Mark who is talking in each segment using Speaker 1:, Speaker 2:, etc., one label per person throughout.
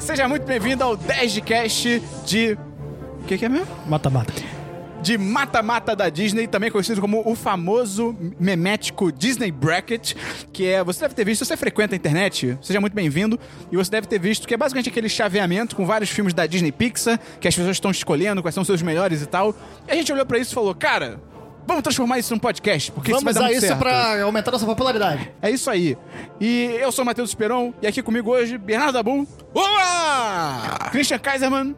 Speaker 1: seja muito bem-vindo ao 10 de cast de. O que, que é mesmo?
Speaker 2: Mata-mata.
Speaker 1: de mata-mata da Disney, também conhecido como o famoso memético Disney Bracket, que é, você deve ter visto, se você frequenta a internet, seja muito bem-vindo, e você deve ter visto que é basicamente aquele chaveamento com vários filmes da Disney Pixar, que as pessoas estão escolhendo quais são os seus melhores e tal. E a gente olhou pra isso e falou, cara, vamos transformar isso num podcast, porque
Speaker 2: Vamos
Speaker 1: isso vai dar
Speaker 2: usar
Speaker 1: muito
Speaker 2: isso
Speaker 1: certo.
Speaker 2: pra aumentar nossa popularidade.
Speaker 1: É isso aí. E eu sou o Matheus Esperon, e aqui comigo hoje, Bernardo Dabu,
Speaker 3: Olá!
Speaker 1: Christian Kaiserman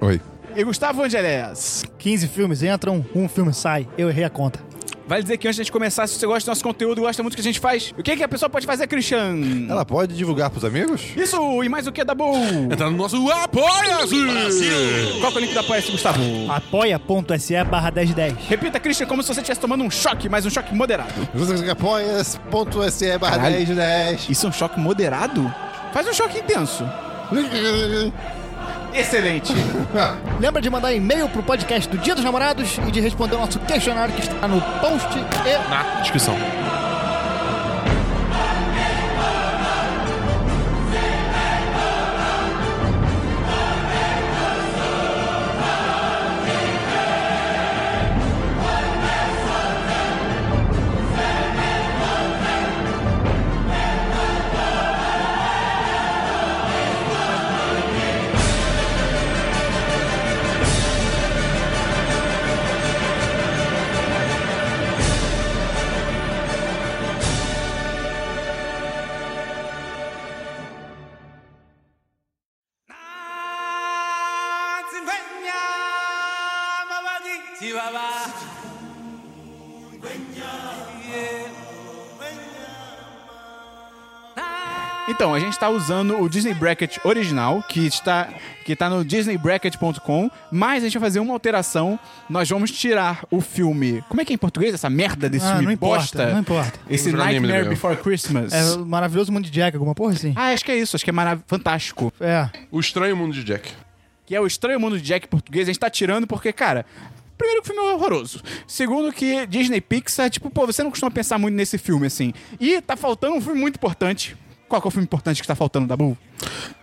Speaker 3: Oi.
Speaker 1: e Gustavo Angeles.
Speaker 2: 15 filmes entram, um filme sai. Eu errei a conta.
Speaker 1: Vale dizer que antes de a gente começar, se você gosta do nosso conteúdo, gosta muito do que a gente faz, o que, que a pessoa pode fazer, Christian?
Speaker 3: Ela pode divulgar pros amigos?
Speaker 1: Isso, e mais o que da boa?
Speaker 4: Entrar no nosso Apoia-se!
Speaker 1: Qual que é o link da Apoia-se, Gustavo?
Speaker 2: Apoia.se barra 1010.
Speaker 1: Repita, Christian, como se você estivesse tomando um choque, mas um choque moderado.
Speaker 3: apoia.se barra
Speaker 1: Caralho.
Speaker 3: 1010.
Speaker 1: Isso é um choque moderado? Faz um choque intenso. Excelente.
Speaker 2: Lembra de mandar e-mail pro podcast do Dia dos Namorados e de responder o nosso questionário que está no post e...
Speaker 4: Na descrição.
Speaker 1: Então, a gente está usando o Disney Bracket original, que está que tá no disneybracket.com, mas a gente vai fazer uma alteração. Nós vamos tirar o filme. Como é que é em português essa merda desse
Speaker 2: Ah,
Speaker 1: filme
Speaker 2: não importa,
Speaker 1: bosta?
Speaker 2: não importa.
Speaker 1: Esse
Speaker 4: Lembra o nome do
Speaker 1: Nightmare
Speaker 4: meu.
Speaker 1: Before Christmas.
Speaker 2: É o maravilhoso mundo de Jack, alguma porra assim?
Speaker 1: Ah, acho que é isso, acho que é marav- fantástico.
Speaker 2: É.
Speaker 4: O Estranho Mundo de Jack.
Speaker 1: que é o Estranho Mundo de Jack em português, a gente tá tirando porque, cara. Primeiro que o filme é horroroso. Segundo que Disney Pixar, tipo, pô, você não costuma pensar muito nesse filme, assim. E tá faltando um filme muito importante. Qual que é o filme importante que tá faltando, Dabu?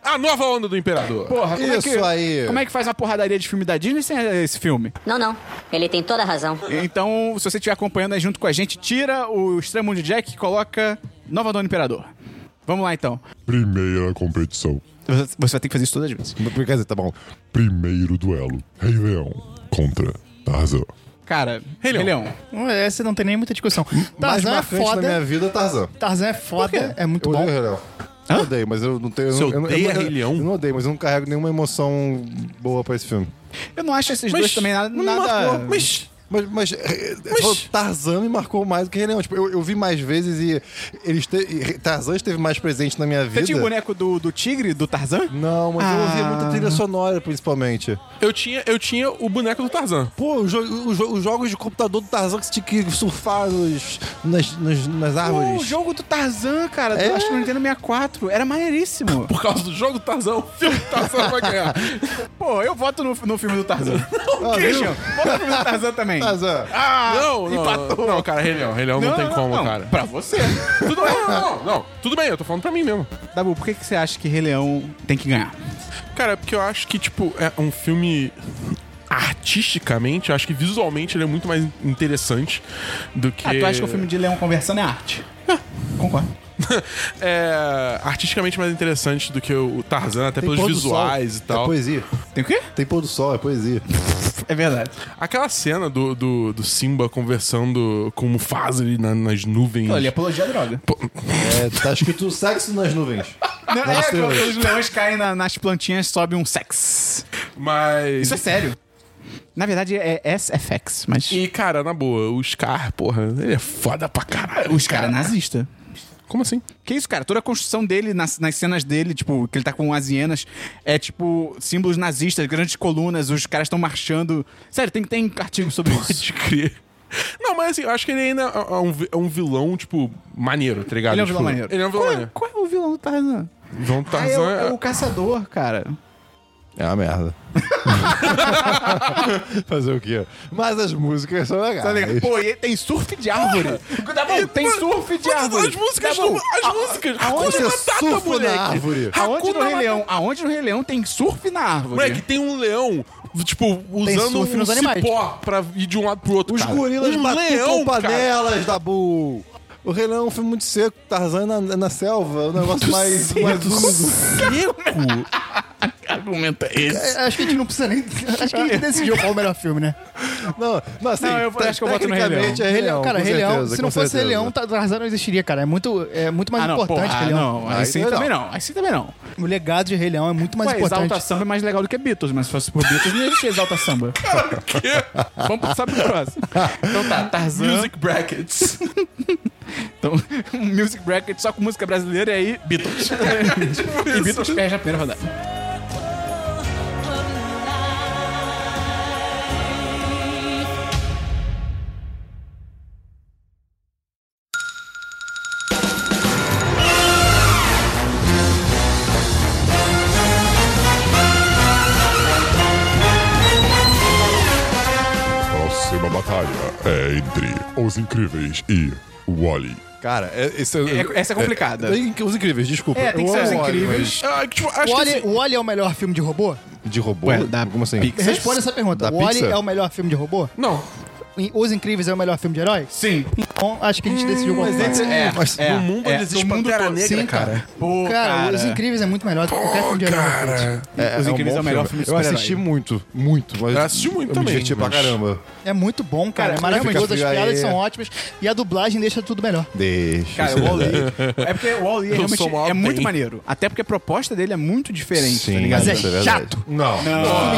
Speaker 4: A Nova Onda do Imperador.
Speaker 1: Porra, é
Speaker 3: Isso
Speaker 1: que,
Speaker 3: aí.
Speaker 1: Como é que faz uma porradaria de filme da Disney sem esse filme?
Speaker 5: Não, não. Ele tem toda a razão.
Speaker 1: Então, se você estiver acompanhando aí junto com a gente, tira o Estranho Mundo de Jack e coloca Nova Dona Imperador. Vamos lá, então.
Speaker 6: Primeira competição.
Speaker 1: Você você vai ter que fazer isso todas as vezes.
Speaker 3: Quer dizer, tá bom.
Speaker 6: Primeiro duelo. Rei Leão contra Tarzan.
Speaker 1: Cara, Rei
Speaker 4: Leão.
Speaker 1: Leão.
Speaker 2: Essa não tem nem muita discussão.
Speaker 3: Mais
Speaker 2: Tarzan é
Speaker 3: marcante na minha
Speaker 2: foda.
Speaker 3: vida é Tarzan.
Speaker 2: Tarzan é foda, é muito
Speaker 3: Eu
Speaker 2: bom.
Speaker 3: odeio Rei Leão. Eu odeio, mas eu não tenho.
Speaker 4: Você
Speaker 3: eu não, eu não-
Speaker 4: odeia
Speaker 3: eu não-
Speaker 4: Rei Leão?
Speaker 3: Eu não odeio, mas eu não carrego nenhuma emoção boa pra esse filme.
Speaker 1: Eu não acho esses dois também nada.
Speaker 4: não
Speaker 1: nada...
Speaker 4: marcou. Mas...
Speaker 3: Mas, mas, eh, falou, Tarzan me marcou mais do que Rei Leão. Tipo, eu, eu vi mais vezes e eles te- e Tarzan esteve mais presente na minha vida.
Speaker 1: Você tinha o boneco Ah. do, do tigre, do Tarzan?
Speaker 3: Não, mas eu ouvia muita trilha sonora, principalmente.
Speaker 4: Eu tinha, eu tinha o boneco do Tarzan.
Speaker 3: Pô, os, jo- os jo- os jogos de computador do Tarzan que você tinha que surfar nos, nas, nas, nas
Speaker 1: Pô,
Speaker 3: árvores.
Speaker 1: o jogo do Tarzan, cara, do,
Speaker 3: É.
Speaker 1: acho que no Nintendo 64. Era maneiríssimo.
Speaker 4: Por causa do jogo do Tarzan, o filme do Tarzan vai ganhar.
Speaker 1: Pô, eu voto no, no filme do Tarzan. Não, Christian, vota no filme do Tarzan também.
Speaker 3: Tarzan.
Speaker 1: Ah,
Speaker 4: não, não,
Speaker 1: empatou.
Speaker 4: não, cara, Rei Leão. Rei Leão não, tem como,
Speaker 1: não.
Speaker 4: cara.
Speaker 1: Pra você.
Speaker 4: Tudo bem, não, não, não. Tudo bem, eu tô falando pra mim mesmo.
Speaker 1: Dabu, por que, que você acha que Rei Leão tem que ganhar?
Speaker 4: Cara, é porque eu acho que, tipo, é um filme. Artisticamente, eu acho que visualmente ele é muito mais interessante do que.
Speaker 1: Ah, tu acha que o filme de Leão conversando é arte? Concordo.
Speaker 4: é artisticamente mais interessante do que o Tarzan, até
Speaker 3: Tem
Speaker 4: pelos
Speaker 3: pôr do
Speaker 4: visuais
Speaker 3: sol.
Speaker 4: e tal.
Speaker 3: É poesia.
Speaker 1: Tem o quê?
Speaker 3: Tem pôr do sol, é poesia.
Speaker 1: É verdade.
Speaker 4: Aquela cena do, do, do Simba conversando com o Mufasa ali na- nas nuvens.
Speaker 1: Olha, apologia à droga.
Speaker 3: É, tá escrito sexo nas nuvens.
Speaker 1: Não, é,
Speaker 3: Nossa,
Speaker 1: quando
Speaker 3: eu-
Speaker 1: os leões caem na- nas plantinhas, sobe um sex.
Speaker 4: Mas.
Speaker 1: Isso é sério. Na verdade, é SFX, mas...
Speaker 4: E, cara, na boa, o Scar, porra, ele é foda pra caralho.
Speaker 1: Os caras nazista.
Speaker 4: Como assim?
Speaker 1: Que isso, cara? Toda a construção dele, nas, nas cenas dele, tipo, que ele tá com as hienas, é tipo símbolos nazistas, grandes colunas, os caras estão marchando. Sério, tem, tem artigo sobre isso.
Speaker 4: Pode crer. Não, mas assim, eu acho que ele ainda é um, vi- é um vilão, tipo, maneiro, tá ligado?
Speaker 1: Ele é um
Speaker 4: Tipo,
Speaker 1: vilão maneiro.
Speaker 4: Ele é um vilão
Speaker 1: qual é,
Speaker 4: maneiro.
Speaker 1: qual é o vilão do Tarzan?
Speaker 4: Vilão do
Speaker 1: Ah, é,
Speaker 4: Tarzan
Speaker 1: o, é
Speaker 4: é-
Speaker 1: o caçador, cara.
Speaker 3: É uma merda. Fazer o quê? Mas as músicas são legais.
Speaker 1: Tá ligado? Pô, e tem surf de árvore. Tá bom, tem surf de árvore.
Speaker 4: As músicas
Speaker 1: Tá bom.
Speaker 4: estão. As músicas.
Speaker 3: aonde
Speaker 1: assim?
Speaker 3: você
Speaker 4: Hakuna Matata,
Speaker 3: surfa na
Speaker 4: moleque.
Speaker 3: árvore?
Speaker 1: Aonde
Speaker 4: Hakuna
Speaker 1: no Rei
Speaker 4: Matata.
Speaker 1: Leão? Aonde no Rei Leão tem surf na árvore?
Speaker 4: Moleque, tem um leão, tipo, usando um
Speaker 2: surf nos animais.
Speaker 4: cipó pra ir de um lado pro outro.
Speaker 3: Os
Speaker 4: cara.
Speaker 3: gorilas
Speaker 4: um
Speaker 3: batucam
Speaker 4: leão,
Speaker 1: né?
Speaker 4: cara.
Speaker 3: panelas, Dabu. O Rei Leão é um filme muito seco, Tarzan é na, na selva, o negócio mais, mais úmido.
Speaker 2: É, Acho que a gente não precisa nem. Acho que a gente decidiu qual o melhor filme, né?
Speaker 3: Não, não, assim,
Speaker 1: Não, eu
Speaker 3: te-
Speaker 1: acho que eu boto no Rei Leão.
Speaker 3: tecnicamente é Rei Leão,
Speaker 2: cara,
Speaker 3: com
Speaker 2: Rei Leão,
Speaker 3: certeza,
Speaker 2: se
Speaker 3: com
Speaker 2: não fosse Rei
Speaker 3: certeza.
Speaker 2: Leão, Tarzan não existiria, cara. É muito, é um- muito mais
Speaker 1: Ah, não,
Speaker 2: importante
Speaker 1: pô,
Speaker 2: que Rei
Speaker 1: ah,
Speaker 2: Leão.
Speaker 1: não,
Speaker 3: Aí
Speaker 1: assim
Speaker 3: não.
Speaker 1: também não. Assim também não.
Speaker 2: O legado de Rei Leão é muito mais
Speaker 1: Ué,
Speaker 2: importante.
Speaker 1: Exalta Samba é mais legal do que Beatles, mas se fosse por Beatles, não existia Exalta Samba. Vamos passar pro próximo. Então tá, Tarzan.
Speaker 4: Music brackets.
Speaker 1: Então, um music bracket só com música brasileira e aí Beatles.
Speaker 4: É, tipo
Speaker 1: e Beatles perde a primeira rodada.
Speaker 6: Próxima batalha é entre Os Incríveis e Wally.
Speaker 3: Cara, é, esse
Speaker 1: É- essa é complicada.
Speaker 3: é- os incríveis, desculpa.
Speaker 1: É, tem que
Speaker 3: Eu
Speaker 1: ser os
Speaker 3: amo Wall-E,
Speaker 1: incríveis.
Speaker 4: Ah, tipo, acho
Speaker 2: O
Speaker 4: que
Speaker 2: Wally,
Speaker 4: assim,
Speaker 2: o Wally é o melhor filme de robô?
Speaker 3: mas De robô?
Speaker 1: Ué, da
Speaker 3: Como assim?
Speaker 1: Pixar.
Speaker 2: Responda essa pergunta.
Speaker 3: Da
Speaker 2: o Wally
Speaker 3: Pixar?
Speaker 2: é o melhor filme de robô?
Speaker 4: Não.
Speaker 2: E Os Incríveis é o melhor filme de herói?
Speaker 1: Sim.
Speaker 2: Então, acho que a gente decidiu qual foi.
Speaker 1: É,
Speaker 3: Mas
Speaker 1: é,
Speaker 4: no mundo
Speaker 1: é,
Speaker 4: eles
Speaker 1: no
Speaker 4: existe
Speaker 1: mundo
Speaker 4: Pantera
Speaker 1: todo.
Speaker 4: Negra,
Speaker 1: Sim,
Speaker 4: cara.
Speaker 1: Pô,
Speaker 2: Cara, Os Incríveis é muito melhor do que qualquer filme de herói. gente.
Speaker 3: É,
Speaker 1: Os
Speaker 3: é um
Speaker 1: Incríveis
Speaker 3: bom
Speaker 1: é o melhor filme de
Speaker 3: Eu
Speaker 1: super-herói.
Speaker 3: assisti muito, muito. Mas
Speaker 4: Eu assisti muito
Speaker 3: eu
Speaker 4: também,
Speaker 3: Me diverti
Speaker 4: mas-
Speaker 3: pra caramba.
Speaker 2: É muito bom, cara.
Speaker 1: Cara,
Speaker 2: é maravilhoso.
Speaker 3: fica
Speaker 2: As
Speaker 3: frio aí.
Speaker 2: piadas são ótimas. E a dublagem deixa tudo melhor.
Speaker 3: Deixa.
Speaker 1: Cara, o Wall-E. É porque o Wall-E é
Speaker 4: Eu
Speaker 1: realmente
Speaker 4: sou o maior
Speaker 1: é muito
Speaker 4: bem.
Speaker 1: maneiro. Até porque a proposta dele é muito diferente,
Speaker 3: Sim,
Speaker 1: tá ligado?
Speaker 2: Mas é
Speaker 3: isso verdade.
Speaker 2: chato.
Speaker 3: Não.
Speaker 4: Não,
Speaker 1: não,
Speaker 4: eu
Speaker 1: não,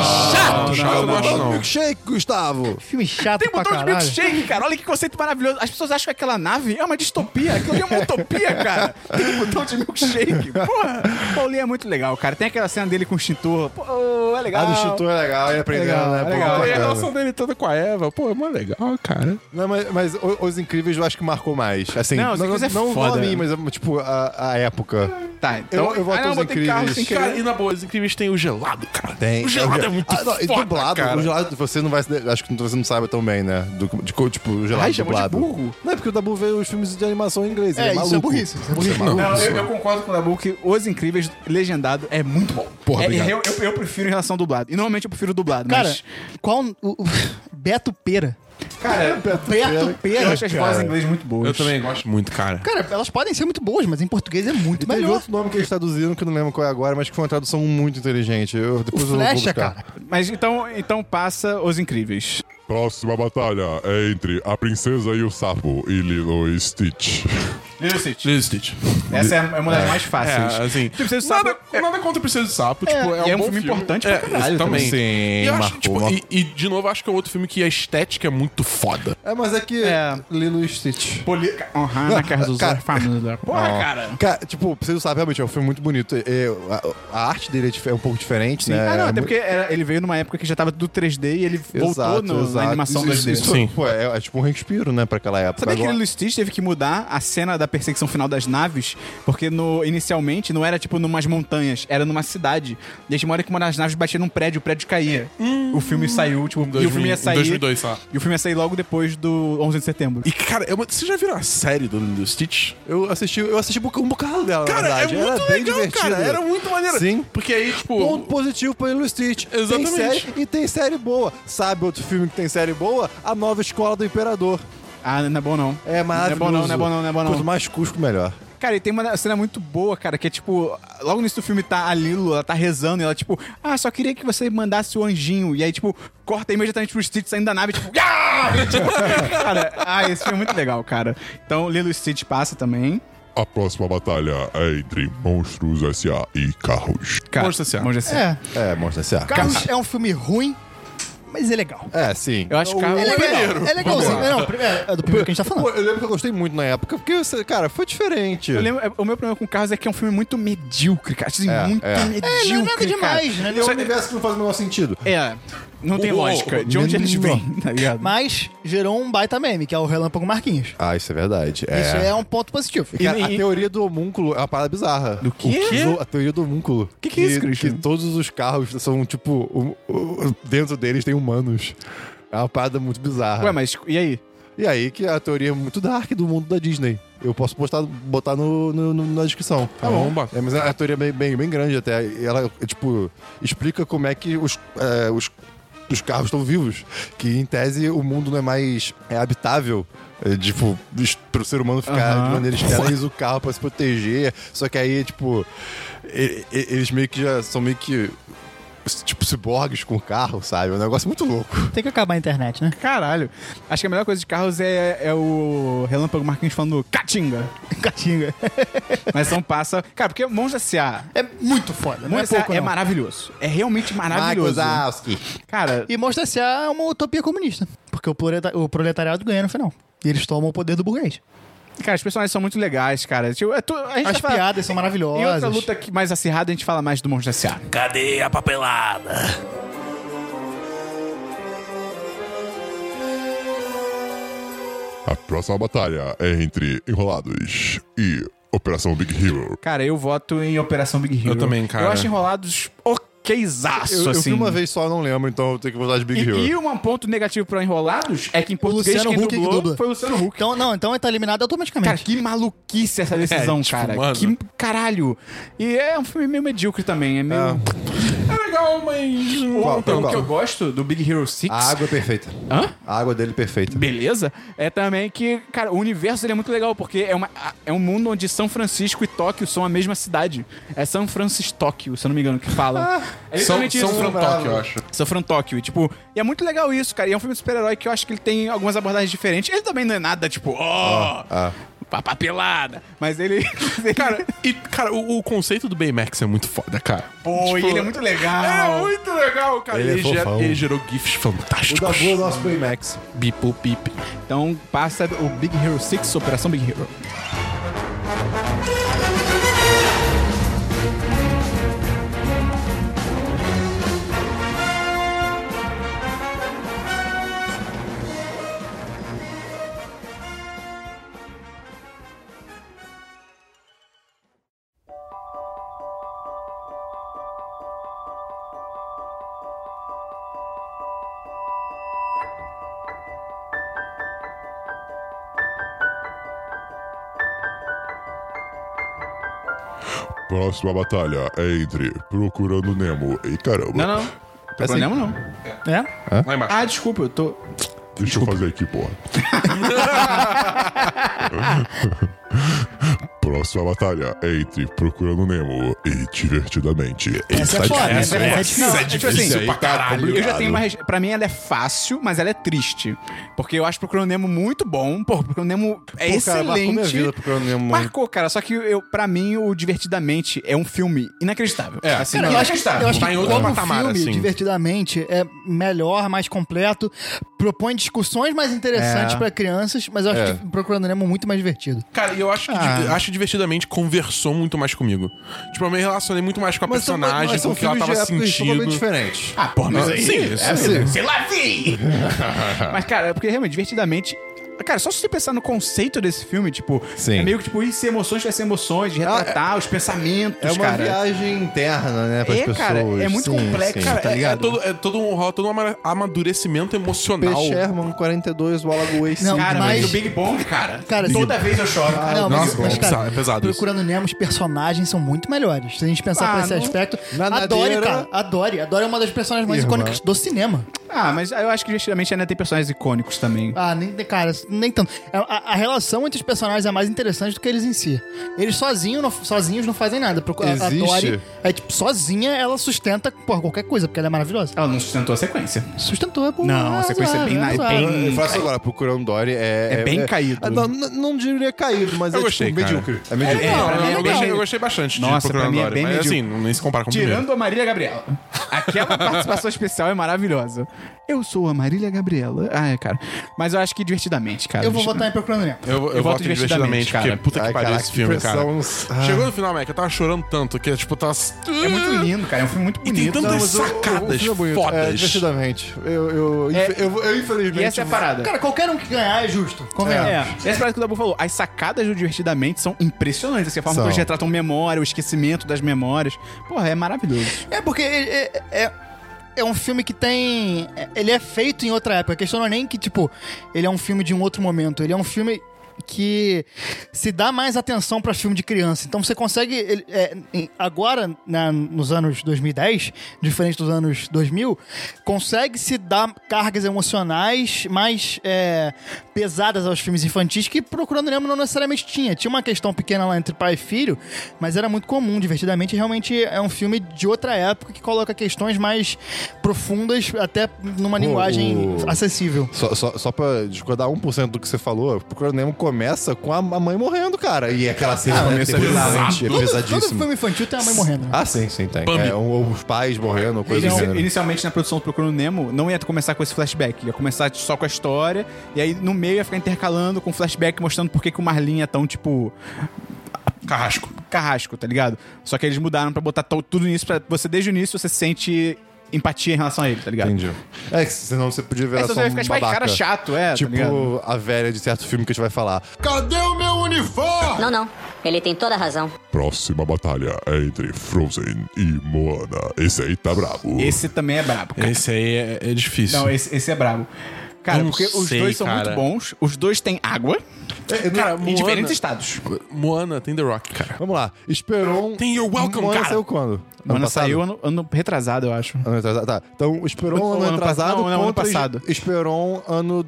Speaker 4: gosto
Speaker 3: Não.
Speaker 4: não.
Speaker 3: Milkshake, Gustavo.
Speaker 2: Filme chato
Speaker 1: Tem
Speaker 2: pra
Speaker 1: botão de
Speaker 2: caralho.
Speaker 1: milkshake, cara. Olha que conceito maravilhoso. As pessoas acham que aquela nave é uma distopia. Aquilo ali é uma utopia, cara. Tem botão de milkshake. Porra, o Paulinho é muito legal, cara. Tem aquela cena dele com o extintor. Pô, é
Speaker 3: A
Speaker 1: legal.
Speaker 3: do Chitor é legal, ele aprendeu,
Speaker 1: Legal,
Speaker 3: né? Pô,
Speaker 1: legal.
Speaker 4: E a
Speaker 3: bacana.
Speaker 4: relação dele toda com a Eva, pô, é mó legal, cara.
Speaker 3: Não, mas, mas o- Os Incríveis eu acho que marcou mais. Assim,
Speaker 1: Não,
Speaker 3: não,
Speaker 1: Os
Speaker 3: não,
Speaker 1: Incríveis é
Speaker 3: não, não a
Speaker 1: foda.
Speaker 3: mim, mas tipo, a, a época.
Speaker 1: Tá, então...
Speaker 3: Eu- eu voto
Speaker 1: ah, não,
Speaker 3: Os
Speaker 1: botei carro
Speaker 3: Incríveis.
Speaker 1: sem querer.
Speaker 4: Cara, e na boa, os incríveis tem o gelado, cara.
Speaker 3: Tem.
Speaker 4: O gelado é muito
Speaker 3: Ah, não, e
Speaker 4: foda,
Speaker 3: dublado,
Speaker 4: cara.
Speaker 3: o gelado você não vai se- acho que você não sabe tão bem, né? Do, de co- tipo, o gelado
Speaker 1: Ai, chamou de
Speaker 3: dublado.
Speaker 1: burro?
Speaker 3: Não, é porque o Dabu vê os filmes de animação em inglês, ele
Speaker 2: É,
Speaker 3: é
Speaker 2: isso é
Speaker 3: maluco.
Speaker 2: burrice, isso é burrice.
Speaker 3: maluco.
Speaker 1: Não, eu, eu concordo com o Dabu que Os Incríveis legendado é muito bom.
Speaker 4: Porra,
Speaker 1: É,
Speaker 4: obrigado.
Speaker 1: eu, eu, eu prefiro em relação ao dublado. E normalmente eu prefiro o dublado,
Speaker 2: Cara,
Speaker 1: mas...
Speaker 2: qual. O, o- Beto Pera.
Speaker 1: Cara,
Speaker 2: Beto
Speaker 1: eu
Speaker 2: Pera.
Speaker 1: acho as vozes em inglês muito boas.
Speaker 4: Eu também gosto muito, cara.
Speaker 2: Cara, elas podem ser muito boas, mas em português é muito
Speaker 3: Teve
Speaker 2: melhor.
Speaker 3: outro nome que eles traduziram, que eu não lembro qual é agora, mas que foi uma tradução muito inteligente. Eu,
Speaker 2: O
Speaker 3: depois eu vou
Speaker 2: Flecha,
Speaker 3: buscar.
Speaker 2: cara.
Speaker 1: Mas então, então passa Os Incríveis.
Speaker 6: Próxima batalha é entre a Princesa e o Sapo e Lilo e Stitch.
Speaker 1: Little City.
Speaker 4: Lilo e Stitch.
Speaker 1: Essa é uma das mais
Speaker 4: É,
Speaker 1: fáceis.
Speaker 4: assim.
Speaker 1: Tipo, Princesa do
Speaker 4: nada,
Speaker 1: Sapo
Speaker 4: nada é contra o Princesa do Sapo. tipo, é,
Speaker 1: e
Speaker 4: um
Speaker 1: é um
Speaker 4: bom
Speaker 1: filme importante pra caralho
Speaker 4: isso
Speaker 3: também. Sim,
Speaker 4: E, eu acho,
Speaker 3: marcou,
Speaker 4: tipo,
Speaker 3: marcou.
Speaker 4: e, e, de novo, acho que é outro filme que a estética é muito foda.
Speaker 3: É, mas é que
Speaker 1: É.
Speaker 3: Lilo e Stitch.
Speaker 1: Poli... Honrar na casa dos
Speaker 3: cara-
Speaker 1: famosos. Porra, cara.
Speaker 3: Cara, tipo, você não sabe, realmente, é um filme muito bonito. É, a, a arte dele é dif- é um pouco diferente, né?
Speaker 1: ah, não,
Speaker 3: É
Speaker 1: até
Speaker 3: mu-
Speaker 1: porque era- ele veio numa época que já tava tudo 3D e ele voltou
Speaker 3: Exato,
Speaker 1: no-
Speaker 3: exato.
Speaker 1: na animação
Speaker 3: Isso-
Speaker 1: 2D.
Speaker 3: isso- isso-
Speaker 4: Sim.
Speaker 3: Pô, é, é tipo um respiro, né, pra aquela época.
Speaker 1: Sabia que
Speaker 3: Agora-
Speaker 1: Lilo e Stitch teve que mudar a cena da perseguição final das naves? Porque no, inicialmente não era tipo numas montanhas, era numa cidade. E aí, uma hora que uma das naves batia num prédio, o prédio caía. o filme saiu, tipo, e o
Speaker 4: 2000,
Speaker 1: filme ia
Speaker 4: em
Speaker 1: sair.
Speaker 4: 2002, só.
Speaker 1: E o filme ia sair logo depois do 11 de setembro.
Speaker 4: E, cara, é uma- você já viu a série do Lilo e Stitch?
Speaker 3: Eu assisti, eu assisti um bocado dela,
Speaker 4: Cara,
Speaker 3: na verdade.
Speaker 4: é muito
Speaker 3: era bem
Speaker 4: legal,
Speaker 3: divertido.
Speaker 4: cara. Era muito maneiro.
Speaker 3: Sim.
Speaker 4: Porque aí, tipo.
Speaker 3: Ponto positivo pra Lilo e Stitch.
Speaker 4: Exatamente.
Speaker 3: Tem série, e tem série boa. Sabe outro filme que tem série boa? A Nova Escola do Imperador.
Speaker 1: Ah, não é bom não.
Speaker 3: É maravilhoso.
Speaker 1: Não é bom não, não é bom não, não é bom não.
Speaker 3: Quanto mais cusco, melhor.
Speaker 1: Cara, e tem uma cena muito boa, cara, que é tipo, logo no início do filme tá a Lilo, ela tá rezando e ela, tipo, ah, só queria que você mandasse o anjinho. E aí, tipo, corta imediatamente pro Stitch saindo da nave, tipo, "Ah!" E, tipo, cara, ah, esse filme é muito legal, cara. Então, Lilo e Stitch passa também.
Speaker 6: A próxima batalha é entre Monstros S.A. e Carros.
Speaker 1: Cara,
Speaker 4: Monstro S.A..
Speaker 1: Monstro S.A..
Speaker 2: É.
Speaker 3: É, Monstro S.A.
Speaker 2: Carros é um filme ruim, mas é legal.
Speaker 3: É, sim.
Speaker 1: Eu acho que
Speaker 2: É
Speaker 1: Carros-
Speaker 2: legal. É legalzinho. É, Não, primeiro- é do primeiro que a gente tá
Speaker 3: Pô,
Speaker 2: falando.
Speaker 3: eu lembro que eu gostei muito na época, porque, cara, foi diferente.
Speaker 1: Eu lembro, o meu problema com Carros é que é um filme muito medíocre, cara. Assim,
Speaker 3: É,
Speaker 1: muito
Speaker 3: é.
Speaker 1: medíocre,
Speaker 2: É, não é nada
Speaker 1: cara.
Speaker 2: demais, né?
Speaker 3: É um universo que não faz o menor sentido.
Speaker 1: É. Não tem
Speaker 4: Oh,
Speaker 1: lógica. De onde eles vêm, tá ligado?
Speaker 2: Mas gerou um baita meme, que é o Relâmpago Marquinhos.
Speaker 3: Ah, isso é verdade.
Speaker 2: Isso é um ponto positivo.
Speaker 3: Cara,
Speaker 1: E-
Speaker 3: a
Speaker 1: e-
Speaker 3: teoria do homúnculo é uma parada bizarra. Do
Speaker 1: quê?
Speaker 3: A teoria do homúnculo. O
Speaker 1: que que é isso, Christian?
Speaker 3: Que todos os carros são, tipo, um- um- dentro deles tem humanos. É uma parada muito bizarra.
Speaker 1: Ué, mas e aí?
Speaker 3: E aí que a teoria é muito dark do mundo da Disney. Eu posso postar, botar no, no- no- na descrição.
Speaker 4: Tá bom. Bomba.
Speaker 3: É, mas é uma teoria bem, bem, bem grande até. E Ela, é, tipo, explica como é que os, é, os, os carros estão vivos. Que, em tese, o mundo não é mais é, habitável. É, tipo, es- pro ser humano ficar
Speaker 1: Aham.
Speaker 3: de maneira esteriliza o carro pra se proteger. Só que aí, tipo, e- e- eles meio que já são meio que... Tipo, ciborgues com carro, sabe? É um negócio muito louco.
Speaker 2: Tem que acabar a internet, né?
Speaker 1: Caralho. Acho que a melhor coisa de carros é, é o Relâmpago Marquinhos falando Catinga.
Speaker 2: Catinga.
Speaker 1: Mas não passa. Cara, porque Monza S.A.
Speaker 2: É muito foda, não é
Speaker 1: Monza é,
Speaker 2: pouco,
Speaker 1: é
Speaker 2: não.
Speaker 1: maravilhoso. É realmente maravilhoso.
Speaker 3: ah,
Speaker 1: Cara,
Speaker 2: E Monstro S.A. é uma utopia comunista. Porque o, proleta- o proletariado ganha no final. E eles tomam o poder do burguês.
Speaker 1: cara, os personagens são muito legais, cara. Tipo, é tu- a gente
Speaker 2: As
Speaker 1: tá falando-
Speaker 2: piadas são
Speaker 1: Em outra
Speaker 2: maravilhosas.
Speaker 1: luta que- mais acirrada, a gente fala mais do Monza S.A.
Speaker 7: Cadê a papelada?
Speaker 6: A próxima batalha é entre Enrolados e Operação Big Hero.
Speaker 1: Cara, eu voto em Operação Big Hero.
Speaker 4: Eu também, cara.
Speaker 1: Eu acho Enrolados okzaço,
Speaker 3: Eu, eu
Speaker 1: assim.
Speaker 3: vi uma vez só, não lembro, então eu tenho que botar de Big
Speaker 1: E,
Speaker 3: Hero.
Speaker 1: e um ponto negativo pra Enrolados é que em português
Speaker 2: Luciano
Speaker 1: quem
Speaker 2: Huck que
Speaker 1: dublou
Speaker 2: dubla.
Speaker 1: foi o Luciano Huck.
Speaker 2: Então, não, então tá eliminado automaticamente.
Speaker 1: Cara, que maluquice essa decisão,
Speaker 4: É, tipo,
Speaker 1: cara.
Speaker 4: mano.
Speaker 1: Que caralho. E é um filme meio medíocre também. É meio.
Speaker 4: É legal, mas.
Speaker 3: Qual,
Speaker 1: Então, o
Speaker 3: qual,
Speaker 1: que eu
Speaker 3: qual?
Speaker 1: gosto do Big Hero 6.
Speaker 4: Ah,
Speaker 3: A água é perfeita.
Speaker 1: Hã?
Speaker 3: A água dele é perfeita.
Speaker 1: Beleza? É também que, cara, o universo dele é muito legal, porque é, uma, é um mundo onde São Francisco e Tóquio são a mesma cidade. É São Francisco Tóquio, se eu não me engano, que fala. É
Speaker 4: São,
Speaker 1: literalmente
Speaker 4: Ah. são
Speaker 1: isso.
Speaker 4: Frantoc, eu acho.
Speaker 1: São Fran Tóquio. E, tipo, e é muito legal isso, cara. E é um filme de super-herói que eu acho que ele tem algumas abordagens diferentes. Ele também não é nada, tipo,
Speaker 3: Ah,
Speaker 1: ó, oh, papelada. Mas ele. ele- tipo,
Speaker 4: Cara, e, cara, o, o conceito do Baymax é muito foda, cara. Tipo,
Speaker 1: pô, e ele é muito legal.
Speaker 4: É muito legal, cara.
Speaker 3: Ele é
Speaker 4: gera-
Speaker 3: fofão.
Speaker 4: ele gerou GIFs
Speaker 3: O da
Speaker 4: fantásticos.
Speaker 3: boa é o nosso Baymax.
Speaker 4: Bipu, pip.
Speaker 1: Então passa o Big Hero 6, Operação Big Hero.
Speaker 6: Próxima batalha é entre Procurando Nemo e caramba.
Speaker 1: Não, não. Tem
Speaker 3: assim.
Speaker 1: problema não.
Speaker 2: É?
Speaker 4: Lá embaixo.
Speaker 1: Ah, desculpa, eu tô.
Speaker 6: Deixa eu fazer aqui, porra. Próxima batalha é entre Procurando Nemo e Divertidamente.
Speaker 2: Essa é foda. Essa, essa é difícil.
Speaker 1: Não, tipo assim,
Speaker 4: Isso aí tá
Speaker 1: Eu
Speaker 4: complicado.
Speaker 1: já tenho uma. res- Pra mim ela é fácil, mas ela é triste. Porque eu acho Procurando Nemo muito bom. Pô, Procurando Nemo é
Speaker 3: Pô, cara, marcou
Speaker 1: excelente.
Speaker 3: minha vida Procurando Nemo, mano.
Speaker 1: Marcou, cara. Só que eu, pra mim, o Divertidamente é um filme inacreditável. É, assim,
Speaker 2: Cara,
Speaker 1: não,
Speaker 2: eu acho que,
Speaker 1: inacreditável.
Speaker 2: eu acho
Speaker 4: Tá
Speaker 2: que
Speaker 4: em outro
Speaker 2: como
Speaker 4: patamar,
Speaker 2: filme,
Speaker 4: assim.
Speaker 2: divertidamente, é melhor, mais completo, propõe discussões mais
Speaker 4: É.
Speaker 2: interessantes pra crianças, mas eu acho
Speaker 3: É.
Speaker 2: que Procurando Nemo é muito mais divertido.
Speaker 4: Cara, eu acho que
Speaker 3: Ah.
Speaker 4: di- acho divertidamente conversou muito mais comigo. Tipo, eu me relacionei muito mais com a personagem, com o que ela tava sentindo.
Speaker 3: diferentes.
Speaker 1: Ah, porra, mas
Speaker 4: Ah,
Speaker 1: aí.
Speaker 4: sim,
Speaker 1: é,
Speaker 4: isso
Speaker 1: assim, Sei lá, vi! mas, cara, é porque realmente, divertidamente. Cara, só se você pensar no conceito desse filme, tipo,
Speaker 3: Sim. Ah,
Speaker 1: é meio que tipo, isso emoções vai ser emoções, de retratar os pensamentos,
Speaker 3: É uma
Speaker 1: cara.
Speaker 3: viagem interna, né, pras
Speaker 1: É,
Speaker 3: pessoas.
Speaker 1: cara, é muito
Speaker 3: Sim,
Speaker 1: complexo,
Speaker 3: sim.
Speaker 1: cara.
Speaker 4: É-
Speaker 3: Tá
Speaker 4: É,
Speaker 3: ligado?
Speaker 4: todo, é todo um rola, todo um ama- amadurecimento
Speaker 3: P.
Speaker 4: emocional.
Speaker 3: Sherman, 42, Wallace Way,
Speaker 2: Não,
Speaker 3: sim.
Speaker 1: Cara,
Speaker 2: mas-
Speaker 1: mas... o Big Bang, cara,
Speaker 2: Cara,
Speaker 1: toda
Speaker 2: Big-
Speaker 1: vez eu choro, cara.
Speaker 2: Não,
Speaker 4: Nossa,
Speaker 2: mas, mas,
Speaker 4: é
Speaker 2: cara,
Speaker 4: pesado, é pesado isso.
Speaker 2: Procurando Nemo, os personagens são muito melhores. Se a gente pensar
Speaker 1: Ah,
Speaker 2: por esse
Speaker 1: não-
Speaker 2: aspecto,
Speaker 3: Nanadeira-
Speaker 2: a Dory, cara, a Dory. A Dory é uma das personagens mais
Speaker 3: Irmã.
Speaker 2: icônicas do cinema.
Speaker 1: Ah, mas eu acho que divertidamente ainda tem personagens icônicos também.
Speaker 2: Ah, nem, cara, nem tanto. É, A, a- a relação entre os personagens é mais interessante do que eles em si. Eles sozinhos não, sozinhos não fazem nada. Procu- A, a
Speaker 3: Existe?
Speaker 2: Dory, é, tipo, sozinha, ela sustenta porra, qualquer coisa, porque ela é maravilhosa.
Speaker 1: Ela não sustentou a sequência.
Speaker 2: Sustentou, é boa.
Speaker 1: Não,
Speaker 2: é
Speaker 1: a sequência é bem
Speaker 2: azar,
Speaker 1: na-
Speaker 2: azar.
Speaker 1: bem-
Speaker 3: Eu faço agora, procurando Dory é.
Speaker 1: É bem caído.
Speaker 3: Ah, não, não, não diria caído, mas
Speaker 4: Eu
Speaker 3: é
Speaker 4: gostei,
Speaker 3: tipo,
Speaker 4: cara.
Speaker 3: medíocre. É medíocre.
Speaker 4: Não,
Speaker 1: pra
Speaker 4: eu,
Speaker 1: mim é
Speaker 4: eu
Speaker 1: legal.
Speaker 4: gostei, eu gostei bastante
Speaker 1: Nossa,
Speaker 4: de Procurando
Speaker 1: pra mim é
Speaker 4: Dory,
Speaker 1: bem
Speaker 4: mas
Speaker 1: medíocre.
Speaker 4: assim, não, nem se compara com o primeiro.
Speaker 1: Tirando a Marília Gabriela. Aquela participação especial é maravilhosa. Eu sou a Marília Gabriela. Ah, é, cara. Mas eu acho que divertidamente, cara.
Speaker 2: Eu vou
Speaker 1: Deixa-
Speaker 2: votar em Procurando Nemo.
Speaker 4: Eu, eu,
Speaker 1: Eu voto
Speaker 4: voto
Speaker 1: divertidamente,
Speaker 4: divertidamente,
Speaker 1: cara.
Speaker 4: porque puta que
Speaker 3: Ai,
Speaker 4: pariu
Speaker 3: caraca,
Speaker 4: esse
Speaker 3: que
Speaker 4: filme, cara.
Speaker 3: pressão. Ah.
Speaker 4: Chegou no final, Mac, eu tava chorando tanto que, tipo, eu tava.
Speaker 1: É muito lindo, cara. É um filme muito
Speaker 4: E
Speaker 1: bonito.
Speaker 4: tem
Speaker 3: Não,
Speaker 4: tantas
Speaker 3: mas o- o- o
Speaker 4: sacadas
Speaker 3: filme é bonito. É,
Speaker 4: fodas.
Speaker 3: divertidamente. Eu, eu,
Speaker 1: É.
Speaker 3: infe- eu- eu, infelizmente.
Speaker 1: E essa é a parada.
Speaker 2: Cara, qualquer um que ganhar é justo. Convenhamos.
Speaker 1: É. Essa parada que o Dabu falou, as sacadas do Divertidamente são impressionantes. Assim, a forma
Speaker 3: São.
Speaker 1: como eles retratam memória, o esquecimento das memórias. Porra, é maravilhoso.
Speaker 2: É porque é, é- é, é um filme que tem. é- Ele é feito em outra época. A questão não é nem que, tipo, ele é um filme de um outro momento. Ele é um filme que se dá mais atenção para filme de criança. Então você consegue. ele- é, em- agora, na- nos anos 2010, diferente dos anos 2000, consegue se dar cargas emocionais mais é, pesadas aos filmes infantis que Procurando Nemo não necessariamente tinha. Tinha uma questão pequena lá entre pai e filho, mas era muito comum, divertidamente. Realmente é um filme de outra época que coloca questões mais profundas, até numa linguagem
Speaker 3: o-
Speaker 2: acessível.
Speaker 3: Só, só, só pra discordar 1% do que você falou, o Procurando Nemo começa com a a mãe morrendo, cara. E aquela cena né,
Speaker 1: começo é
Speaker 3: terrorizante, é
Speaker 2: Todo, todo
Speaker 3: pesadíssima.
Speaker 2: filme infantil tem a mãe morrendo. né?
Speaker 3: Ah, sim, sim, tem.
Speaker 4: Bambi.
Speaker 3: É, ou, ou os pais morrendo,
Speaker 4: é.
Speaker 3: coisa do
Speaker 1: Inici-
Speaker 3: gênero.
Speaker 1: inicialmente na produção do Procurando Nemo, não ia começar com esse flashback. Ia começar só com a história. E aí no meio ia ficar intercalando com flashback mostrando por que, que o Marlin é tão, tipo,
Speaker 4: Carrasco.
Speaker 1: carrasco, tá ligado? Só que eles mudaram pra botar to- tudo nisso pra você, desde o início, você sente empatia em relação a ele, tá ligado?
Speaker 3: Entendi. É, que senão você podia ver
Speaker 1: Aí
Speaker 3: ela
Speaker 1: você
Speaker 3: só
Speaker 1: vai
Speaker 3: um
Speaker 1: ficar tipo, "Ai,
Speaker 3: babaca.
Speaker 1: cara chato, é, tá ligado?
Speaker 3: Tipo a velha de certo filme que a gente vai falar.
Speaker 5: Não, não. Ele tem toda a razão.
Speaker 2: é-
Speaker 6: Próxima batalha é entre Frozen e Moana. Esse aí tá brabo.
Speaker 1: Esse também é brabo, cara.
Speaker 4: Esse aí é, é difícil.
Speaker 1: Não, esse, esse é brabo. Cara,
Speaker 4: Não
Speaker 1: porque os
Speaker 4: sei,
Speaker 1: dois são
Speaker 4: cara.
Speaker 1: muito bons, os dois têm água
Speaker 4: cara,
Speaker 1: em
Speaker 4: Moana-
Speaker 1: diferentes estados.
Speaker 4: Moana tem The Rock, cara.
Speaker 3: Vamos lá. Esperon.
Speaker 4: Tem You're Welcome,
Speaker 3: Moana
Speaker 4: cara.
Speaker 3: saiu quando? Ano
Speaker 1: Mano,
Speaker 3: passado?
Speaker 1: saiu ano, ano retrasado, eu acho.
Speaker 3: Ano atrasado, tá. Então, Esperon
Speaker 1: Ou
Speaker 3: ano,
Speaker 1: ano
Speaker 3: atrasado
Speaker 1: passado, não, não, ano
Speaker 3: contra
Speaker 1: passado.
Speaker 3: Esperon ano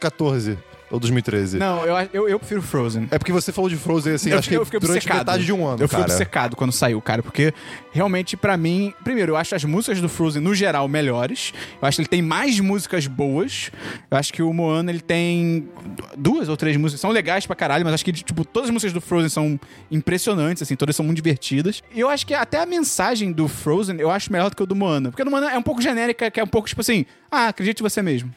Speaker 3: 2014 ou 2013.
Speaker 1: Não, eu, eu, eu prefiro Frozen.
Speaker 3: É porque você falou de Frozen assim,
Speaker 1: eu,
Speaker 3: acho que
Speaker 1: eu fiquei
Speaker 3: durante
Speaker 1: obcecado.
Speaker 3: metade de um ano,
Speaker 1: Eu fui
Speaker 3: cara.
Speaker 1: obcecado quando saiu, cara, porque realmente, pra mim, primeiro, eu acho as músicas do Frozen, no geral, melhores. Eu acho que ele tem mais músicas boas. Eu acho que o Moana, ele tem duas ou três músicas. São legais pra caralho, mas acho que, tipo, todas as músicas do Frozen são impressionantes, assim, todas são muito divertidas. E eu acho que até a mensagem do Frozen, eu acho melhor do que a do Moana. Porque a do Moana é um pouco genérica, que é um pouco, tipo assim, ah, acredite em você mesmo.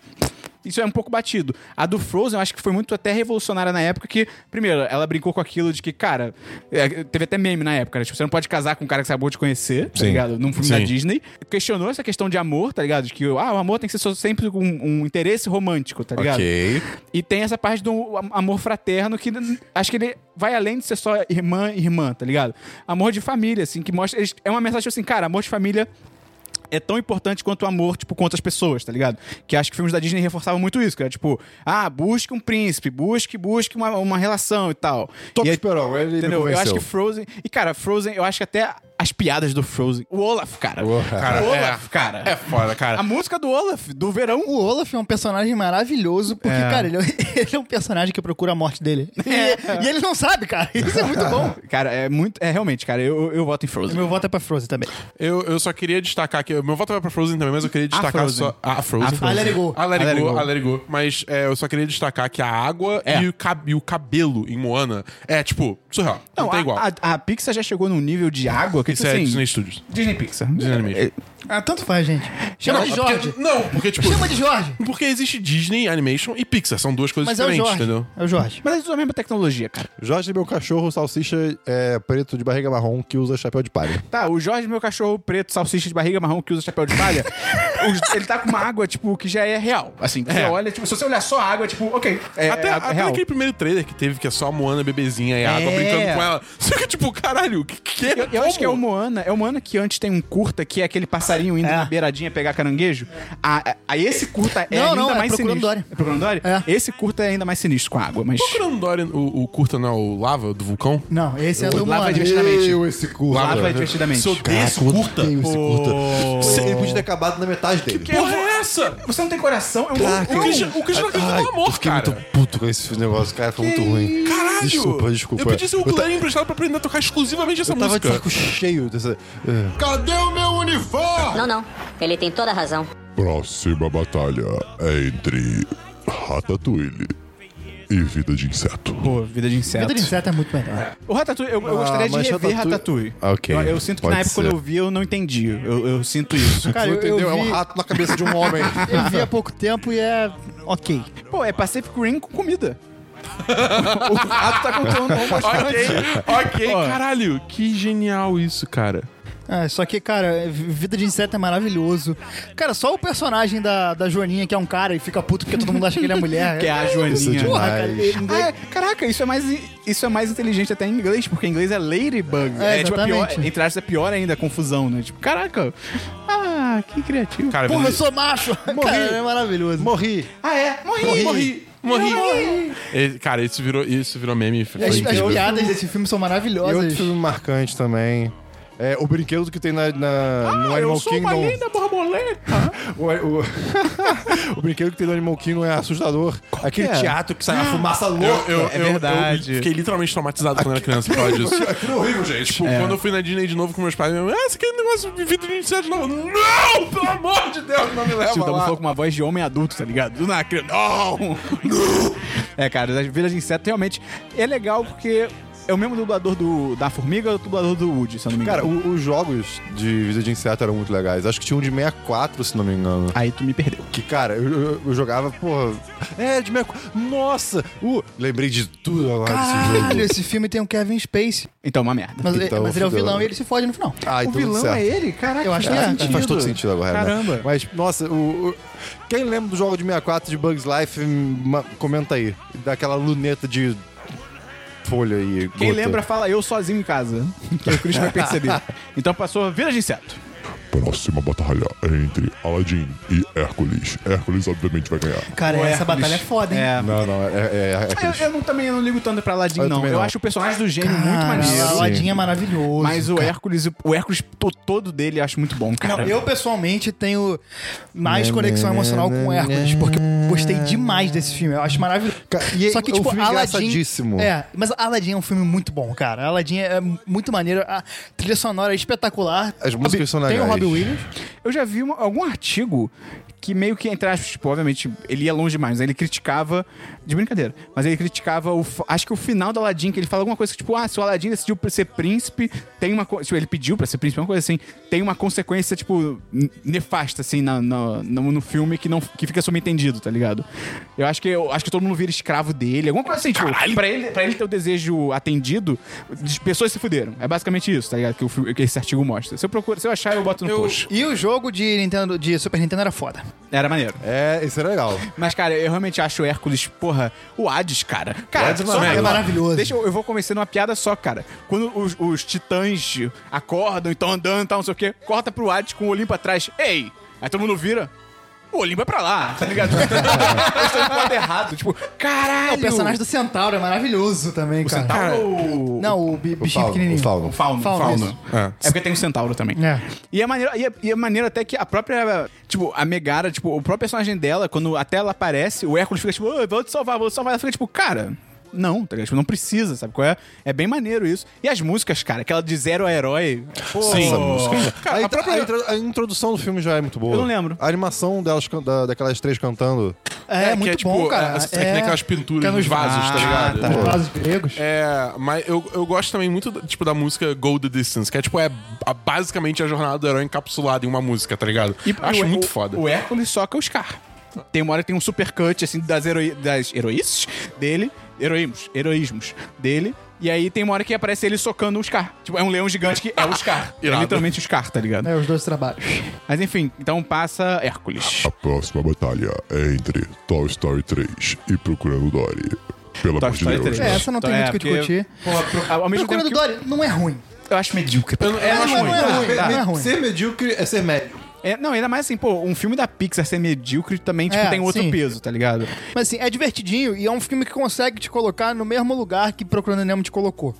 Speaker 1: Isso é um pouco batido. A do Frozen, eu acho que foi muito até revolucionária na época que, primeiro, ela brincou com aquilo de que, cara, é, teve até meme na época, né? Tipo, você não pode casar com um cara que você acabou de conhecer, tá
Speaker 3: Sim.
Speaker 1: ligado? Num filme da
Speaker 4: Sim.
Speaker 1: Disney. Questionou essa questão de amor, tá ligado? De que, ah, o amor tem que ser só sempre um, um interesse romântico, tá ligado?
Speaker 3: Ok.
Speaker 1: E tem essa parte do am- amor fraterno que n- acho que ele vai além de ser só irmã e irmã, tá ligado? Amor de família, assim, que mostra. eles- É uma mensagem tipo assim, cara, amor de família é tão importante quanto o amor, tipo, com outras pessoas, tá ligado? Que acho que filmes da Disney reforçavam muito isso, que era tipo, ah, busque um príncipe, busque, busque uma, uma relação e tal.
Speaker 3: Tô com
Speaker 1: e aí-
Speaker 3: Esperon, ele me
Speaker 1: Entendeu?
Speaker 3: convenceu.
Speaker 1: Eu acho que Frozen. E, cara, Frozen, eu acho que até as piadas do Frozen. O Olaf, cara. O Olaf,
Speaker 4: Cara, é,
Speaker 1: cara.
Speaker 4: É foda, cara.
Speaker 1: A música do Olaf, do verão.
Speaker 2: O Olaf é um personagem maravilhoso, porque,
Speaker 1: É.
Speaker 2: cara, ele é, ele é um personagem que procura a morte dele. E, e ele não sabe, cara. Isso é muito bom.
Speaker 1: Cara, é muito. É realmente, cara, eu, eu voto em Frozen.
Speaker 2: Meu voto é pra Frozen também.
Speaker 4: Eu, eu só queria destacar aqui. Meu voto vai pra Frozen também, mas eu queria destacar
Speaker 1: Frozen.
Speaker 4: só. A Frozen.
Speaker 1: A Frozen.
Speaker 2: A Ah, Let It Go.
Speaker 4: A Let It
Speaker 1: A Let It
Speaker 4: Go,
Speaker 1: Go.
Speaker 4: a Let It Go. Mas é, eu só queria destacar que a água
Speaker 1: É.
Speaker 4: e, o cab- e o cabelo em Moana é, tipo, surreal. Não,
Speaker 1: Não,
Speaker 4: tem
Speaker 1: a,
Speaker 4: igual.
Speaker 1: A, a Pixar já chegou num nível de água que
Speaker 4: Isso
Speaker 1: assim,
Speaker 4: é Disney Studios.
Speaker 1: Disney Pixar.
Speaker 4: Disney Animation.
Speaker 1: É,
Speaker 2: Ah, tanto faz, gente. Chama de
Speaker 4: é porque-
Speaker 2: Jorge.
Speaker 4: não, porque, tipo.
Speaker 2: Chama de Jorge.
Speaker 4: Porque existe Disney Animation e Pixar. São duas coisas
Speaker 2: Mas é o
Speaker 4: diferentes,
Speaker 2: Jorge.
Speaker 4: entendeu?
Speaker 2: É o Jorge.
Speaker 1: Mas é tudo a mesma tecnologia, cara.
Speaker 3: Jorge, meu cachorro, salsicha é, preto de barriga marrom que usa chapéu de palha.
Speaker 1: Tá, o Jorge, meu cachorro preto, salsicha de barriga marrom que usa chapéu de palha, os- ele tá com uma água, tipo, que já é real. Assim, você
Speaker 4: É.
Speaker 1: olha, tipo, se você olhar só a água, tipo, ok, é,
Speaker 4: até
Speaker 1: é
Speaker 4: até
Speaker 1: real.
Speaker 4: aquele primeiro trailer que teve, que é só a Moana bebezinha e a água
Speaker 1: É.
Speaker 4: brincando com ela. Só que, tipo, caralho, o que, que
Speaker 1: Eu, eu acho que é o Moana, é o Moana que antes tem um curta que é aquele passarinho indo
Speaker 2: É.
Speaker 1: na beiradinha pegar caranguejo. A, a- a esse curta é
Speaker 2: Não,
Speaker 1: ainda
Speaker 2: não, é
Speaker 1: mais
Speaker 2: Procurando
Speaker 1: sinistro.
Speaker 2: Dory.
Speaker 1: É procurando Dory?
Speaker 2: É.
Speaker 1: Esse curta é ainda mais sinistro com a água, mas
Speaker 4: Procurando Dory, o, o curta, não, é o lava do vulcão.
Speaker 2: Não, esse é do
Speaker 1: lá vai
Speaker 2: Moana.
Speaker 1: divertir. Divertidamente.
Speaker 3: Eu, esse curta.
Speaker 1: lá vai divertidamente.
Speaker 4: Sou desse curta.
Speaker 3: Odeio É esse curta. Ele podia ter acabado na metade dele.
Speaker 1: Eu
Speaker 4: Porra, é essa?
Speaker 1: Você não tem coração, é um
Speaker 3: Caraca,
Speaker 4: O Christian, o Christian acredita
Speaker 3: Ai,
Speaker 4: no
Speaker 3: eu
Speaker 4: amor,
Speaker 3: fiquei
Speaker 4: cara.
Speaker 3: muito puto com esse negócio, cara. Foi muito ruim.
Speaker 4: Caralho!
Speaker 3: Desculpa, desculpa.
Speaker 4: Eu pedi seu
Speaker 3: Eu ta-
Speaker 4: ukulele emprestado pra aprender a tocar exclusivamente essa
Speaker 3: Eu tava de
Speaker 4: música.
Speaker 3: saco cheio dessa. É.
Speaker 5: Não, não. Ele tem toda a razão.
Speaker 6: Próxima batalha é entre Ratatouille e Vida de Inseto.
Speaker 1: Pô, vida de inseto.
Speaker 2: Vida de inseto é muito melhor.
Speaker 1: O Ratatouille, eu, eu gostaria de
Speaker 3: mas
Speaker 1: rever Ratatouille.
Speaker 3: Ratatouille- Ah, ok.
Speaker 1: Eu, eu sinto que
Speaker 3: Pode
Speaker 1: na época
Speaker 3: ser.
Speaker 1: quando eu vi, eu não entendi. Eu, eu sinto isso.
Speaker 2: Cara, eu, eu
Speaker 3: Entendeu? É
Speaker 2: vi,
Speaker 3: um rato na cabeça de um homem.
Speaker 2: eu vi há pouco tempo e é ok.
Speaker 1: Pô, é Pacific Rim com comida. o rato tá controlando um
Speaker 4: Ok,
Speaker 1: bastante.
Speaker 4: ok, caralho. Que genial isso, cara.
Speaker 2: É, só que, cara, vi- Vida de Inseto é maravilhoso. Cara, só o personagem da, da Joaninha, que é um cara e fica puto porque todo mundo acha que ele é mulher.
Speaker 1: Que é a
Speaker 3: Isso é
Speaker 1: Joaninha.
Speaker 3: demais.
Speaker 2: cara, ele-
Speaker 1: Ah, é, caraca, isso é, mais, isso é mais inteligente até em inglês, porque em inglês é ladybug.
Speaker 2: É,
Speaker 1: tipo, a pior,
Speaker 2: exatamente.
Speaker 1: entre aspas, é pior ainda a confusão, né? Tipo, caraca, ah, que criativo.
Speaker 4: Cara,
Speaker 2: Porra, eu
Speaker 4: beleza.
Speaker 2: sou macho! Cara, é maravilhoso.
Speaker 3: Morri.
Speaker 1: Ah, é? Morri,
Speaker 4: morri, morri. Esse- cara, isso virou, isso virou meme. Foi
Speaker 2: E as, as
Speaker 4: incrível.
Speaker 2: piadas desse filme são
Speaker 3: E outro
Speaker 2: maravilhosas.
Speaker 3: filme um marcante também. É o brinquedo que tem na, na- no
Speaker 1: Ah, eu
Speaker 3: Animal
Speaker 1: sou
Speaker 3: Kingdom.
Speaker 1: uma linda borboleta.
Speaker 3: O, o- o brinquedo que tem no Animal Kingdom é assustador. Aquele
Speaker 1: que é?
Speaker 3: teatro que sai uma fumaça louca.
Speaker 4: Eu, eu,
Speaker 1: É
Speaker 4: eu-
Speaker 1: verdade.
Speaker 4: eu fiquei literalmente traumatizado quando era criança por causa disso.
Speaker 3: Aquilo é horrível, gente.
Speaker 4: Tipo, quando eu fui na Disney de novo com meus pais, meu, ah, você quer negócio de vidro de inseto de novo? Não, pelo amor de Deus, não me
Speaker 1: Se o
Speaker 4: leva
Speaker 1: Dabu
Speaker 4: lá.
Speaker 1: falou com uma voz de homem adulto, tá ligado? Do nada, não! não. É, cara, as vidas de inseto realmente é legal porque é o mesmo dublador do, da formiga e o dublador do Woody, se eu não me engano.
Speaker 3: Cara, o- os jogos de vida de inseto eram muito legais. Acho que tinha um de 64, se não me engano.
Speaker 1: Aí tu me perdeu.
Speaker 3: Que, cara, eu, eu- eu jogava, porra. É, de 64. Nossa! Uh, lembrei de tudo agora desse jogo.
Speaker 2: Caralho, esse filme tem o Kevin Spacey,
Speaker 1: Então, uma merda.
Speaker 2: mas,
Speaker 3: Então,
Speaker 2: mas ele é o
Speaker 3: fudeu.
Speaker 2: vilão e ele se fode no final.
Speaker 3: Ah,
Speaker 1: o
Speaker 3: então tudo
Speaker 1: vilão
Speaker 3: certo.
Speaker 1: é ele? Caraca,
Speaker 2: Eu acho
Speaker 1: faz
Speaker 2: que é.
Speaker 1: todo
Speaker 3: Faz todo sentido agora, né?
Speaker 1: Caramba.
Speaker 3: Mas, nossa, o, o- quem lembra do jogo de 64 de Bugs Life, ma- comenta aí. Daquela luneta de folha aí.
Speaker 1: Quem
Speaker 3: gota.
Speaker 1: lembra, fala eu sozinho em casa. Que o Chris vai perceber. Então passou Vidas de Inseto.
Speaker 6: Próxima batalha é entre Aladdin e Hércules. Hércules, obviamente, vai ganhar.
Speaker 2: Cara,
Speaker 1: O
Speaker 2: essa
Speaker 1: Hércules.
Speaker 2: batalha é foda, hein?
Speaker 1: É.
Speaker 3: Não, não, é. é, é
Speaker 1: Eu,
Speaker 3: aqueles-
Speaker 1: eu não, também não ligo tanto pra Aladdin,
Speaker 3: Eu
Speaker 1: não.
Speaker 3: também
Speaker 1: Eu
Speaker 3: não.
Speaker 1: acho o personagem do gênio muito
Speaker 2: Cara,
Speaker 1: maneiro.
Speaker 2: o Aladdin é maravilhoso.
Speaker 1: Mas o
Speaker 2: cara.
Speaker 1: Hércules, o Hércules to- todo dele eu acho muito bom,
Speaker 2: Não,
Speaker 1: cara.
Speaker 2: eu pessoalmente tenho
Speaker 3: Né,
Speaker 2: mais conexão emocional com o Hércules, porque eu gostei demais desse filme. Eu acho maravilhoso. tipo,
Speaker 3: Ca- e é um filme engraçadíssimo.
Speaker 2: É, mas Aladdin é um filme muito bom, cara. Aladdin é muito maneiro. A trilha sonora é espetacular.
Speaker 3: As músicas são
Speaker 2: Tem o
Speaker 3: legais.
Speaker 2: Robbie Williams.
Speaker 1: Eu já vi uma- algum artigo que meio que, entre aspas, tipo, obviamente, ele ia longe demais, né? Ele criticava, de brincadeira, mas ele criticava, o, fa- acho que o final do Aladdin, que ele fala alguma coisa que, tipo, ah, se o Aladdin decidiu pra ser príncipe, tem uma... co- Tipo, ele pediu pra ser príncipe, uma coisa assim, tem uma consequência, tipo, n- nefasta, assim, na, na- no, no filme que, não, que fica subentendido, tá ligado? Eu acho que eu acho que todo mundo vira escravo dele, alguma coisa assim, tipo, pra ele, pra ele ter o desejo atendido, as pessoas se fuderam. É basicamente isso, tá ligado? Que, o fi- que esse artigo mostra. Se eu procuro, se eu achar, eu boto no post.
Speaker 2: E o jogo de, Nintendo, de Super Nintendo era foda.
Speaker 1: Era maneiro.
Speaker 3: É, isso é legal.
Speaker 1: Mas, cara, eu realmente acho o Hércules, porra, o Hades, cara. Cara,
Speaker 3: Hades é uma
Speaker 1: só-
Speaker 3: merda.
Speaker 2: É maravilhoso.
Speaker 1: Deixa eu, eu vou começar numa piada só, cara. Quando os, os titãs acordam e estão andando e tal, não sei o quê, corta pro Hades com o Olimpo atrás. Ei! Aí todo mundo vira. O Olimpo é pra lá, tá ligado? Eles estão indo pro lado errado. Tipo, caralho!
Speaker 2: É O personagem do Centauro é maravilhoso também, cara.
Speaker 1: Cara, o...
Speaker 2: Não, o bi- bichinho
Speaker 3: Fauno,
Speaker 2: pequenininho.
Speaker 3: o Fauno.
Speaker 1: O fauno.
Speaker 2: Fauno,
Speaker 1: fauno.
Speaker 2: isso.
Speaker 1: É. porque tem um centauro também.
Speaker 2: É.
Speaker 1: E é maneiro, e é, e é maneiro até que a própria, tipo, a Megara, tipo, o próprio personagem dela, quando até ela aparece, o Hércules fica tipo, "Ô, vou te salvar, vou te salvar. Ela fica tipo, cara... Não, tá ligado? Tipo, não precisa, sabe qual é? É bem maneiro isso. E as músicas, cara, aquela de zero a herói. Pô,
Speaker 4: Sim. é
Speaker 3: a, intro- a intro- a introdução do filme já é muito boa.
Speaker 1: Eu não lembro.
Speaker 3: A animação delas, can- da- daquelas três cantando.
Speaker 2: É,
Speaker 4: que
Speaker 2: muito
Speaker 4: é, tipo,
Speaker 2: bom, cara.
Speaker 4: É, é que tem aquelas pinturas
Speaker 2: Fica
Speaker 4: nos
Speaker 2: nos
Speaker 4: vasos, tá ligado?
Speaker 1: tá.
Speaker 2: Os vasos gregos.
Speaker 4: É, mas eu, eu gosto também muito da- tipo, da música Go the Distance, que é tipo, é a- basicamente a jornada do herói encapsulada em uma música, tá ligado? Acho
Speaker 1: o-
Speaker 4: muito
Speaker 1: o-
Speaker 4: foda.
Speaker 1: O Hércules soca o Scar. Tem uma hora que tem um super cut, assim, das, heroi das heroíces dele. Heroísmos. Heroísmos dele. E aí tem uma hora que aparece ele socando o Scar. Tipo, é um leão gigante que é o Scar. é
Speaker 4: Irado.
Speaker 1: literalmente o Scar, tá ligado?
Speaker 2: É, os dois trabalhos.
Speaker 1: Mas enfim, então passa Hércules.
Speaker 6: A próxima batalha é entre Toy Story 3 e Procurando Dory. Pelo amor de
Speaker 1: Story
Speaker 6: Deus.
Speaker 1: 3.
Speaker 2: É, essa não tem muito o que
Speaker 1: porque,
Speaker 2: discutir.
Speaker 1: porra, pro- ao mesmo
Speaker 2: Procurando
Speaker 1: tempo que-
Speaker 2: Dory não é ruim.
Speaker 1: Eu acho medíocre.
Speaker 4: Eu não- eu não acho
Speaker 2: não,
Speaker 4: ruim.
Speaker 2: é ruim,
Speaker 1: Tá.
Speaker 2: não é ruim.
Speaker 3: Ser medíocre é ser médio.
Speaker 1: É, não, ainda mais assim, pô, um filme da Pixar ser medíocre também, tipo,
Speaker 2: É,
Speaker 1: tem outro
Speaker 2: sim.
Speaker 1: peso, tá ligado?
Speaker 2: Mas assim, é divertidinho e é um filme que consegue te colocar no mesmo lugar que Procurando Nemo te colocou.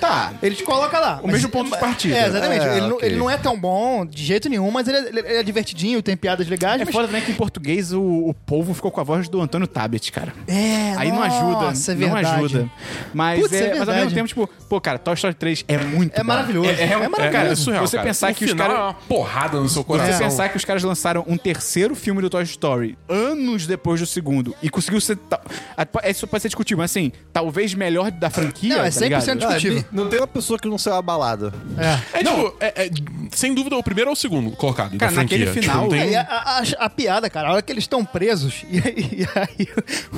Speaker 1: tá.
Speaker 2: Ele te coloca lá.
Speaker 1: O mesmo ponto de partida.
Speaker 2: É, exatamente.
Speaker 3: É,
Speaker 2: ele, não,
Speaker 3: ok.
Speaker 2: ele não é tão bom de jeito nenhum, mas ele é, ele é divertidinho, tem piadas legais.
Speaker 1: É
Speaker 2: mas...
Speaker 1: foda também que em português o, o povo ficou com a voz do Antônio Tabet, cara.
Speaker 2: É,
Speaker 1: Aí não ajuda.
Speaker 2: nossa, é
Speaker 1: não
Speaker 2: verdade.
Speaker 1: ajuda. Mas,
Speaker 2: Putz,
Speaker 1: é-
Speaker 2: é
Speaker 1: mas ao
Speaker 2: verdade.
Speaker 1: mesmo tempo, tipo, pô, cara, Toy Story 3 é muito.
Speaker 2: É
Speaker 1: bom.
Speaker 2: maravilhoso.
Speaker 1: É, é,
Speaker 2: É maravilhoso.
Speaker 1: Cara,
Speaker 4: É surreal,
Speaker 1: você
Speaker 4: cara.
Speaker 1: pensar
Speaker 4: No
Speaker 1: que
Speaker 4: final,
Speaker 1: os
Speaker 4: é
Speaker 1: caras.
Speaker 4: uma porrada no seu
Speaker 1: Você
Speaker 2: É.
Speaker 4: coração.
Speaker 1: pensar que os caras lançaram um terceiro filme do Toy Story anos depois do segundo e conseguiu ser. ta- a- Isso pode ser discutível, mas assim, talvez melhor da franquia.
Speaker 2: Não,
Speaker 1: tá
Speaker 2: é 100%
Speaker 1: ligado?
Speaker 2: discutível. Discutível.
Speaker 3: Tipo, Não tem uma pessoa que não saiu abalada.
Speaker 4: É, tipo, é- é, sem dúvida, o primeiro ou o segundo colocado
Speaker 1: Cara,
Speaker 4: da franquia.
Speaker 1: naquele
Speaker 4: Tipo,
Speaker 1: final-
Speaker 4: não
Speaker 2: É,
Speaker 4: tem-
Speaker 2: e a, a- a- a piada, cara, a hora que eles estão presos, e aí, e aí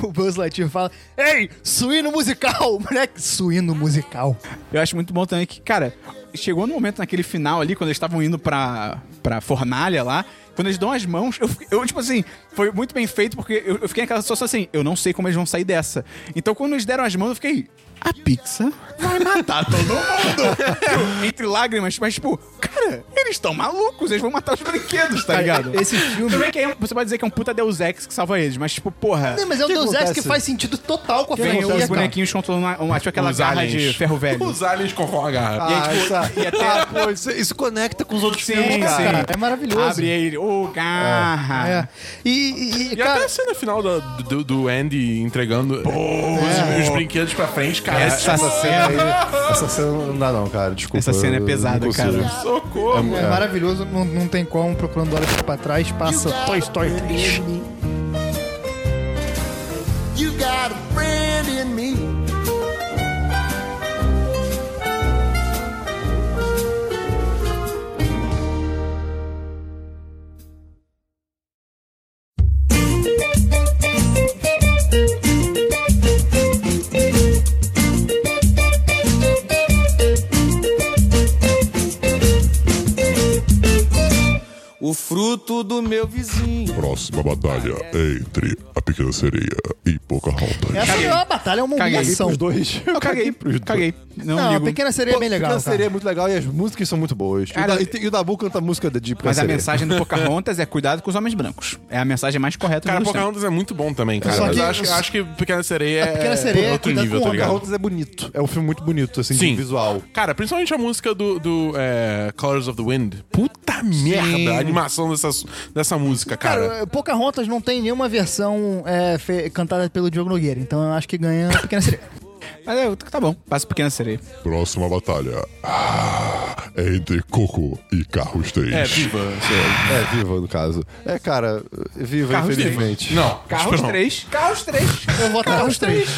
Speaker 2: o Buzz Lightyear fala: Ei, suíno musical! Moleque, suíno musical.
Speaker 1: Eu acho muito bom também que, cara, chegou no momento naquele final ali, quando eles estavam indo pra, pra fornalha lá, quando eles dão as mãos, eu, fiquei- eu, tipo assim, foi muito bem feito, porque eu, eu fiquei naquela situação assim, eu não sei como eles vão sair dessa. Então, quando eles deram as mãos, eu fiquei, a pizza vai matar todo mundo! Eu, Entre lágrimas, mas tipo, cara, eles estão malucos, eles vão matar os brinquedos, tá ligado?
Speaker 2: esse filme-
Speaker 1: Tudo bem que é um- você pode dizer que é um puta Deus Ex que salva eles, mas tipo, porra.
Speaker 2: Não, mas é um
Speaker 3: que
Speaker 2: Deus Ex que
Speaker 3: acontece?
Speaker 2: faz sentido total com a
Speaker 1: Vem
Speaker 2: franquia,
Speaker 1: os
Speaker 2: cara.
Speaker 1: bonequinhos controlando uma, uma, tipo aquela
Speaker 4: Os
Speaker 1: garra
Speaker 4: aliens.
Speaker 1: de ferro velho.
Speaker 4: Os aliens com a garra.
Speaker 3: Ah,
Speaker 1: aí, tipo,
Speaker 3: essa-
Speaker 1: e até-
Speaker 3: Ah, pô, isso, isso conecta com os outros
Speaker 1: Sim,
Speaker 3: filmes, cara.
Speaker 1: sim.
Speaker 2: cara, é maravilhoso.
Speaker 1: Abre ele. Ô, garra.
Speaker 2: É. E, e- e,
Speaker 4: E até
Speaker 2: cara,
Speaker 4: a cena final da- do, do Andy entregando os, os brinquedos pra frente, cara.
Speaker 1: Essa é
Speaker 3: Essa cena aí. Essa cena não dá, não, cara. Desculpa.
Speaker 1: Essa cena é
Speaker 3: eu- eu
Speaker 1: pesada,
Speaker 3: não consigo.
Speaker 1: cara.
Speaker 4: Socorro!
Speaker 2: é maravilhoso, não, não tem como, procurando horas pra trás, passa Toy Story 3.
Speaker 8: O fruto do meu vizinho.
Speaker 6: Próxima batalha é entre a Pequena Sereia e Pocahontas.
Speaker 2: Essa não é uma batalha, é uma
Speaker 1: Caguei.
Speaker 2: humilhação.
Speaker 3: Os dois.
Speaker 1: Eu caguei. Caguei. Não,
Speaker 2: Não, a
Speaker 1: ligo.
Speaker 2: Pequena Sereia é bem legal, cara.
Speaker 3: seria muito legal e as músicas são muito boas.
Speaker 1: Cara,
Speaker 3: e, o da, e tem- e o Dabu canta a música da Deep
Speaker 1: Mas a mensagem do Pocahontas é cuidado com os homens brancos. É a mensagem mais correta
Speaker 4: Cara,
Speaker 1: do
Speaker 4: Pocahontas é muito bom também, cara.
Speaker 2: Só
Speaker 4: Mas
Speaker 2: que-
Speaker 4: acho, que- acho que Pequena Sereia é
Speaker 2: Pequena Sereia,
Speaker 4: outro
Speaker 2: cuidado
Speaker 4: nível,
Speaker 2: com
Speaker 4: tá
Speaker 2: o
Speaker 4: ligado?
Speaker 3: Pocahontas é bonito. É um filme muito bonito, assim, de visual.
Speaker 4: Cara, principalmente a música do, do, é, Colors of the Wind. Puta merda a animação dessa, dessa música, cara.
Speaker 2: Cara, Pocahontas não tem nenhuma versão é, fe- cantada pelo Diogo Nogueira, então eu acho que ganha a Pequena Sereia.
Speaker 1: Mas é, tá bom. Passa a Pequena Sereia.
Speaker 6: Próxima batalha ah, é entre Coco e Carros 3.
Speaker 4: É, viva.
Speaker 3: É, viva, no caso. É, cara, viva,
Speaker 1: Carros
Speaker 3: infelizmente.
Speaker 4: Não.
Speaker 1: Carros
Speaker 4: Esperon.
Speaker 1: 3. Carros 3.
Speaker 2: Eu voto nos três.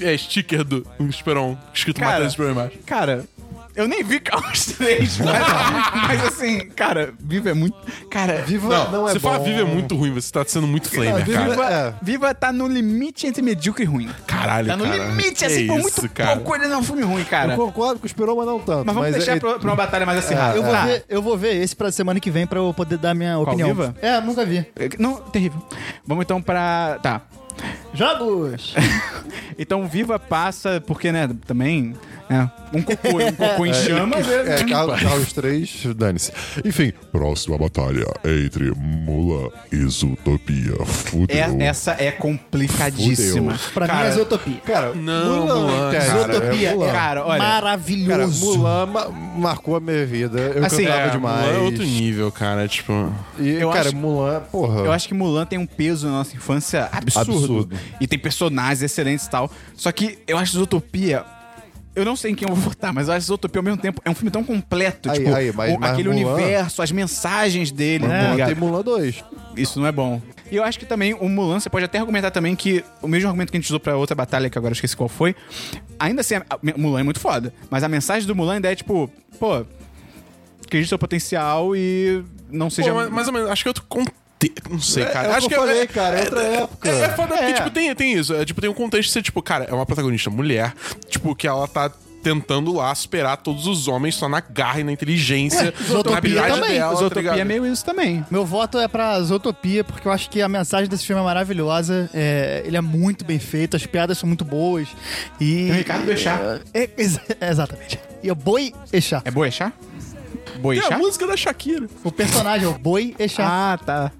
Speaker 4: É sticker do Esperon, escrito
Speaker 1: Cara.
Speaker 4: Matheus Esperon embaixo.
Speaker 1: Cara... Eu nem vi Carros 3, mas, mas assim, cara, Viva é muito. Cara,
Speaker 3: Viva
Speaker 4: Não,
Speaker 3: não, é
Speaker 4: se
Speaker 3: bom.
Speaker 4: for a Viva é muito ruim, você tá sendo muito
Speaker 1: Não,
Speaker 4: flamer, cara.
Speaker 1: Viva,
Speaker 3: É.
Speaker 1: Viva tá no limite entre medíocre e ruim.
Speaker 4: Caralho,
Speaker 1: Tá no
Speaker 4: cara.
Speaker 1: limite,
Speaker 4: Que
Speaker 1: assim, por
Speaker 4: isso,
Speaker 1: muito
Speaker 4: cara.
Speaker 1: pouco ele não é um filme ruim, cara.
Speaker 3: Eu concordo com o Esperon, mas não tanto.
Speaker 1: Mas vamos deixar
Speaker 3: é-
Speaker 1: pra, pra uma batalha mais acirrada.
Speaker 2: Eu vou,
Speaker 1: Tá.
Speaker 2: ver, eu vou ver esse pra semana que vem pra eu poder dar minha opinião.
Speaker 1: Viva?
Speaker 2: É, nunca vi.
Speaker 1: Não, terrível. Vamos então pra. Tá.
Speaker 2: Jogos!
Speaker 1: Então Viva passa, porque, né, também. né, um cocô, um cocô em chamas.
Speaker 3: É, Carros, Carros 3, dane-se. Enfim,
Speaker 6: Próxima batalha é entre Mula e Zootopia. Fudeu.
Speaker 1: É- essa é complicadíssima.
Speaker 2: Pra mim é
Speaker 1: Cara,
Speaker 2: Zootopia.
Speaker 3: cara,
Speaker 4: Não,
Speaker 3: Mulan,
Speaker 4: Mulan,
Speaker 3: cara,
Speaker 2: Zootopia
Speaker 3: é Mulan.
Speaker 2: é
Speaker 1: Cara, olha.
Speaker 3: Cara,
Speaker 2: maravilhoso.
Speaker 3: Mulan ma- marcou a minha vida. Eu
Speaker 1: Assim,
Speaker 3: cantava
Speaker 1: é,
Speaker 3: demais.
Speaker 4: Mulan é outro nível, cara. Tipo.
Speaker 3: E,
Speaker 1: Eu
Speaker 3: cara,
Speaker 1: acho-
Speaker 3: Mulan, porra.
Speaker 1: Eu acho que Mulan tem um peso na nossa infância absurdo.
Speaker 3: Absurdo.
Speaker 1: E tem personagens excelentes e tal. Só que eu acho Zootopia. Eu não sei em quem eu vou votar, mas eu acho Zootopia ao mesmo tempo. É um filme tão completo.
Speaker 3: Aí,
Speaker 1: tipo,
Speaker 3: aí, mas-
Speaker 1: o-
Speaker 3: mas
Speaker 1: aquele
Speaker 3: Mulan-
Speaker 1: universo, as mensagens dele. tá
Speaker 3: Mulan
Speaker 1: ligado?
Speaker 3: tem Mulan 2.
Speaker 1: Isso não é bom. E eu acho que também o Mulan, você pode até argumentar também que o mesmo argumento que a gente usou pra outra batalha, que agora eu esqueci qual foi. Ainda assim, a- a- Mulan é muito foda. Mas a mensagem do Mulan ainda é tipo, pô, acredite no seu potencial e não seja.
Speaker 4: Pô, mas, mais ou menos, acho que é outro contexto. Não sei, cara.
Speaker 3: é o
Speaker 4: acho
Speaker 3: que
Speaker 4: que
Speaker 3: eu
Speaker 4: é-
Speaker 3: falei,
Speaker 4: é,
Speaker 3: cara, é outra época.
Speaker 4: É, é foda porque,
Speaker 1: É.
Speaker 4: tipo, tem, tem isso. É, tipo, tem um contexto de ser, tipo, cara, é uma protagonista mulher, tipo, que ela tá tentando lá superar todos os homens só na garra e na inteligência, na
Speaker 2: Zootopia
Speaker 4: habilidade
Speaker 2: também.
Speaker 4: dela, tá
Speaker 1: É, Zootopia
Speaker 4: ligado?
Speaker 1: é meio isso também.
Speaker 2: Meu voto é pra Zootopia, porque eu acho que a mensagem desse filme é maravilhosa. É, ele é muito bem feito, as piadas são muito boas. E.
Speaker 1: Tem o Ricardo Boechat.
Speaker 2: É, ex- exatamente. E o Boi Echá.
Speaker 1: É Boechat?
Speaker 4: É a
Speaker 1: Boechat?
Speaker 4: música da Shakira.
Speaker 2: O personagem é o Boi Echá.
Speaker 1: Ah, tá.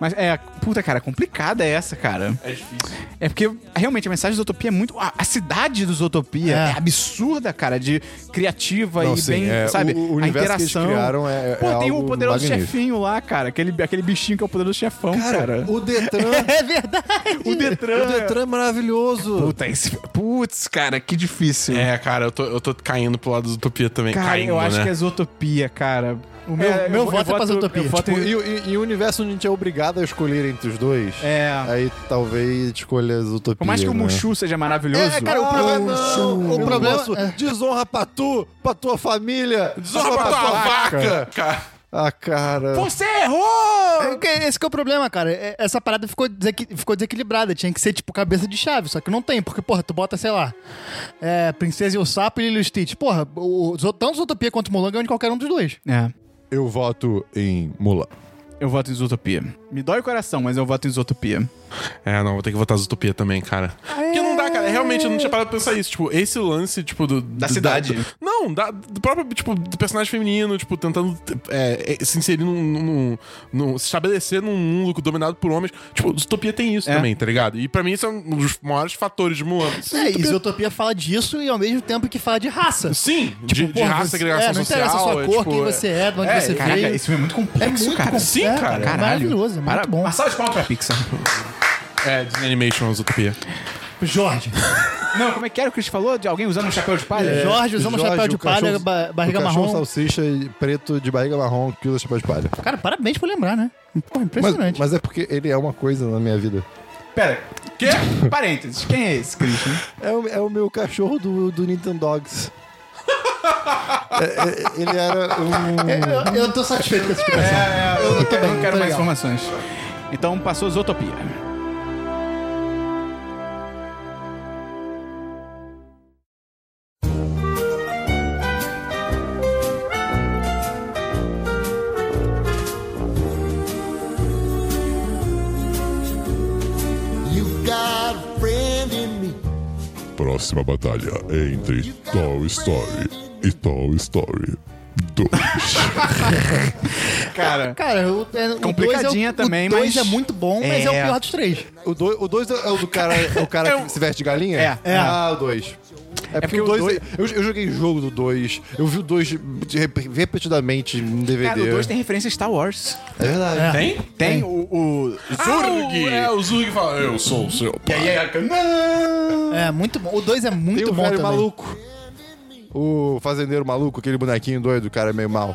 Speaker 1: Mas é, puta, cara, complicada é essa, cara.
Speaker 4: É difícil.
Speaker 1: É porque realmente a mensagem do Utopia é muito. A, a cidade do Utopia é.
Speaker 2: É.
Speaker 1: absurda, cara, de criativa
Speaker 3: Não,
Speaker 1: e
Speaker 3: sim,
Speaker 1: bem,
Speaker 3: é,
Speaker 1: sabe?
Speaker 3: o- o
Speaker 1: a
Speaker 3: universo que eles
Speaker 1: interação.
Speaker 3: criaram é- é
Speaker 1: Pô, tem o
Speaker 3: algo
Speaker 1: poderoso
Speaker 3: magnífico.
Speaker 1: chefinho lá, cara. Aquele, aquele bichinho que é o poderoso chefão, cara.
Speaker 3: o Detran.
Speaker 2: É verdade.
Speaker 1: O Detran.
Speaker 3: o Detran é maravilhoso.
Speaker 1: Puta, esse. Putz, cara, que difícil.
Speaker 4: É, cara, eu tô, eu tô caindo pro lado da utopia também.
Speaker 1: Cara,
Speaker 4: caindo,
Speaker 1: eu acho
Speaker 4: né?
Speaker 1: que é Zootopia, cara. O
Speaker 2: meu- meu voto é pra Zootopia.
Speaker 1: Eu voto
Speaker 3: Tipo,
Speaker 1: em-
Speaker 3: e, e, e o universo onde a gente é obrigado a escolher entre os dois.
Speaker 1: É.
Speaker 3: Aí talvez escolha as utopias.
Speaker 1: Por mais que o
Speaker 3: né?
Speaker 1: Mushu seja maravilhoso.
Speaker 3: É, cara, o problema.
Speaker 2: Mushu.
Speaker 3: o problema
Speaker 2: Nossa.
Speaker 3: é. desonra pra tu, pra tua família,
Speaker 4: Zorba
Speaker 3: pra
Speaker 4: tua vaca! Cara.
Speaker 3: Ah, cara.
Speaker 1: Você errou!
Speaker 2: É que Esse que é o problema, cara. É- Essa parada ficou, desequi- ficou desequilibrada. Tinha que ser, tipo, cabeça de chave. Só que não tem, porque, porra, tu bota, sei lá, é, Princesa e o Sapo e Lilo e Stitch. Porra, o, o- tanto Zootopia quanto o Mulan ganham de qualquer um dos dois.
Speaker 1: É,
Speaker 3: Eu voto em Mula.
Speaker 1: eu voto em Zootopia. Me dói o coração, mas eu voto em Zootopia.
Speaker 4: É, não, vou ter que votar Zootopia também, cara. Porque não dá, cara. Realmente, eu não tinha parado pra pensar isso. Tipo, esse lance, tipo, do... Da
Speaker 1: cidade.
Speaker 4: do- não, da, do próprio, tipo, do personagem feminino, tipo, tentando é, é, se inserir num... num- num- num- se estabelecer num mundo dominado por homens. Tipo, Zootopia tem isso
Speaker 1: É.
Speaker 4: também, tá ligado? E pra mim, isso é um dos maiores fatores de Mulan.
Speaker 2: É, e Zootopia fala disso e ao mesmo tempo que fala de raça.
Speaker 4: Sim, de, de
Speaker 2: porra,
Speaker 4: raça,
Speaker 2: você-
Speaker 4: segregação
Speaker 2: é, não
Speaker 4: social.
Speaker 2: interessa a sua
Speaker 4: é,
Speaker 2: cor,
Speaker 4: tipo,
Speaker 2: quem você é, de onde você
Speaker 1: caraca,
Speaker 2: veio.
Speaker 1: esse filme é muito complexo,
Speaker 2: É muito
Speaker 1: cara.
Speaker 2: complexo,
Speaker 4: Sim, cara.
Speaker 1: Caralho.
Speaker 2: Maravilhoso, é muito
Speaker 1: Para-
Speaker 2: bom.
Speaker 1: Uma salva de palmas pra Pixar.
Speaker 4: É, Disney Animation, Zootopia.
Speaker 2: Tipo, Jorge.
Speaker 1: Não, como é que era o que a gente falou? De alguém usando um chapéu de palha?
Speaker 3: Ah,
Speaker 2: Jorge usando
Speaker 3: Jorge,
Speaker 2: chapéu
Speaker 3: o
Speaker 2: de palha,
Speaker 3: cachorro-
Speaker 2: ba- barriga
Speaker 3: o cachorro
Speaker 2: marrom.
Speaker 3: salsicha e preto de barriga marrom que usa chapéu de palha.
Speaker 2: Cara, parabéns por lembrar, né? Porra,
Speaker 3: Mas,
Speaker 2: impressionante.
Speaker 3: mas é porque ele é uma coisa na minha vida.
Speaker 1: Pera, quê? Parênteses, quem é esse, Christian?
Speaker 3: É o, é o meu cachorro do, do Nintendo Dogs. É, é, ele era um.
Speaker 2: É, Eu, eu tô satisfeito com essa explicação.
Speaker 1: eu não, quero,
Speaker 2: bem,
Speaker 1: não quero
Speaker 2: tô
Speaker 1: mais
Speaker 2: legal.
Speaker 1: informações. Então passou Zootopia.
Speaker 6: Próxima batalha é entre Toy Story e Toy Story 2.
Speaker 1: Cara,
Speaker 2: Cara, o, é, o
Speaker 1: Complicadinha
Speaker 2: dois é, o-
Speaker 1: também,
Speaker 2: o dois
Speaker 1: mas-
Speaker 2: é muito bom, mas é.
Speaker 1: É.
Speaker 2: o pior dos três.
Speaker 3: O 2 o dois é o do cara, é o cara que se veste de galinha?
Speaker 1: É,
Speaker 2: é.
Speaker 3: Ah, o 2. É porque,
Speaker 1: porque
Speaker 3: o
Speaker 1: o
Speaker 3: 2.
Speaker 1: dois-
Speaker 3: Eu, eu joguei jogo do 2. Eu vi o 2 repetidamente em DVD.
Speaker 1: cara o 2 tem referência a Star Wars.
Speaker 3: É verdade.
Speaker 4: Tem?
Speaker 1: Tem o, o
Speaker 4: Zurg! é, o Zurg fala, eu sou o seu pai.
Speaker 2: É, muito bom. O dois é
Speaker 3: Tem
Speaker 2: muito
Speaker 3: o
Speaker 2: bom
Speaker 3: velho
Speaker 2: também.
Speaker 3: maluco. O fazendeiro maluco, aquele bonequinho doido, o cara é meio mal.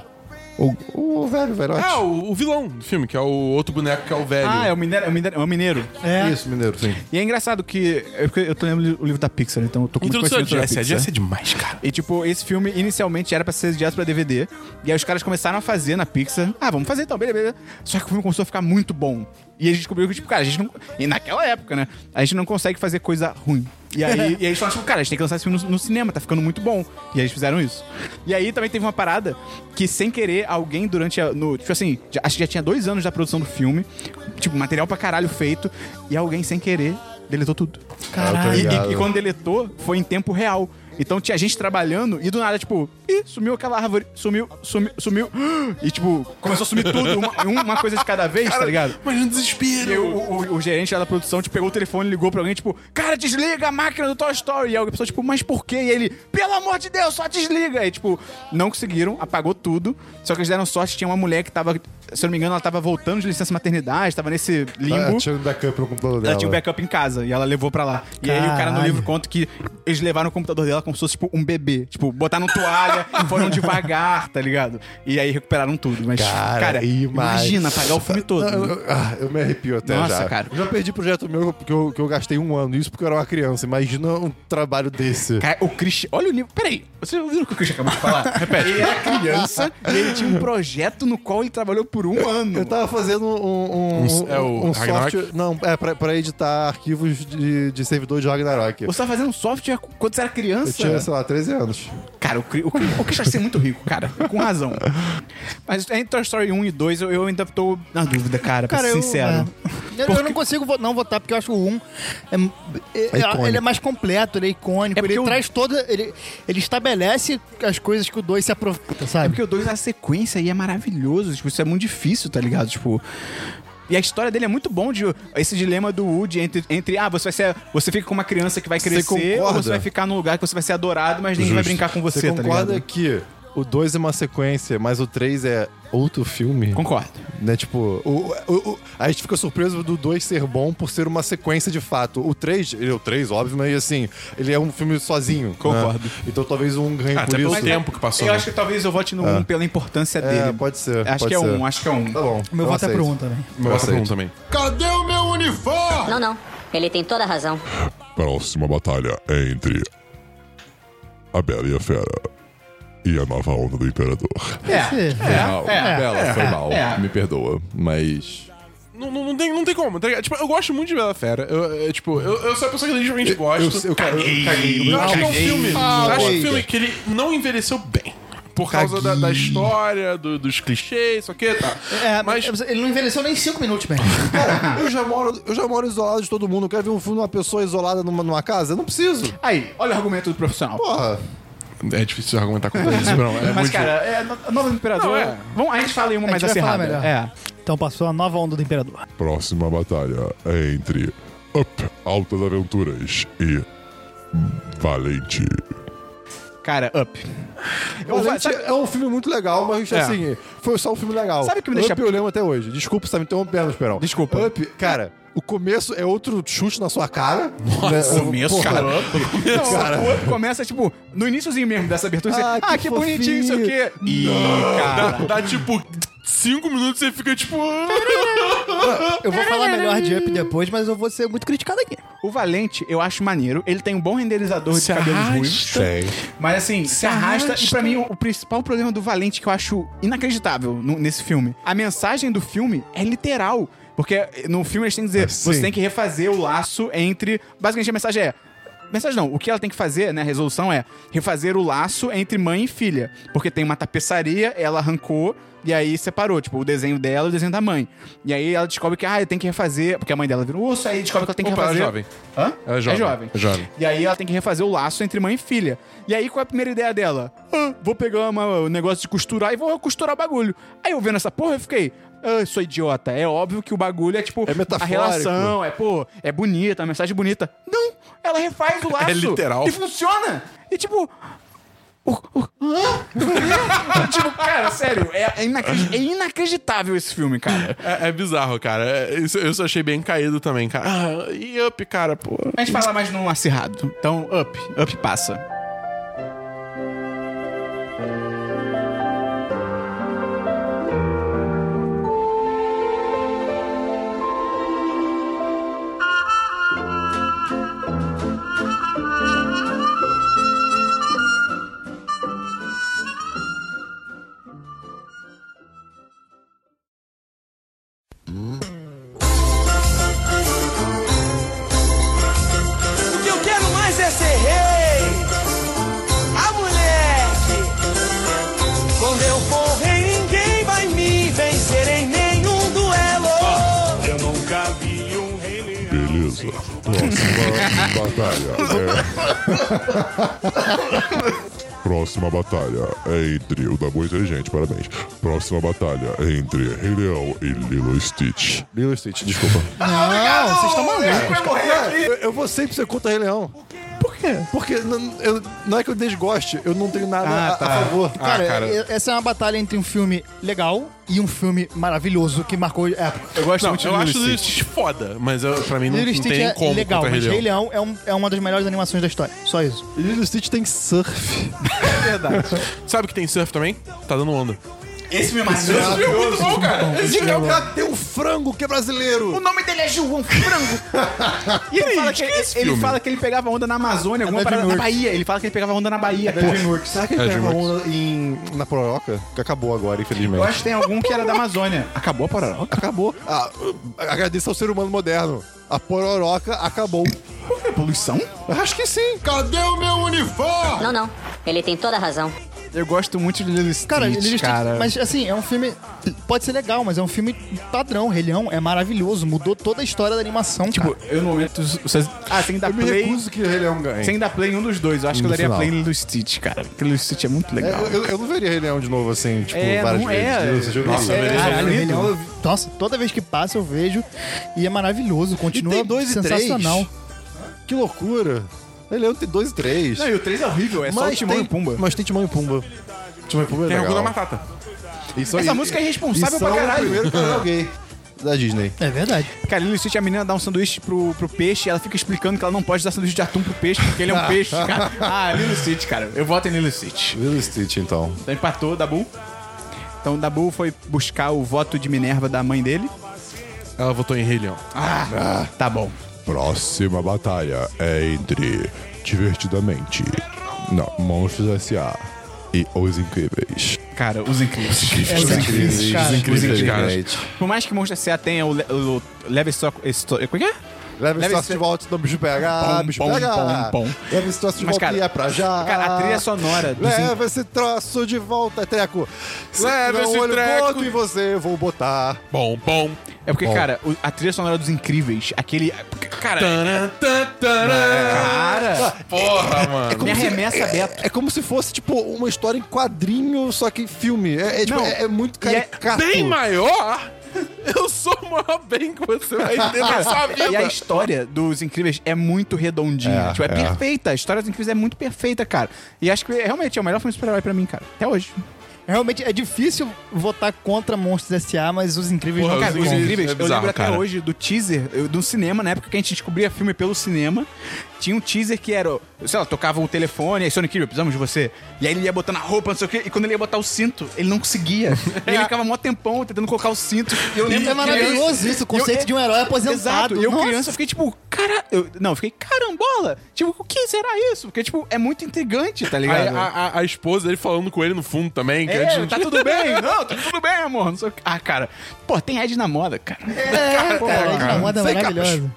Speaker 3: O, o velho, velhote.
Speaker 4: Ah, o, o vilão do filme, que é o outro boneco que é o velho.
Speaker 1: Ah, é o mineiro, é o mineiro, é o mineiro.
Speaker 2: É.
Speaker 3: Isso, mineiro, sim.
Speaker 1: E é engraçado que. Eu, eu tô lendo o livro da Pixar, então eu tô com muito
Speaker 4: Introdução à
Speaker 1: conhecimento sobre
Speaker 4: Jessie.
Speaker 1: Pixar.
Speaker 4: A Jessie é demais, cara.
Speaker 1: E, tipo, esse filme inicialmente era pra ser direto pra DVD. E aí os caras começaram a fazer na Pixar. Ah, vamos fazer então, beleza, beleza. Só que o filme começou a ficar muito bom. E eles descobriram que, tipo, cara, a gente não. E naquela época, né? A gente não consegue fazer coisa ruim. E aí e aí eles falaram, tipo, cara, a gente tem que lançar esse filme no, no cinema, tá ficando muito bom. E aí eles fizeram isso. E aí também teve uma parada que, sem querer, alguém durante a. no- tipo assim, já- acho que já tinha dois anos da produção do filme, tipo, material pra caralho feito, e alguém, sem querer, deletou tudo.
Speaker 3: Ah, eu tô
Speaker 1: E-
Speaker 3: ligado.
Speaker 1: E, e quando deletou, foi em tempo real. Então tinha gente trabalhando e do nada, tipo, ih, sumiu aquela árvore, sumiu, sumiu, sumiu. E tipo, começou a sumir tudo, uma, uma coisa de cada vez, tá ligado?
Speaker 4: Mas no
Speaker 1: E
Speaker 4: desespero.
Speaker 1: o, o- o gerente lá da produção tipo, pegou o telefone, ligou pra alguém, tipo, cara, desliga a máquina do Toy Story. E aí a pessoa, tipo, mas por quê? E ele, pelo amor de Deus, só desliga. E tipo, não conseguiram, apagou tudo. Só que eles deram sorte, tinha uma mulher que tava, se eu não me engano, ela tava voltando de licença maternidade, tava nesse
Speaker 3: Tá
Speaker 4: É,
Speaker 1: limbo.
Speaker 3: atirando da câmera no computador dela.
Speaker 1: um Ela tinha o backup em casa e ela levou pra lá. E aí o cara no
Speaker 2: Caralho.
Speaker 1: livro conta que eles levaram o computador dela como se fosse tipo um bebê. Tipo, botaram toalha e foram devagar, tá ligado? E aí recuperaram tudo. Mas,
Speaker 3: Cara,
Speaker 1: cara,
Speaker 3: imagina.
Speaker 1: imagina pagar o filme todo.
Speaker 3: Não, eu- ah, eu me arrepio até
Speaker 1: Nossa,
Speaker 3: já.
Speaker 1: cara.
Speaker 3: Eu já perdi projeto meu que eu, que eu gastei um ano. Isso porque eu era uma criança. Imagina um trabalho desse.
Speaker 1: Cara, o Christian. Olha o livro. Peraí, vocês ouviram o que o Christian acabou de falar? Repete. Ele era criança e ele tinha um projeto no qual ele trabalhou por um ano.
Speaker 3: Eu tava fazendo um, um, um,
Speaker 4: é o
Speaker 3: um
Speaker 4: Ragnarok?
Speaker 3: software. Não, é pra, pra editar arquivos de, de servidor de Ragnarok.
Speaker 1: Você tava fazendo software quando você era
Speaker 3: Eu
Speaker 1: criança?
Speaker 4: é-
Speaker 3: tinha, sei lá, 13 anos.
Speaker 1: Cara, o, Cri- o, Cri- o Christian vai ser muito rico, cara. Com razão. Mas entre Toy Story 1 e 2, eu, eu ainda tô na dúvida, cara, pra
Speaker 2: Cara,
Speaker 1: ser
Speaker 2: eu,
Speaker 1: sincero.
Speaker 2: é. Eu- eu não consigo vo- não votar porque eu acho o 1 é, é-
Speaker 3: icônico.
Speaker 2: ele é mais completo, ele é icônico,
Speaker 1: É porque
Speaker 2: ele
Speaker 1: o-
Speaker 2: traz toda ele, ele estabelece as coisas que o 2 se aproveita,
Speaker 1: É
Speaker 2: sabe?
Speaker 1: porque o 2 é a sequência e é maravilhoso. Tipo, isso é muito difícil, tá ligado? Tipo. E a história dele é muito bom de esse dilema do Woody entre, entre ah, você vai ser. Você fica com uma criança que vai
Speaker 3: Você
Speaker 1: crescer, ou
Speaker 3: concorda?
Speaker 1: você vai ficar num lugar que você vai ser adorado, mas ninguém vai
Speaker 3: Justo.
Speaker 1: brincar com você,
Speaker 3: Você
Speaker 1: tá
Speaker 3: concorda
Speaker 1: ligado?
Speaker 3: que o 2 é uma sequência, mas o 3 é outro filme?
Speaker 1: Concordo.
Speaker 3: Né, tipo, o, o- o- a gente fica surpreso do 2 ser bom por ser uma sequência de fato. O 3, ele é o 3, óbvio, mas assim, ele é um filme sozinho.
Speaker 1: Concordo.
Speaker 3: né? Então talvez um ganhe
Speaker 4: Ah, até
Speaker 3: por
Speaker 4: pelo
Speaker 3: isso.
Speaker 4: tempo que passou.
Speaker 1: Eu
Speaker 4: né?
Speaker 1: acho que talvez eu vote no 1 pela importância
Speaker 3: É,
Speaker 1: dele.
Speaker 3: pode ser.
Speaker 1: Acho
Speaker 3: pode
Speaker 1: que é
Speaker 3: ser.
Speaker 1: um, acho que é um.
Speaker 3: Tá bom.
Speaker 2: O meu
Speaker 3: eu
Speaker 2: voto é
Speaker 3: aceito.
Speaker 2: pro 1 também.
Speaker 4: Meu voto é
Speaker 3: aceito.
Speaker 4: um também.
Speaker 5: Não, não. Ele tem toda a razão.
Speaker 6: Próxima batalha é entre a Bela e a Fera e a nova onda do Imperador.
Speaker 2: É.
Speaker 9: Mal. Bela, foi mal.
Speaker 1: É.
Speaker 9: Me perdoa. Mas.
Speaker 4: Não, não, não tem, não tem como, tá ligado? Tipo, eu gosto muito de Bela Fera. Eu, eu, tipo, eu, eu sou a pessoa que legitimamente gosta.
Speaker 3: Eu, eu, eu caguei.
Speaker 4: Eu acho que é um filme. eu acho
Speaker 3: caguei.
Speaker 4: um filme que ele não envelheceu bem. Por causa da, da história, do- dos clichês, isso aqui, tá.
Speaker 2: É,
Speaker 4: mas.
Speaker 2: mas ele não envelheceu nem 5 minutos, bem.
Speaker 3: Cara, eu já, moro, eu já moro isolado de todo mundo. Eu quero ver um filme de uma pessoa isolada numa, numa casa? Eu não preciso.
Speaker 1: Aí, olha o argumento do profissional.
Speaker 3: Porra.
Speaker 4: É difícil argumentar contra isso, não. É
Speaker 1: Mas,
Speaker 4: muito
Speaker 1: cara, é, no- a nova do imperador.
Speaker 4: Não, é.
Speaker 1: Vamos, a gente fala em uma
Speaker 2: A
Speaker 1: mais
Speaker 2: gente vai falar
Speaker 1: acerrada.
Speaker 2: melhor.
Speaker 1: É.
Speaker 2: Então passou a nova onda do Imperador.
Speaker 6: Próxima batalha é entre Up, Altas Aventuras e Valente.
Speaker 1: Cara, up. Eu,
Speaker 3: Eu,
Speaker 1: vou-
Speaker 3: Valente
Speaker 1: sabe,
Speaker 3: é um filme muito legal, mas
Speaker 1: É.
Speaker 3: assim, foi só um filme legal.
Speaker 1: Sabe o que me deixa-
Speaker 3: Up eu lembro até hoje. Desculpa, você tá me interrompendo, Esperão.
Speaker 1: Desculpa.
Speaker 3: Up, cara, o começo é outro chute na sua cara. Né? Nossa,
Speaker 1: o começo, cara. não,
Speaker 3: cara.
Speaker 1: O up começa, tipo, no iníciozinho mesmo dessa abertura. você,
Speaker 3: Ah,
Speaker 1: Ah,
Speaker 3: que
Speaker 1: que, bonitinho, isso
Speaker 3: fofinho.
Speaker 1: aqui. Ih, cara.
Speaker 4: Dá tipo cinco minutos e você fica tipo.
Speaker 2: Eu vou falar melhor de Up depois, mas eu vou ser muito criticado aqui.
Speaker 1: O Valente, eu acho maneiro. Ele tem um bom renderizador de cabelos ruivos. Mas assim, se, arrasta. E pra mim, o, o principal problema do Valente, que eu acho inacreditável no- nesse filme, a mensagem do filme é literal. Porque eh, no filme eles têm que dizer,
Speaker 4: Ah,
Speaker 1: você tem que refazer o laço entre. Basicamente a mensagem é. Mensagem não, o que ela tem que fazer, né? A resolução é refazer o laço entre mãe e filha. Porque tem uma tapeçaria, ela arrancou e aí separou, tipo, o desenho dela e o desenho da mãe. E aí ela descobre que, ah, tem que refazer, porque a mãe dela virou um urso, aí descobre que ela tem que
Speaker 4: Opa, ela é
Speaker 1: refazer.
Speaker 4: jovem.
Speaker 1: Hã?
Speaker 4: Ela é jovem.
Speaker 1: É jovem.
Speaker 4: É jovem.
Speaker 1: E aí ela tem que refazer o laço entre mãe e filha. E aí qual é a primeira ideia dela? Ah, vou pegar uma- o negócio de costurar e vou costurar o bagulho. Aí eu vendo essa porra, eu fiquei. Ah, sou idiota. É óbvio que o bagulho é tipo.
Speaker 3: É
Speaker 1: a
Speaker 3: metafórico.
Speaker 1: relação, é, pô, é bonita, a mensagem bonita. Não! Ela refaz
Speaker 3: É
Speaker 1: o laço.
Speaker 4: literal.
Speaker 1: E funciona! E tipo. o- o- hã? tipo, cara, sério, é, é inacredi- é inacreditável esse filme, cara.
Speaker 4: É, é bizarro, cara. É, isso, eu só achei bem caído também, cara. Ah, e up, cara, pô.
Speaker 1: A gente fala mais num acirrado. Então, up, up passa.
Speaker 7: O que eu quero mais é ser rei. Ah, moleque. Quando eu for rei, ninguém vai me vencer em nenhum duelo. Eu nunca vi um rei leão.
Speaker 6: Beleza. Próxima batalha é. Próxima batalha é entre. O Dabu é inteligente, parabéns. Próxima batalha é entre Rei Leão e Lilo Stitch.
Speaker 3: Lilo e Stitch, desculpa.
Speaker 2: Não, Ah, vocês estão malucos.
Speaker 3: Cara, eu, eu vou sempre ser contra Rei Leão. Por quê? Porque não, eu- não é que eu desgoste, eu não tenho nada
Speaker 1: Ah, tá.
Speaker 3: a- a, favor.
Speaker 2: Cara, e- essa é uma batalha entre um filme legal e um filme maravilhoso que marcou a época.
Speaker 1: Eu gosto
Speaker 4: Não,
Speaker 1: muito de
Speaker 4: eu
Speaker 1: Lilo
Speaker 4: acho
Speaker 1: e
Speaker 4: Lilo
Speaker 1: Stitch.
Speaker 4: Stitch foda, mas eu, pra mim não,
Speaker 2: Lilo
Speaker 4: não
Speaker 2: e Stitch
Speaker 4: tem
Speaker 2: é
Speaker 4: como
Speaker 2: legal,
Speaker 4: contra
Speaker 2: mas
Speaker 4: Rei
Speaker 2: Rei
Speaker 4: Leão.
Speaker 2: Leão é, um- é uma das melhores animações da história. Só isso.
Speaker 3: Lilo e Stitch tem surf.
Speaker 4: Sabe que tem surf também? Tá dando onda.
Speaker 1: Esse filme é maravilhoso.
Speaker 4: Muito bom, cara.
Speaker 3: Esse
Speaker 1: é
Speaker 3: cara tem um frango que
Speaker 1: O
Speaker 3: é brasileiro.
Speaker 1: nome dele é João Frango. e ele, fala que, ele, ele fala que ele pegava onda na Amazônia, alguma parada na Bahia. Ele fala que ele pegava onda na Bahia. pô.
Speaker 3: Será que
Speaker 1: É,
Speaker 3: ele pega onda em, na Pororoca? Que acabou agora, infelizmente.
Speaker 1: Eu acho que tem algum que era da Amazônia. Acabou a Pororoca?
Speaker 3: Acabou. Ah, agradeço ao ser humano moderno. A pororoca acabou.
Speaker 1: É poluição?
Speaker 3: Acho que sim.
Speaker 5: Não, não. Ele tem toda a razão.
Speaker 1: Eu gosto muito de Lilo Stitch,
Speaker 2: Cara,
Speaker 1: cara.
Speaker 2: eles mas assim, é um filme. Pode ser legal, mas é um filme padrão. Rei Leão é maravilhoso, mudou toda a história da animação.
Speaker 1: Tipo,
Speaker 2: cara.
Speaker 1: eu no momento... vocês- Ah, tem que dar
Speaker 3: Eu me
Speaker 1: play...
Speaker 3: recuso que o Rei Leão ganhe.
Speaker 1: Sem dar play em um dos dois. Eu acho que eu
Speaker 3: No
Speaker 1: daria
Speaker 3: final.
Speaker 1: play em Lilo Stitch, cara. Porque Lilo Stitch é muito
Speaker 3: É,
Speaker 1: legal.
Speaker 3: eu, eu não veria Rei Leão de novo assim, tipo,
Speaker 1: É,
Speaker 3: várias
Speaker 1: não
Speaker 3: vezes.
Speaker 1: é.
Speaker 3: Eu assisti-
Speaker 4: Nossa,
Speaker 3: Nossa,
Speaker 4: beleza.
Speaker 2: Cara, Rei
Speaker 1: lindo.
Speaker 2: Leão, eu- nossa, toda vez que passa eu vejo e é maravilhoso, continua
Speaker 3: tem dois e três.
Speaker 2: sensacional.
Speaker 3: que loucura. Rei Leão tem dois e três.
Speaker 1: Não, e o 3 é horrível. É só o Timão
Speaker 3: tem,
Speaker 1: e Pumba.
Speaker 3: Mas tem Timão e Pumba. Timão e Pumba é
Speaker 4: Tem
Speaker 3: legal.
Speaker 4: alguma matata.
Speaker 3: Isso
Speaker 1: Essa
Speaker 3: aí-
Speaker 1: música é
Speaker 3: e
Speaker 1: responsável pra
Speaker 3: são
Speaker 1: caralho.
Speaker 3: o primeiro canal gay da Disney.
Speaker 2: É verdade.
Speaker 1: Cara, Lilo Stitch, a menina dá um sanduíche pro, pro peixe e ela fica explicando que ela não pode dar sanduíche de atum pro peixe porque ele é um peixe, cara. Ah, Lilo Stitch, cara. Eu voto em Lilo Stitch.
Speaker 3: Lilo e Stitch, então.
Speaker 1: Então empatou, Dabu. Então Dabu foi buscar o voto de Minerva da mãe dele.
Speaker 4: Ela votou em Rei Leão.
Speaker 1: Tá bom.
Speaker 6: Próxima batalha é entre Divertidamente, não, Monstros S.A. e Os Incríveis.
Speaker 1: Cara, É, os incríveis.
Speaker 2: Os Incríveis, cara. Os
Speaker 4: Incríveis, cara.
Speaker 1: Por mais que Monstro S.A. tenha o, le- o Leve Stock... Esto- Como é que é?
Speaker 3: Leve
Speaker 1: Leve
Speaker 3: o de
Speaker 1: esse-
Speaker 3: volta do bicho pega, Ah,
Speaker 1: Pom,
Speaker 3: bicho
Speaker 1: pom,
Speaker 3: pega.
Speaker 1: pom, pom.
Speaker 3: Leve esse troço de
Speaker 1: Mas,
Speaker 3: volta
Speaker 1: cara,
Speaker 3: e é pra já.
Speaker 1: cara, a
Speaker 3: é
Speaker 1: trilha sonora dos
Speaker 3: Leva esse troço de volta, treco.
Speaker 4: Leva
Speaker 3: Não,
Speaker 4: esse
Speaker 3: olho
Speaker 4: treco.
Speaker 3: gordo em você, eu vou botar.
Speaker 4: Bom, bom.
Speaker 1: É porque, cara, o- a trilha sonora dos incríveis, aquele... Cara...
Speaker 4: Tanã, tã, tanã.
Speaker 1: Cara...
Speaker 4: Porra, mano.
Speaker 1: Me arremessa, Beto.
Speaker 3: É como se fosse, tipo, uma história em quadrinho, só que em filme. É, é, tipo,
Speaker 1: Não.
Speaker 3: é- é muito
Speaker 1: E é
Speaker 3: caricato.
Speaker 4: Bem maior? Eu sou o maior bem que você vai ter na sua vida.
Speaker 1: E a história dos Incríveis é muito redondinha. É, tipo, é, perfeita. A história dos Incríveis é muito perfeita, cara. E acho que realmente é o melhor filme de super-herói pra mim, cara. Até hoje.
Speaker 2: Realmente é difícil votar contra Monstros S.A., mas os incríveis
Speaker 4: Porra,
Speaker 2: não
Speaker 1: Cara,
Speaker 4: Os
Speaker 1: os
Speaker 2: ficam.
Speaker 1: Incríveis,
Speaker 4: Incríveis é
Speaker 1: eu
Speaker 4: bizarro,
Speaker 1: lembro até
Speaker 4: cara.
Speaker 1: hoje do teaser eu- do cinema, na época que a gente descobria filme pelo cinema. Tinha um teaser que era, sei lá, tocava o telefone, aí Sonic Incrível, precisamos de você. E aí ele ia botando a roupa, não sei o quê, e quando ele ia botar o cinto, ele não conseguia. E ele ficava mó tempão tentando colocar o cinto. E eu lembro
Speaker 2: É
Speaker 1: que criança-
Speaker 2: maravilhoso isso, o conceito
Speaker 1: eu-
Speaker 2: de um herói
Speaker 1: Exato.
Speaker 2: aposentado.
Speaker 1: E eu
Speaker 2: Nossa.
Speaker 1: criança fiquei tipo, cara, eu- não, eu fiquei carambola. Tipo, o que será isso? Porque tipo, é muito intrigante, tá
Speaker 4: Aí
Speaker 1: ligado?
Speaker 4: a, a- a esposa ele falando com ele no fundo também. Que
Speaker 1: É,
Speaker 4: antes-
Speaker 1: tá tudo bem, não, tá tudo bem, amor. Não sei o que. Ah, cara, pô, tem Ed na moda, cara.
Speaker 2: É, cara,
Speaker 1: cara.
Speaker 2: a moda é
Speaker 1: Sem
Speaker 2: maravilhosa.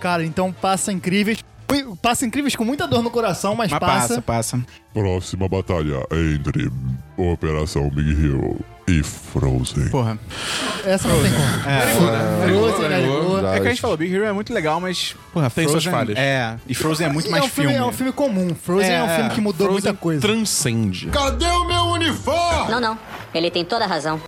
Speaker 2: Cara, então passa incríveis. Ui, Passa incríveis com muita dor no coração, mas,
Speaker 1: Mas
Speaker 2: passa.
Speaker 1: passa, passa.
Speaker 6: Próxima batalha é entre Operação Big Hero e Frozen.
Speaker 1: Porra.
Speaker 2: Essa não tem como. Frozen, né? Ligou.
Speaker 1: É que a gente falou, Big Hero é muito legal, mas, porra,
Speaker 4: Tem
Speaker 1: Frozen,
Speaker 4: suas falhas.
Speaker 1: É, e Frozen é muito
Speaker 2: E
Speaker 1: mais
Speaker 2: é um filme, É um filme comum. Frozen é, um
Speaker 1: É,
Speaker 2: filme
Speaker 1: é.
Speaker 2: que mudou
Speaker 4: Frozen
Speaker 2: muita coisa.
Speaker 4: Transcende.
Speaker 7: Cadê o meu uniforme?
Speaker 5: Não, não. Ele tem toda a razão.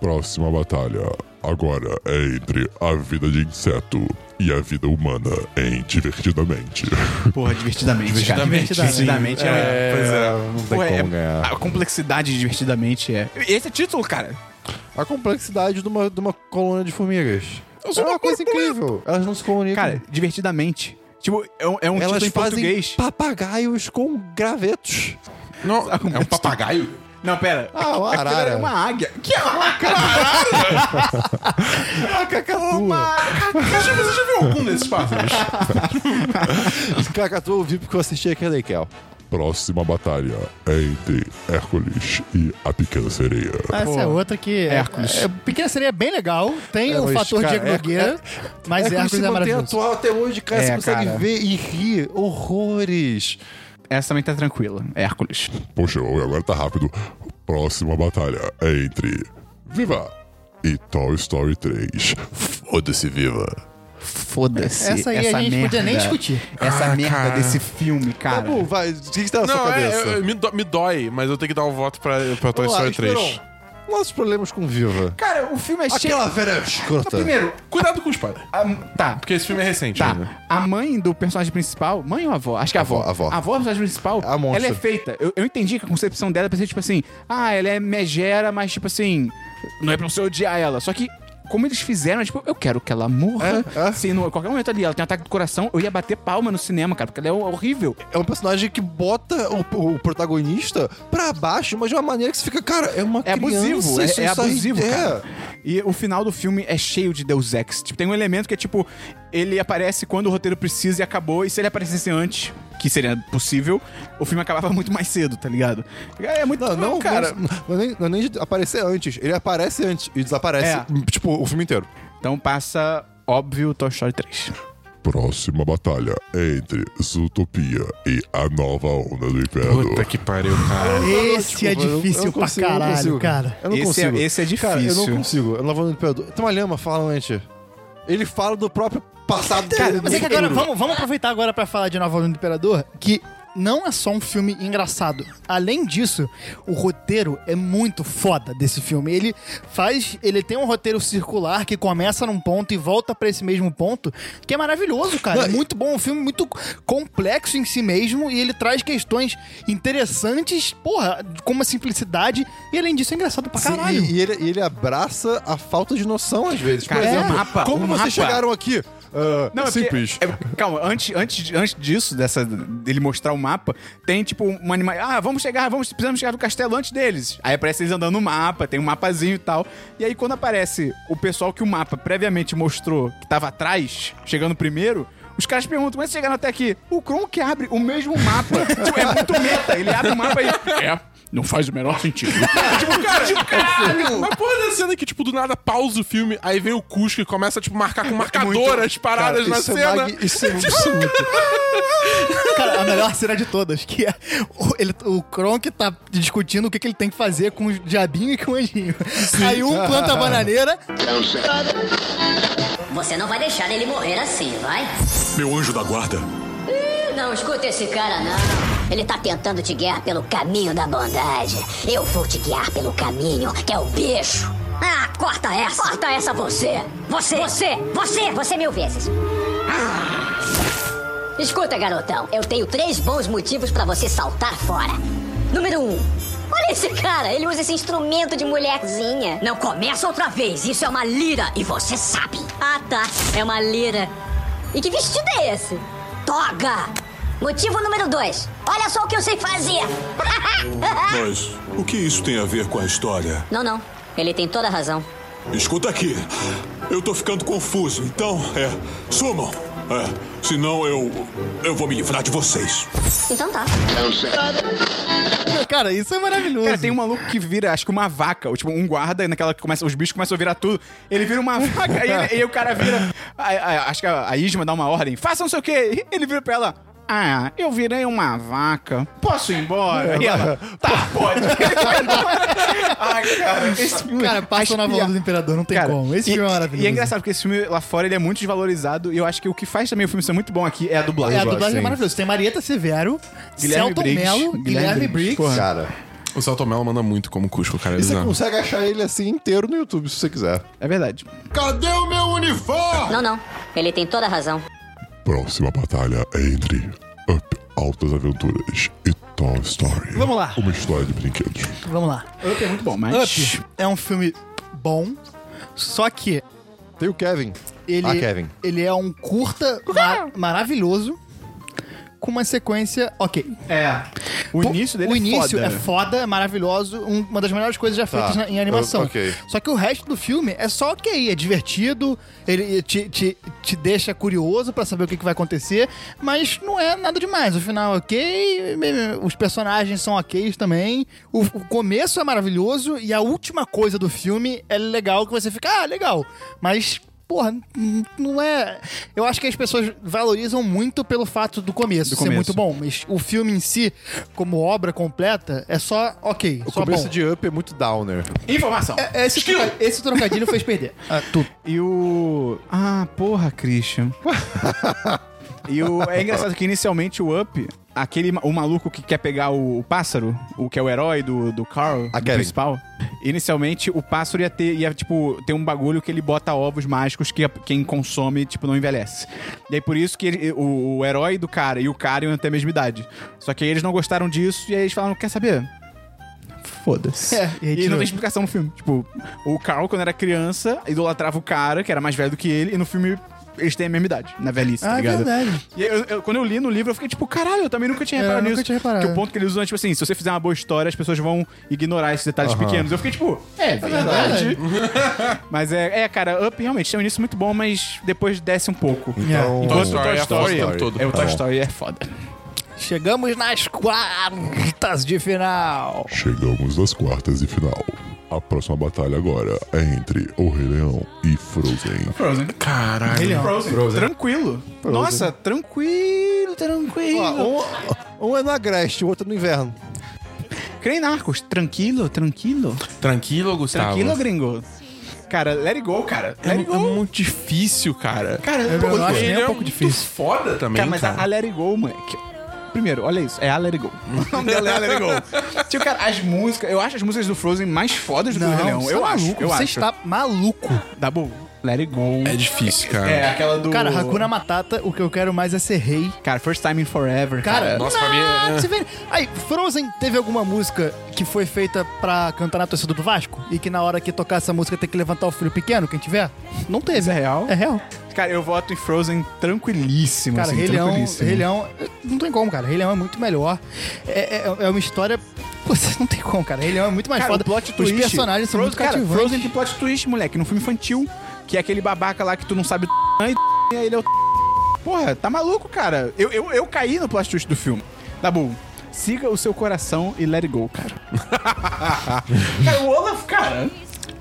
Speaker 6: Próxima batalha agora é entre a vida de inseto e a vida humana em Divertidamente.
Speaker 1: Porra, divertidamente, divertidamente, cara. Divertidamente. é,
Speaker 3: Pois é, não tem
Speaker 1: porra,
Speaker 3: como
Speaker 1: é-
Speaker 3: ganhar.
Speaker 1: a complexidade de divertidamente é. Esse é título, cara.
Speaker 3: A complexidade de uma, de uma colônia de formigas.
Speaker 1: sou
Speaker 3: é uma
Speaker 1: uma
Speaker 3: coisa incrível. Elas não se comunicam.
Speaker 1: Cara, divertidamente. Tipo, é um, é um
Speaker 3: Elas
Speaker 1: título em
Speaker 3: fazem
Speaker 1: português.
Speaker 3: papagaios com gravetos.
Speaker 4: Não, é um papagaio?
Speaker 1: Não, pera.
Speaker 3: Ah, uma
Speaker 1: Aquilo
Speaker 3: arara.
Speaker 1: era uma águia. Que
Speaker 2: É
Speaker 3: Cacatua.
Speaker 4: Você já- você já viu algum desses pássaros?
Speaker 3: Cacatua eu vi porque eu assisti aquele Kel.
Speaker 6: Próxima batalha é entre Hércules e a Pequena Sereia.
Speaker 2: Ah, Essa é outra que. é-
Speaker 1: Hércules.
Speaker 2: É, Pequena Sereia é bem legal. Tem
Speaker 3: É,
Speaker 2: o
Speaker 3: mas,
Speaker 2: fator
Speaker 3: cara,
Speaker 2: Diego
Speaker 3: é-
Speaker 2: Nogueira, mas
Speaker 3: como
Speaker 2: Hércules é maravilhoso.
Speaker 3: atual até hoje, cara.
Speaker 1: É,
Speaker 3: você consegue
Speaker 1: cara.
Speaker 3: ver e rir horrores.
Speaker 1: Essa também tá tranquila. Hércules.
Speaker 6: Poxa, agora tá rápido. Próxima batalha é entre Viva e Toy Story 3. Foda-se, Viva.
Speaker 1: Foda-se.
Speaker 2: Essa aí a gente podia nem discutir.
Speaker 1: Essa merda desse filme, cara.
Speaker 3: Dabu, Tá vai. O que, que tá na sua
Speaker 4: Não, é, um
Speaker 3: cabeça?
Speaker 4: é, me, dó- me dói, mas eu tenho que dar um voto pra, pra Toy
Speaker 3: Vamos lá,
Speaker 4: Story 3.
Speaker 3: Esperon. Nossos problemas com Viva.
Speaker 1: Cara, o filme é
Speaker 3: Aquela velha escrota.
Speaker 1: Primeiro,
Speaker 4: Cuidado com os padres.
Speaker 1: a- tá.
Speaker 4: Porque esse filme é recente.
Speaker 1: Tá,
Speaker 4: ainda.
Speaker 1: a mãe do personagem principal, mãe ou avó? Acho que é a avó.
Speaker 3: né? Avó, avó.
Speaker 1: A avó do personagem principal,
Speaker 3: A monstra.
Speaker 1: ela é feita. Eu, eu entendi que a concepção dela pensei, tipo assim, ah, ela é megera, mas tipo assim, não é pra você odiar ela. Só que, como eles fizeram, é tipo, eu quero que ela morra.
Speaker 3: É, é.
Speaker 1: Se no, a qualquer momento ali ela tem um ataque do coração, eu ia bater palma no cinema, cara, porque ela é horrível.
Speaker 3: É um personagem que bota o, o protagonista pra baixo, mas de uma maneira que você fica, cara, é uma
Speaker 1: É
Speaker 3: criança.
Speaker 1: abusivo, é,
Speaker 3: isso
Speaker 1: é
Speaker 3: não sai-
Speaker 1: abusivo,
Speaker 3: é.
Speaker 1: cara. E o final do filme é cheio de Deus Ex. Tipo, tem um elemento que é tipo, ele aparece quando o roteiro precisa e acabou, e se ele aparecesse antes, que seria possível, o filme acabava muito mais cedo, tá ligado? É muito
Speaker 3: Não, não,
Speaker 1: cara.
Speaker 3: cara. Não, é nem, não é nem de aparecer antes. Ele aparece antes e desaparece,
Speaker 1: É.
Speaker 3: tipo, o filme inteiro.
Speaker 1: Então passa, óbvio, Toy Story 3.
Speaker 6: Próxima batalha é entre Zootopia e a nova onda do inferno.
Speaker 4: Puta que pariu, cara.
Speaker 3: tipo,
Speaker 2: Esse é difícil pra caralho, cara.
Speaker 3: Eu não
Speaker 1: Esse é-
Speaker 3: consigo.
Speaker 1: esse é
Speaker 3: Cara, eu
Speaker 1: difícil.
Speaker 3: não consigo. Eu não vou no imperador. Tem uma lhama, fala antes. Ele fala do próprio passado dele.
Speaker 2: Mas é que agora, vamos, vamos aproveitar agora pra falar de Nova Ordem do Imperador, que não é só um filme engraçado. Além disso, o roteiro é muito foda desse filme. Ele faz, ele tem um roteiro circular que começa num ponto e volta pra esse mesmo ponto, que é maravilhoso, cara. É muito bom, um filme muito complexo em si mesmo e ele traz questões interessantes, porra, com uma simplicidade e além disso é engraçado pra
Speaker 3: Sim,
Speaker 2: caralho.
Speaker 3: E, e ele, e ele abraça a falta de noção às vezes.
Speaker 1: Cara,
Speaker 3: Por
Speaker 1: é um
Speaker 3: exemplo,
Speaker 1: mapa,
Speaker 3: como
Speaker 1: um
Speaker 3: vocês
Speaker 1: mapa.
Speaker 3: chegaram aqui? Ah,
Speaker 1: Não, é porque-
Speaker 6: Simples.
Speaker 1: é porque- calma, antes, antes, de- antes disso, dessa, dele mostrar o mapa, tem tipo um animal. Ah, vamos chegar, vamos, precisamos chegar no castelo antes deles. Aí aparece eles andando no mapa, tem um mapazinho e tal. E aí quando aparece o pessoal que o mapa previamente mostrou que tava atrás, chegando primeiro. Os caras perguntam, mas chegaram até aqui. O Kron que abre o mesmo mapa. tipo, é muito meta. Ele abre o mapa e. É, não faz o menor sentido.
Speaker 4: tipo, cara, tipo, caralho. Mas porra da cena que, tipo, do nada pausa o filme, aí vem o Cusco e começa, tipo, marcar com marcador as paradas
Speaker 3: cara,
Speaker 4: na
Speaker 3: isso é
Speaker 4: cena.
Speaker 3: mag- isso é muito-
Speaker 2: Cara, a melhor cena de todas, que é o, ele, o Kronk tá discutindo o que, que ele tem que fazer com o diabinho e com o anjinho. Aí um planta a bananeira,
Speaker 5: Você não vai deixar ele morrer assim, vai?
Speaker 6: Meu anjo da guarda.
Speaker 5: Não escuta esse cara, não. Ele tá tentando te guiar pelo caminho da bondade. Eu vou te guiar pelo caminho, que é o bicho. Ah, corta essa! Corta essa você! Você! Você! Você! Você mil vezes! Ah. Escuta, garotão, eu tenho três bons motivos pra você saltar fora. Número um. Olha esse cara, ele usa esse instrumento de mulherzinha. Não começa outra vez, isso é uma lira e você sabe. Ah, tá, é uma lira. E que vestido é esse? Toga! Motivo número dois. Olha só o que eu sei fazer.
Speaker 6: Mas o que isso tem a ver com a história?
Speaker 5: não, não. Ele tem toda a razão.
Speaker 6: Escuta aqui. Eu tô ficando confuso, então é. Sumam! É, senão eu. Eu vou me livrar de vocês.
Speaker 5: Então tá.
Speaker 2: cara, isso é maravilhoso.
Speaker 1: Cara, tem um maluco que vira, acho que uma vaca, ou tipo, um guarda, e naquela que começa, os bichos começam a virar tudo. Ele vira uma vaca e, ele- e o cara vira. a- a- acho que a, a Isma dá uma ordem: faça não sei o quê. Ele vira pra ela. Ah, eu virei uma vaca. Posso ir embora? E ela, tá, pode. Ele vai embora. Ai, cara. Esse filme-
Speaker 2: Cara, passa
Speaker 1: as
Speaker 2: na volta
Speaker 1: pia-
Speaker 2: do Imperador, não tem
Speaker 1: Cara,
Speaker 2: como. Esse
Speaker 1: e-
Speaker 2: filme é maravilhoso.
Speaker 1: E é engraçado, porque esse filme lá fora ele é muito desvalorizado. E eu acho que o que faz também o filme ser muito bom aqui é a dublagem.
Speaker 2: É, a dublagem
Speaker 9: sim.
Speaker 2: é maravilhosa. Tem Marieta Severo,
Speaker 1: Guilherme
Speaker 2: Celton
Speaker 1: Briggs,
Speaker 2: Mello,
Speaker 1: Guilherme
Speaker 2: Guilherme,
Speaker 1: Briggs,
Speaker 2: Briggs.
Speaker 1: porra.
Speaker 3: Cara,
Speaker 4: O Celto Mello manda muito como Cusco, cara. é
Speaker 3: e você
Speaker 4: bizarro.
Speaker 3: consegue achar ele assim inteiro no YouTube, se você quiser.
Speaker 1: É verdade.
Speaker 7: Cadê o meu uniforme?
Speaker 5: Não, não. Ele tem toda a razão.
Speaker 6: Próxima batalha é entre Up, Altas Aventuras e Toy Story.
Speaker 2: Vamos lá.
Speaker 6: Uma história de brinquedos.
Speaker 2: Vamos lá.
Speaker 1: Up é muito bom, mas.
Speaker 2: Up é um filme bom, só que
Speaker 3: Tem o Kevin.
Speaker 2: ele,
Speaker 3: Ah, Kevin.
Speaker 2: ele é um curta ma- maravilhoso com uma sequência ok.
Speaker 1: É. O início dele
Speaker 2: o
Speaker 1: é
Speaker 2: início
Speaker 1: foda. Tá,
Speaker 2: é foda, é maravilhoso, um- uma das melhores coisas já feitas na- em animação.
Speaker 3: Ah, ok.
Speaker 2: Só que o resto do filme é só ok, é divertido, ele te, te, te deixa curioso pra saber o que, que vai acontecer, mas não é nada demais. O final é ok, os personagens são ok também, o, o começo é maravilhoso e a última coisa do filme é legal que você fica, ah, legal, mas. Porra, n- não é. Eu acho que as pessoas valorizam muito pelo fato do começo
Speaker 1: Do
Speaker 2: ser
Speaker 1: começo.
Speaker 2: muito bom, mas o filme em si, como obra completa, é só ok.
Speaker 3: O
Speaker 2: só
Speaker 3: começo
Speaker 2: bom.
Speaker 3: de Up é muito downer.
Speaker 1: Informação.
Speaker 2: Esse, troca- esse trocadilho fez perder. Ah, tudo.
Speaker 1: E o. Ah, porra, Christian. e o. É engraçado que inicialmente o Up, aquele. ma- O maluco que quer pegar o, o pássaro, o que é o herói do, do Carl,
Speaker 3: A
Speaker 1: do
Speaker 3: Karen.
Speaker 1: principal. Inicialmente, o pássaro ia ter, ia, tipo, ter um bagulho que ele bota ovos mágicos que a- quem consome, tipo, não envelhece. E aí por isso que ele- o, o herói do cara e o cara iam ter a mesma idade. Só que aí eles não gostaram disso e aí eles falaram: quer saber? Foda-se.
Speaker 2: É, e aí
Speaker 1: e não
Speaker 2: tirou.
Speaker 1: tem explicação no filme. Tipo, o Carl, quando era criança, idolatrava o cara, que era mais velho do que ele, e no filme eles têm a mesma idade, na velhice, tá
Speaker 2: Ah, é
Speaker 1: ligado?
Speaker 2: verdade.
Speaker 1: E eu- eu- quando eu li no livro, eu fiquei tipo, caralho, eu também nunca tinha
Speaker 2: É, eu
Speaker 1: reparado
Speaker 2: nunca
Speaker 1: nisso.
Speaker 2: tinha reparado.
Speaker 1: Que o ponto que eles usam é tipo assim, se você fizer uma boa história, as pessoas vão ignorar esses detalhes pequenos. Eu fiquei tipo, é
Speaker 4: né?
Speaker 1: verdade. mas é, é, cara, Up realmente tem um início muito bom, mas depois desce um pouco.
Speaker 3: Então,
Speaker 4: Toy
Speaker 1: Enquanto o Toy
Speaker 4: Story é foda
Speaker 1: Story,
Speaker 4: o tempo todo.
Speaker 1: é, o Toy Story é foda.
Speaker 2: Chegamos nas quartas de final.
Speaker 6: Chegamos nas quartas de final. A próxima batalha agora é entre O Rei Leão e Frozen.
Speaker 1: Frozen.
Speaker 4: Caralho.
Speaker 1: Frozen. é Tranquilo. Nossa, tranquilo, tranquilo.
Speaker 2: Então,
Speaker 3: Um, um é no agreste, o outro no inverno.
Speaker 1: Creio Narcos. Tranquilo, tranquilo.
Speaker 4: Tranquilo, Gustavo.
Speaker 1: Tranquilo, gringo. Cara, let it go, cara.
Speaker 4: É,
Speaker 1: Let
Speaker 4: mu-
Speaker 1: it
Speaker 4: é
Speaker 1: go.
Speaker 4: muito difícil, cara.
Speaker 1: Cara,
Speaker 4: Pô,
Speaker 1: pô,
Speaker 2: eu acho
Speaker 4: ele
Speaker 2: nem um
Speaker 4: é
Speaker 2: pouco
Speaker 4: muito
Speaker 2: difícil.
Speaker 4: foda também,
Speaker 1: Cara,
Speaker 4: cara.
Speaker 1: mas a a Let It Go, moleque. Primeiro, olha isso, é a Let It Go. O nome dela é a Let It Go. Tipo, cara, as músicas, eu acho as músicas do Frozen mais fodas do que do Rei Leão.
Speaker 2: você
Speaker 1: Eu
Speaker 2: tá
Speaker 1: acho,
Speaker 2: maluco,
Speaker 1: eu
Speaker 2: você
Speaker 1: acho.
Speaker 2: está maluco.
Speaker 1: Dá bom. Let It Go.
Speaker 4: É difícil, cara.
Speaker 1: É, aquela do...
Speaker 2: Cara, Hakuna Matata, o que eu quero mais é ser rei.
Speaker 1: Cara, First Time in Forever.
Speaker 2: Cara,
Speaker 4: nossa, pra mim é-
Speaker 2: você vê- Aí, Frozen teve alguma música que foi feita pra cantar na torcida do Vasco? E que na hora que tocar essa música tem que levantar o filho pequeno, quem tiver? Não teve.
Speaker 1: Isso é real?
Speaker 2: É real.
Speaker 1: Cara, eu voto em Frozen tranquilíssimo,
Speaker 2: Cara,
Speaker 1: assim,
Speaker 2: Rei Leão,
Speaker 1: tranquilíssimo.
Speaker 2: Rei Leão, não tem como, cara. Rei Leão é muito melhor. É, é- é uma história. Pô, não tem como, cara. Rei Leão é muito mais
Speaker 1: Cara,
Speaker 2: foda.
Speaker 1: o plot
Speaker 2: Os
Speaker 1: twist.
Speaker 2: personagens são
Speaker 1: Frozen-
Speaker 2: muito
Speaker 1: cara,
Speaker 2: cativantes.
Speaker 1: Frozen tem plot twist, moleque, num filme infantil, que é aquele babaca lá que tu não sabe o e e aí ele é o Porra, tá maluco, cara. Eu, eu, eu caí no plot twist do filme. Tá bom. Siga o seu coração e let it go, cara. cara, o Olaf, cara.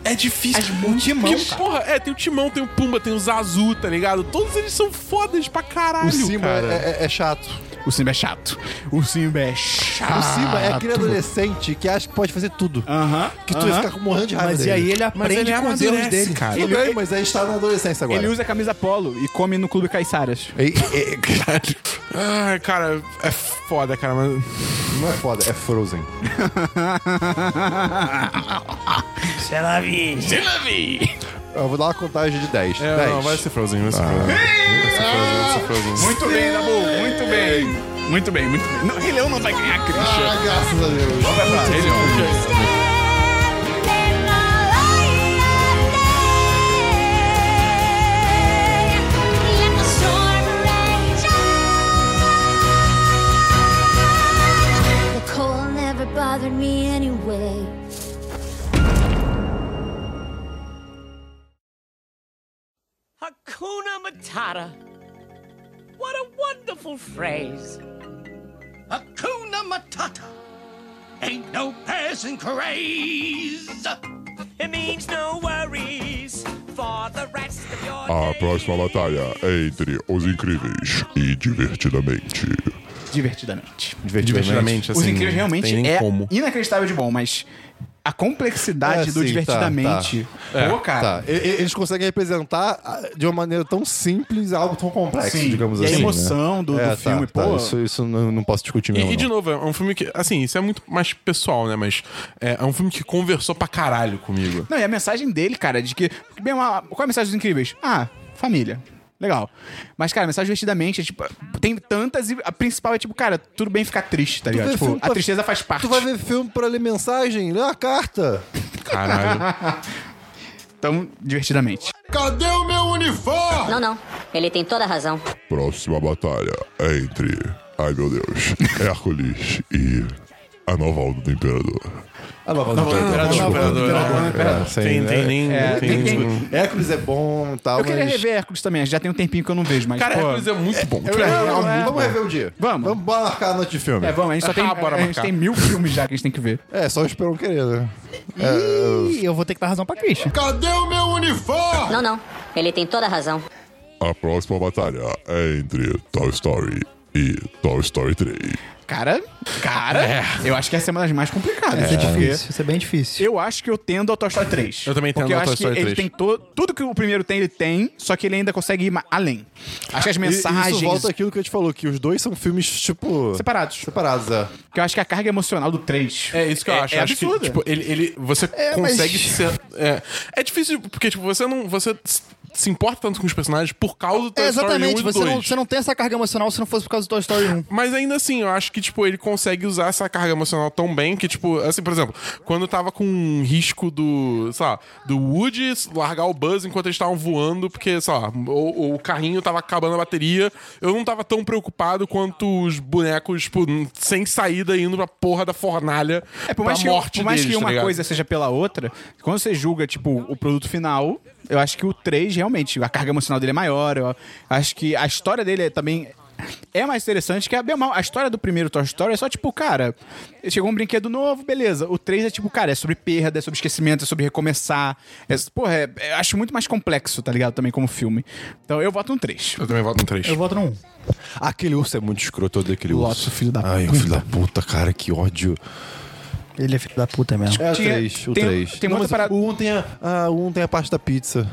Speaker 4: É difícil.
Speaker 1: As mãos de mão,
Speaker 4: Porque,
Speaker 1: cara.
Speaker 4: porra, é, tem o Timão, tem o Pumba, tem o Zazu, tá ligado? Todos eles são fodas pra caralho,
Speaker 3: O Simba
Speaker 4: cara.
Speaker 3: é, é- é chato.
Speaker 1: O Simba é chato. O Simba é chato.
Speaker 3: O Simba é aquele adolescente que acha que pode fazer tudo.
Speaker 1: Aham.
Speaker 3: Que tu
Speaker 1: aham.
Speaker 3: ia ficar morrendo de raiva
Speaker 2: Mas e
Speaker 3: dele.
Speaker 2: aí ele
Speaker 4: Mas
Speaker 2: aprende
Speaker 4: ele é
Speaker 2: com os erros
Speaker 4: amadurece,
Speaker 2: dele.
Speaker 4: cara.
Speaker 3: Tudo bem, mas aí está na adolescência agora.
Speaker 1: Ele usa a camisa polo e come no Clube Caiçaras.
Speaker 3: Ei, ei, ei,
Speaker 4: Caralho. Ai, cara, é foda, cara. Mas...
Speaker 3: não é foda, é Frozen. Eu vou dar uma contagem de 10.
Speaker 4: É,
Speaker 3: 10.
Speaker 4: não, vai ser Frozen, vai ser Frozen. Vai ser Frozen, vai ser Frozen.
Speaker 1: Muito bem, Dabu. Muito bem. Muito bem, muito bem. Não, Rei Leão não vai ganhar, Christian.
Speaker 3: Ah, graças a Deus.
Speaker 4: Ah,
Speaker 10: Bothered me anyway.
Speaker 7: Hakuna Matata. What a wonderful phrase. Hakuna Matata. Ain't no passing craze. It means no worries for the rest of your
Speaker 6: A próxima batalha é entre Os Incríveis e Divertidamente.
Speaker 1: Divertidamente.
Speaker 4: Divertidamente, assim.
Speaker 1: Os Incríveis realmente
Speaker 4: tem nem
Speaker 1: é
Speaker 4: como.
Speaker 1: inacreditável de bom, mas a complexidade
Speaker 3: É,
Speaker 1: do
Speaker 3: sim,
Speaker 1: Divertidamente. Pô, cara.
Speaker 3: Tá, e- e- eles conseguem representar ah, de uma maneira tão simples algo tão complexo,
Speaker 1: Sim.
Speaker 3: digamos
Speaker 1: E a
Speaker 3: assim. né?
Speaker 1: emoção do- do
Speaker 3: É, tá,
Speaker 1: filme,
Speaker 3: tá,
Speaker 1: pô.
Speaker 3: Isso, isso não, não posso discutir
Speaker 4: E,
Speaker 3: mesmo.
Speaker 4: e de
Speaker 3: não.
Speaker 4: novo, é um filme que. Assim, isso é muito mais pessoal, né? Mas é, é um filme que conversou pra caralho comigo.
Speaker 1: Não, e a mensagem dele, cara, de que. Bem, uma- qual é a mensagem dos Incríveis? Ah, família. Legal. Mas, cara, a mensagem divertidamente é tipo. Tem tantas e a principal é tipo, cara, tudo bem ficar triste, tá ligado?
Speaker 3: vê
Speaker 1: Tipo,
Speaker 3: filme
Speaker 1: a
Speaker 3: pra-
Speaker 1: tristeza faz parte.
Speaker 3: Tu vai ver filme pra ler mensagem? Lê a carta.
Speaker 4: Caralho.
Speaker 1: Então, divertidamente.
Speaker 3: Cadê o meu uniforme?
Speaker 5: Não, não. Ele tem toda a razão.
Speaker 6: Próxima batalha é entre. Ai meu Deus. Hércules e. A Novaldo do Imperador.
Speaker 3: Ah, não, não, não, É, sem-
Speaker 4: Tem, tem
Speaker 3: é-
Speaker 4: nem. tem,
Speaker 3: Ninguém- Hércules é bom e tal,
Speaker 1: Eu queria
Speaker 3: mas...
Speaker 1: rever Hércules também, já tem um tempinho que eu não vejo, mas.
Speaker 4: Cara,
Speaker 1: pô,
Speaker 4: Hércules é muito bom.
Speaker 3: Eu- eu-
Speaker 1: Não, é-
Speaker 3: vamos rever um dia.
Speaker 1: Vamos.
Speaker 3: Vamos marcar a noite de filme.
Speaker 1: É, vamos, a gente só tem,
Speaker 4: Ah, bora
Speaker 1: a gente
Speaker 4: marcar.
Speaker 1: tem mil filmes já que a gente tem que ver.
Speaker 3: É, só esperar um querer, né?
Speaker 2: Ih, eu vou ter que dar razão pra Christian.
Speaker 3: Cadê o meu uniforme?
Speaker 5: Não, não. Ele tem toda a razão.
Speaker 6: A próxima batalha é entre Toy Story e Toy Story 3.
Speaker 1: Cara, cara, eu acho que essa é uma das mais complicadas. É,
Speaker 2: Difícil, isso é bem difícil.
Speaker 1: Eu acho que eu tendo ao Toy Story 3.
Speaker 4: Eu também tendo
Speaker 1: Porque eu
Speaker 4: ao
Speaker 1: acho
Speaker 4: Toy Story
Speaker 1: que ele
Speaker 4: 3.
Speaker 1: tem to- tudo que o primeiro tem, ele tem, só que ele ainda consegue ir ma- além. Acho que as
Speaker 3: E- e
Speaker 1: mensagens.
Speaker 3: Isso volta àquilo que eu te falou, que os dois são filmes, tipo...
Speaker 1: Separados.
Speaker 3: Separados, é.
Speaker 1: Porque eu acho que a carga emocional do 3.
Speaker 4: É isso que eu acho.
Speaker 1: É,
Speaker 4: eu acho
Speaker 1: absurda.
Speaker 4: que, tipo, ele, ele- você
Speaker 2: mas-
Speaker 4: consegue ser. É, é difícil, porque, tipo, você não. Você s- se importa tanto com os personagens por causa do Toy
Speaker 2: É,
Speaker 4: Story 1
Speaker 2: exatamente,
Speaker 4: e um
Speaker 2: você
Speaker 4: 2.
Speaker 2: não, você não tem essa carga emocional se não fosse por causa do Toy Story 1.
Speaker 4: Mas ainda assim, eu acho que, tipo, ele consegue usar essa carga emocional tão bem que, tipo, assim, por exemplo, quando eu tava com um risco do, sei lá, do Woody largar o Buzz enquanto eles estavam voando, porque, sei lá, o, o carrinho tava acabando a bateria, eu não tava tão preocupado quanto os bonecos, tipo, sem saída indo pra porra da fornalha
Speaker 1: É, por mais,
Speaker 4: pra
Speaker 1: que,
Speaker 4: morte
Speaker 1: por mais
Speaker 4: deles,
Speaker 1: que
Speaker 4: tá
Speaker 1: uma
Speaker 4: ligado?
Speaker 1: coisa seja pela outra, quando você julga, tipo, o produto final, eu acho que o 3, realmente, a carga emocional dele é maior. Eu acho que a história dele é também é mais interessante que a bem ou mal, a história do primeiro Toy Story é só tipo, cara, chegou um brinquedo novo, beleza. O 3 é tipo, cara, é sobre perda, é sobre esquecimento, é sobre recomeçar. É, porra, é- é- eu acho muito mais complexo, tá ligado? Também como filme. Então eu voto um 3.
Speaker 4: Eu também voto no 3.
Speaker 2: Eu voto no 1.
Speaker 3: Aquele urso é muito escroto, todo aquele
Speaker 1: Lotus,
Speaker 3: urso.
Speaker 1: filho da
Speaker 3: Ai,
Speaker 1: puta.
Speaker 3: filho da puta, cara, que ódio.
Speaker 2: Ele é filho da puta mesmo.
Speaker 3: É o
Speaker 1: Tinha-
Speaker 3: 3, o
Speaker 1: tem- um-
Speaker 3: 3.
Speaker 1: tem outra parada-
Speaker 3: O 1 tem a, ah, o um tem a parte da pizza.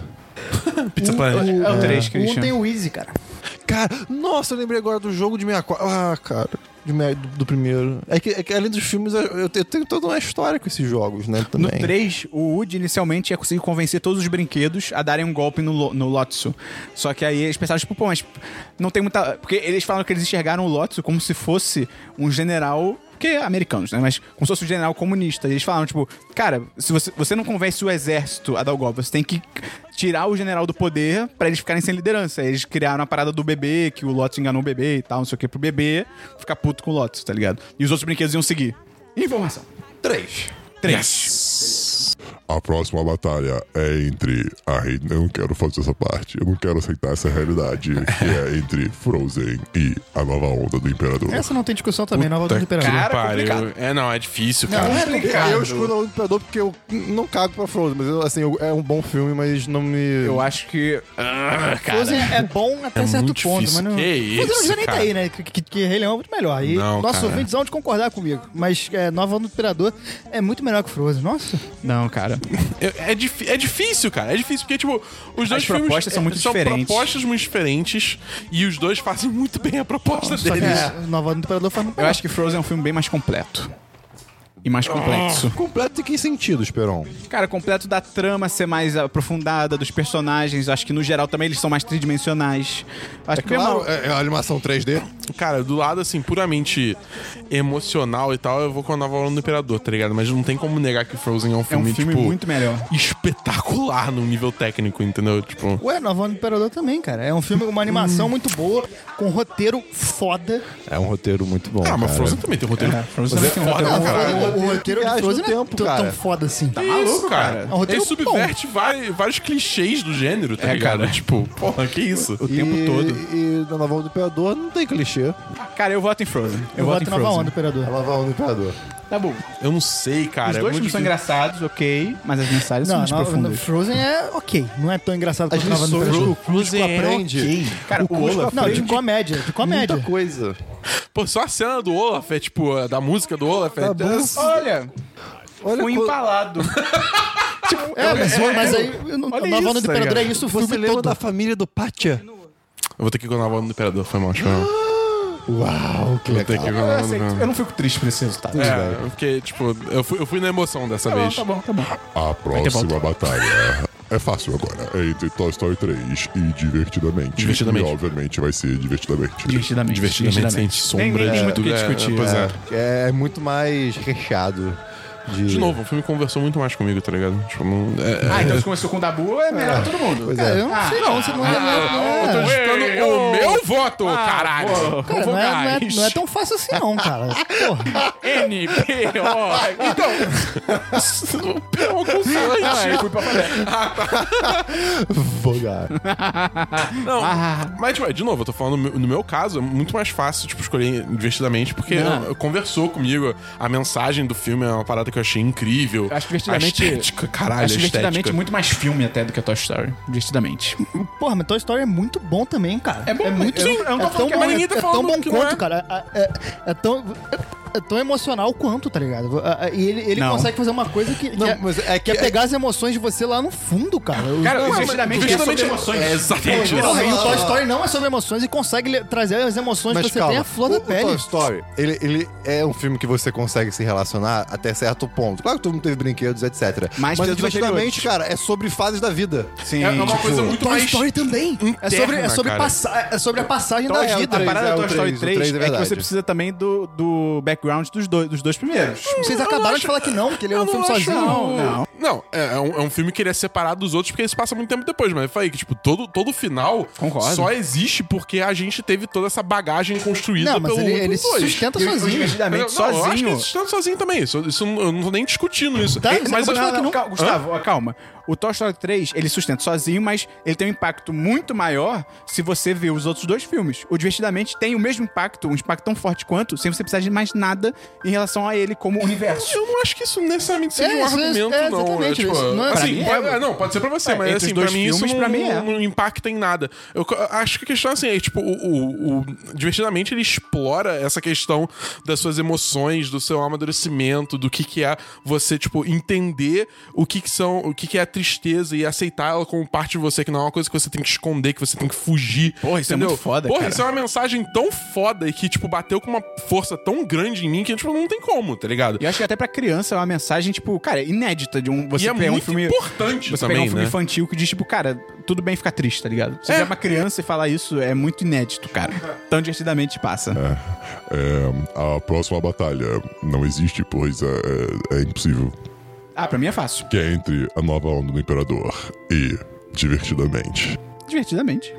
Speaker 4: Pizza Planet.
Speaker 1: É o 3,
Speaker 2: O 1
Speaker 1: Christian.
Speaker 2: tem o Easy, cara.
Speaker 3: Cara, nossa, eu lembrei agora do jogo de 64. Ah, cara. de me- Do, do primeiro. É que, é que além dos filmes, eu, eu tenho toda uma história com esses jogos, né?
Speaker 1: No
Speaker 3: Também.
Speaker 1: 3, o Woody inicialmente ia conseguir convencer todos os brinquedos a darem um golpe no, lo- no Lotso. Só que aí eles pensaram, tipo, pô, mas não tem muita. Porque eles falaram que eles enxergaram o Lotso como se fosse um general. Porque é americanos, né? Mas como se fosse um general comunista. E eles falaram, tipo, cara, se você, você não convence o exército a dar o golpe, você tem que tirar o general do poder pra eles ficarem sem liderança. Aí Eles criaram a parada do bebê, que o Lotso enganou o bebê e tal, não sei o que, pro bebê ficar puto com o Lotso, tá ligado? E os outros brinquedos iam seguir. Informação. 3. 3.
Speaker 6: A próxima batalha é entre. Ai, eu não quero fazer essa parte. Eu não quero aceitar essa realidade. Que é entre Frozen e a nova onda do Imperador.
Speaker 2: Essa não tem discussão também, nova do Imperador.
Speaker 4: Cara,
Speaker 1: Cara,
Speaker 4: pariu. É, não, é difícil, cara.
Speaker 3: Eu, eu escuto o Imperador porque eu não cago pra Frozen, mas eu, assim, eu- é um bom filme, mas não me.
Speaker 1: Eu acho que. Ah, cara.
Speaker 2: Frozen é bom até
Speaker 4: É
Speaker 2: certo
Speaker 4: muito
Speaker 2: ponto,
Speaker 4: difícil.
Speaker 2: mas não.
Speaker 4: Que
Speaker 2: Frozen não
Speaker 4: isso,
Speaker 2: devia nem tá
Speaker 4: cara.
Speaker 2: aí, né? Que, que, que Rei Leão é muito melhor. E
Speaker 4: Não,
Speaker 2: nossos
Speaker 4: cara.
Speaker 2: ouvintes vão concordar comigo. Mas é, Nova Onda do Imperador é muito melhor que Frozen. Nossa.
Speaker 1: Não, cara.
Speaker 4: Eu- É, difí- é difícil, cara. É difícil, porque, tipo, os dois
Speaker 1: As propostas
Speaker 4: filmes, é,
Speaker 1: são muito diferentes.
Speaker 4: propostas muito diferentes e os dois fazem muito bem a proposta
Speaker 2: Só que
Speaker 4: deles.
Speaker 2: Nova Onda do Imperador faz muito
Speaker 1: Eu
Speaker 2: melhor.
Speaker 1: acho que Frozen é um filme bem mais completo. E mais complexo.
Speaker 3: Completo em que sentido, Esperon?
Speaker 1: Cara, completo da trama ser mais aprofundada, dos personagens. Acho que no geral também eles são mais tridimensionais. Acho que
Speaker 3: Claro,
Speaker 1: mesmo-
Speaker 3: é, é a animação 3D.
Speaker 4: Cara, do lado, assim, puramente emocional e tal, eu vou com a nova Onda do Imperador, tá ligado? Mas não tem como negar que Frozen é um
Speaker 1: é um
Speaker 4: filme,
Speaker 1: filme
Speaker 4: tipo,
Speaker 1: muito melhor.
Speaker 4: espetacular no nível técnico, entendeu? Tipo,
Speaker 2: Ué, Nova Onda do Imperador também, cara. É um filme com uma animação muito boa, com um roteiro foda.
Speaker 3: É um roteiro muito bom.
Speaker 4: ah, mas
Speaker 3: cara.
Speaker 4: Frozen também tem roteiro.
Speaker 1: Frozen também tem um
Speaker 4: foda
Speaker 1: roteiro
Speaker 4: pra
Speaker 2: O-
Speaker 4: caralho.
Speaker 2: o, o roteiro de
Speaker 3: Viagem no
Speaker 2: Frozen não é
Speaker 3: tempo,
Speaker 2: tão-
Speaker 3: cara.
Speaker 2: tão foda assim.
Speaker 4: Que isso, Tá cara.
Speaker 2: É um roteiro
Speaker 4: Ele subverte vari- vários clichês do gênero, tá
Speaker 1: É,
Speaker 4: ligado?
Speaker 1: cara.
Speaker 4: Tipo, porra, que isso?
Speaker 1: O tempo
Speaker 3: e,
Speaker 1: todo.
Speaker 3: E da Nova Onda do Imperador não tem clichê.
Speaker 1: Cara, eu voto em Frozen. Eu,
Speaker 2: Eu
Speaker 1: voto
Speaker 2: voto
Speaker 1: em
Speaker 2: Nova
Speaker 1: Frozen.
Speaker 2: Onda do Imperador.
Speaker 3: A Nova Onda do Imperador.
Speaker 1: Tá bom.
Speaker 4: Eu não sei, cara.
Speaker 1: Os
Speaker 4: é
Speaker 1: dois
Speaker 4: muito
Speaker 1: filmes são
Speaker 4: difícil.
Speaker 1: engraçados, ok. Mas as mensagens são
Speaker 2: Não,
Speaker 1: mais
Speaker 2: Nova-
Speaker 1: profundas.
Speaker 2: Frozen é ok. Não é tão engraçado
Speaker 3: As
Speaker 2: quanto Nova Onda do
Speaker 3: lições que
Speaker 2: Imperador.
Speaker 3: o Cusco aprende.
Speaker 1: Cara, o
Speaker 3: Cusco
Speaker 1: Olaf-
Speaker 2: Não, de
Speaker 3: aprende
Speaker 2: comédia, de comédia.
Speaker 3: muita coisa.
Speaker 4: Pô, só a cena do Olaf é tipo, a- da música do Olaf.
Speaker 3: Tá
Speaker 4: É,
Speaker 1: Olha,
Speaker 3: Então, Olha
Speaker 1: fui
Speaker 3: co-
Speaker 1: empalado.
Speaker 2: É, mas, mas aí eu não-
Speaker 1: Olha
Speaker 2: a Nova Onda
Speaker 1: isso,
Speaker 2: do
Speaker 1: tá
Speaker 2: Imperador é
Speaker 1: ligado?
Speaker 2: isso o
Speaker 3: Você
Speaker 2: filme
Speaker 3: lembra
Speaker 2: todo.
Speaker 3: da família do Pátia?
Speaker 4: Eu vou ter que ir com a nova Onda do Imperador, foi mal, chama.
Speaker 3: Uau, que
Speaker 4: Vou ter que ir com a
Speaker 1: Eu,
Speaker 4: nova Onda do
Speaker 1: aceito.
Speaker 4: Imperador.
Speaker 1: Eu não fico triste por esse resultado.
Speaker 4: É, porque, tipo, eu fui, eu fui na emoção dessa vez.
Speaker 1: Tá bom, tá bom.
Speaker 6: A próxima batalha é fácil agora. É entre Toy Story 3 e Divertidamente.
Speaker 4: Divertidamente.
Speaker 6: E obviamente vai ser Divertidamente.
Speaker 1: Divertidamente.
Speaker 4: Divertidamente,
Speaker 1: né?
Speaker 4: sem
Speaker 1: Nem,
Speaker 4: sombra
Speaker 1: nem tem
Speaker 4: de
Speaker 1: muito o que
Speaker 4: dúvida.
Speaker 1: discutir.
Speaker 4: É, pois é.
Speaker 3: É, é muito mais recheado. De,
Speaker 4: De novo, o filme conversou muito mais comigo, tá ligado? Tipo, não. É,
Speaker 1: Ah, então se começou com o Dabu, é melhor pra todo mundo.
Speaker 3: Pois
Speaker 2: Cara,
Speaker 3: é.
Speaker 2: eu não
Speaker 1: Ah,
Speaker 2: sei não, você não é... não é-
Speaker 4: eu tô disputando o meu voto, caralho!
Speaker 2: Cara, não é, não, é, não é tão fácil assim não, cara. Porra.
Speaker 4: NPO! Então.
Speaker 1: Tipo,
Speaker 4: P.O. consonante.
Speaker 3: Vogar.
Speaker 4: Não, mas, tipo, de novo, eu tô falando, no meu- no meu caso, é muito mais fácil, tipo, escolher investidamente, porque
Speaker 1: Não.
Speaker 4: eu- conversou comigo, a mensagem do filme é uma parada que eu achei incrível.
Speaker 1: Acho que Divertidamente-
Speaker 4: A estética,
Speaker 3: é
Speaker 4: caralho,
Speaker 1: Acho
Speaker 4: a
Speaker 1: divertidamente
Speaker 4: estética.
Speaker 1: muito mais filme até do que a Toy Story. Divertidamente.
Speaker 2: Porra, mas Toy Story é muito bom também, cara.
Speaker 1: É bom,
Speaker 2: muito
Speaker 1: eu não- eu não tô
Speaker 2: é
Speaker 1: falando
Speaker 2: tão
Speaker 1: que é,
Speaker 2: bom,
Speaker 1: mas
Speaker 4: ninguém tá
Speaker 2: é, é tão
Speaker 4: falando
Speaker 2: bom
Speaker 4: que não
Speaker 2: quanto,
Speaker 4: é.
Speaker 2: cara. É, é- é tão... é- é tão emocional quanto, tá ligado? É- é- E ele, ele
Speaker 1: Não.
Speaker 2: consegue fazer uma coisa que, que
Speaker 3: Não,
Speaker 2: é,
Speaker 3: mas é
Speaker 2: que
Speaker 3: que-
Speaker 2: é pegar as emoções de você lá no fundo, cara. Eu-
Speaker 1: Cara,
Speaker 4: Ué, mas
Speaker 1: divertidamente,
Speaker 4: divertidamente-
Speaker 1: é sobre emoções.
Speaker 4: É, exatamente. isso.
Speaker 2: Porra, e o Toy Story não é sobre emoções e consegue le- trazer as emoções
Speaker 3: Ah. Mas
Speaker 2: que você
Speaker 3: calma,
Speaker 2: tem à flor da
Speaker 3: o,
Speaker 2: pele.
Speaker 3: O Toy Story, ele, ele é um filme que você consegue se relacionar até certo ponto. Claro que todo mundo teve brinquedos, etc.
Speaker 1: Mas
Speaker 3: Mas
Speaker 1: tem os
Speaker 3: divertidamente, cara, é sobre fases da vida.
Speaker 1: Sim.
Speaker 4: É uma
Speaker 1: tipo,
Speaker 4: coisa muito
Speaker 2: Toy
Speaker 4: mais.
Speaker 2: Story também. é sobre, é
Speaker 4: interna,
Speaker 2: sobre,
Speaker 4: cara.
Speaker 2: passa- é sobre a passagem
Speaker 3: Toy
Speaker 2: da
Speaker 3: Story
Speaker 2: vida.
Speaker 1: A parada
Speaker 3: é
Speaker 1: da
Speaker 3: o
Speaker 1: Toy Story
Speaker 3: três, o
Speaker 1: 3,
Speaker 3: três é
Speaker 1: é, que
Speaker 3: verdade.
Speaker 1: você precisa também do, do background dos dois, dos dois primeiros.
Speaker 2: Vocês acabaram de falar que não, que ele é um filme sozinho.
Speaker 1: Não, não.
Speaker 4: Não, é, é um, é um filme que ele é separado dos outros porque ele se passa muito tempo depois, mas eu falei que, tipo, todo, todo final
Speaker 1: Concordo.
Speaker 4: só existe porque a gente teve toda essa bagagem construída
Speaker 2: Não, mas
Speaker 4: pelo
Speaker 2: ele,
Speaker 4: um e
Speaker 2: ele
Speaker 4: pelo
Speaker 2: se
Speaker 4: dois.
Speaker 2: sustenta
Speaker 1: Eu- eu
Speaker 2: sozinho.
Speaker 1: divertidamente,
Speaker 4: Não, eu acho que
Speaker 1: sozinho.
Speaker 4: eles estão sozinhos também. Isso, isso eu não tô nem discutindo isso.
Speaker 2: Tá,
Speaker 4: Mas
Speaker 2: mas
Speaker 4: eu
Speaker 1: Não,
Speaker 4: acho
Speaker 1: não,
Speaker 4: que não-
Speaker 1: não, cal- Gustavo, ó, calma. O Toy Story 3, ele sustenta sozinho, mas ele tem um impacto muito maior se você vê os outros dois filmes. O Divertidamente tem o mesmo impacto, um impacto tão forte quanto, sem você precisar de mais nada em relação a ele como universo.
Speaker 4: Eu não acho que isso necessariamente seja
Speaker 2: É, isso
Speaker 4: um
Speaker 2: é-
Speaker 4: argumento,
Speaker 2: é,
Speaker 4: não. É,
Speaker 2: exatamente
Speaker 4: tipo,
Speaker 2: isso. Não é-
Speaker 4: assim,
Speaker 1: Pra mim é.
Speaker 4: pode- é, não, pode ser pra você,
Speaker 1: É,
Speaker 4: mas
Speaker 1: entre os
Speaker 4: assim,
Speaker 1: dois
Speaker 4: pra mim isso
Speaker 1: filmes,
Speaker 4: não,
Speaker 1: pra mim é.
Speaker 4: não impacta em nada. Eu co- acho que a questão é assim, é tipo, o, o- o- divertidamente ele explora essa questão das suas emoções, do seu amadurecimento, do que que é você, tipo, entender o que que são, o que que é a tristeza e aceitar ela como parte de você, que não é uma coisa que você tem que esconder, que você tem que fugir.
Speaker 1: Porra, isso é
Speaker 4: entendeu?
Speaker 1: muito foda,
Speaker 4: Porra,
Speaker 1: cara.
Speaker 4: isso é uma mensagem tão foda e que, tipo, bateu com uma força tão grande em mim que, tipo, não tem como, tá ligado?
Speaker 1: E eu acho que até pra criança é uma mensagem, tipo, cara, inédita de um. Você
Speaker 4: E é
Speaker 1: pegar um
Speaker 4: muito
Speaker 1: filme.
Speaker 4: importante
Speaker 1: você
Speaker 4: também,
Speaker 1: pegar um filme
Speaker 4: né?
Speaker 1: infantil que diz, tipo, cara, tudo bem ficar triste, tá ligado? Você
Speaker 4: É.
Speaker 1: é. uma criança e falar isso é muito inédito, cara. Tão divertidamente passa.
Speaker 6: É, a próxima batalha não existe, pois é, é- é impossível.
Speaker 1: Ah, pra mim é fácil.
Speaker 6: Que é entre a nova onda do Imperador e Divertidamente.
Speaker 1: Divertidamente.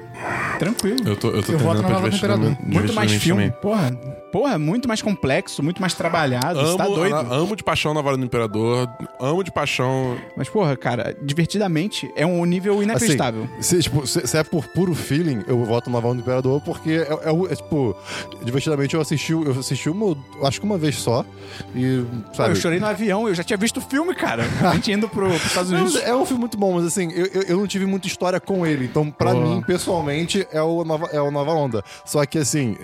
Speaker 1: Tranquilo.
Speaker 4: Eu tô, eu tô
Speaker 2: Eu voto
Speaker 4: tentando
Speaker 2: na
Speaker 4: pra
Speaker 2: nova temperadura.
Speaker 4: divertidamente-
Speaker 1: Muito mais
Speaker 4: divertidamente
Speaker 1: filme.
Speaker 4: também.
Speaker 1: Porra. Porra, muito mais complexo, muito mais trabalhado. Você
Speaker 4: Amo,
Speaker 1: tá doido.
Speaker 4: a- amo de paixão na Vara do Imperador. Amo de paixão.
Speaker 1: Mas, porra, cara, divertidamente é um nível
Speaker 3: Assim,
Speaker 1: inacreditável.
Speaker 3: se, tipo, se, se é por puro feeling, eu voto no Navão do Imperador, porque é, é o- é, tipo, divertidamente eu assisti, o- eu assisti uma, acho que uma vez só. E,
Speaker 1: Pô, eu
Speaker 3: sabe,
Speaker 1: chorei no avião, eu já tinha visto o filme, cara. A gente indo pro, pros Estados
Speaker 3: Não,
Speaker 1: Unidos.
Speaker 3: é um filme muito bom, mas assim, eu, eu, eu não tive muita história com ele. Então, pra mim, pessoalmente, é o, nova, é o Nova Onda. Só que, assim,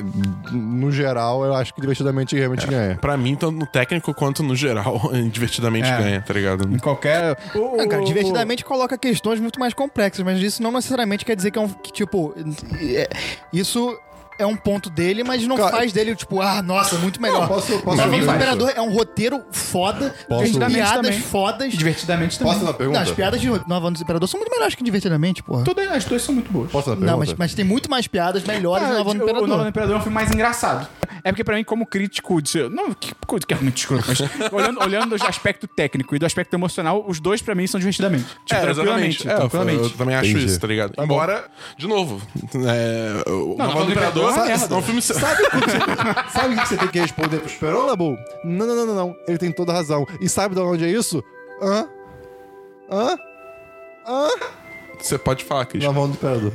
Speaker 3: no geral, eu acho que divertidamente realmente ganha.
Speaker 4: Pra mim, tanto no técnico quanto no geral, divertidamente
Speaker 1: É.
Speaker 4: ganha, tá ligado?
Speaker 1: Em qualquer.
Speaker 2: Ah, cara, divertidamente coloca questões muito mais complexas, mas isso não necessariamente quer dizer que é um. Que, tipo, é- isso é um ponto dele, mas não
Speaker 3: Cara,
Speaker 2: faz dele, tipo, ah, nossa, muito melhor.
Speaker 3: posso- posso
Speaker 2: Nova
Speaker 3: ouvir
Speaker 2: do
Speaker 3: mais?
Speaker 2: Imperador é um roteiro foda,
Speaker 3: Posso-
Speaker 2: tem piadas
Speaker 1: Também.
Speaker 2: fodas.
Speaker 1: Divertidamente também.
Speaker 3: Posso dar uma
Speaker 2: Não,
Speaker 3: pergunta?
Speaker 2: as piadas de Nova Ano do Imperador são muito melhores que divertidamente, porra.
Speaker 1: Todas é- as duas são muito boas.
Speaker 3: Posso dar uma pergunta?
Speaker 2: Não, mas, mas tem muito mais piadas melhores
Speaker 1: Ah,
Speaker 2: no Nova Ano do
Speaker 1: o- o Nova
Speaker 2: Imperador.
Speaker 1: do Imperador é um filme mais engraçado. É porque, pra mim, como crítico, de ser- não, que coisa que é muito escroto, mas olhando, olhando do aspecto técnico e do aspecto emocional, os dois, pra mim, são divertidamente. Tipo,
Speaker 4: É,
Speaker 1: tranquilamente.
Speaker 4: exatamente. É, eu-
Speaker 1: tranquilamente.
Speaker 4: Eu também acho
Speaker 3: Entendi.
Speaker 4: isso, tá ligado? Embora, de novo, é,
Speaker 1: Não,
Speaker 4: o Nova
Speaker 1: Nova
Speaker 4: do Imperador
Speaker 1: Imperador é uma
Speaker 4: é
Speaker 1: merda.
Speaker 4: um filme.
Speaker 3: Sabe o que você- sabe o que você tem que responder pro Esperona, Bull? Não, não, não, não, não. Ele tem toda a razão. E sabe de onde é isso? Hã? Hã?
Speaker 4: Você pode falar, Cris.
Speaker 3: Na mão do imperador.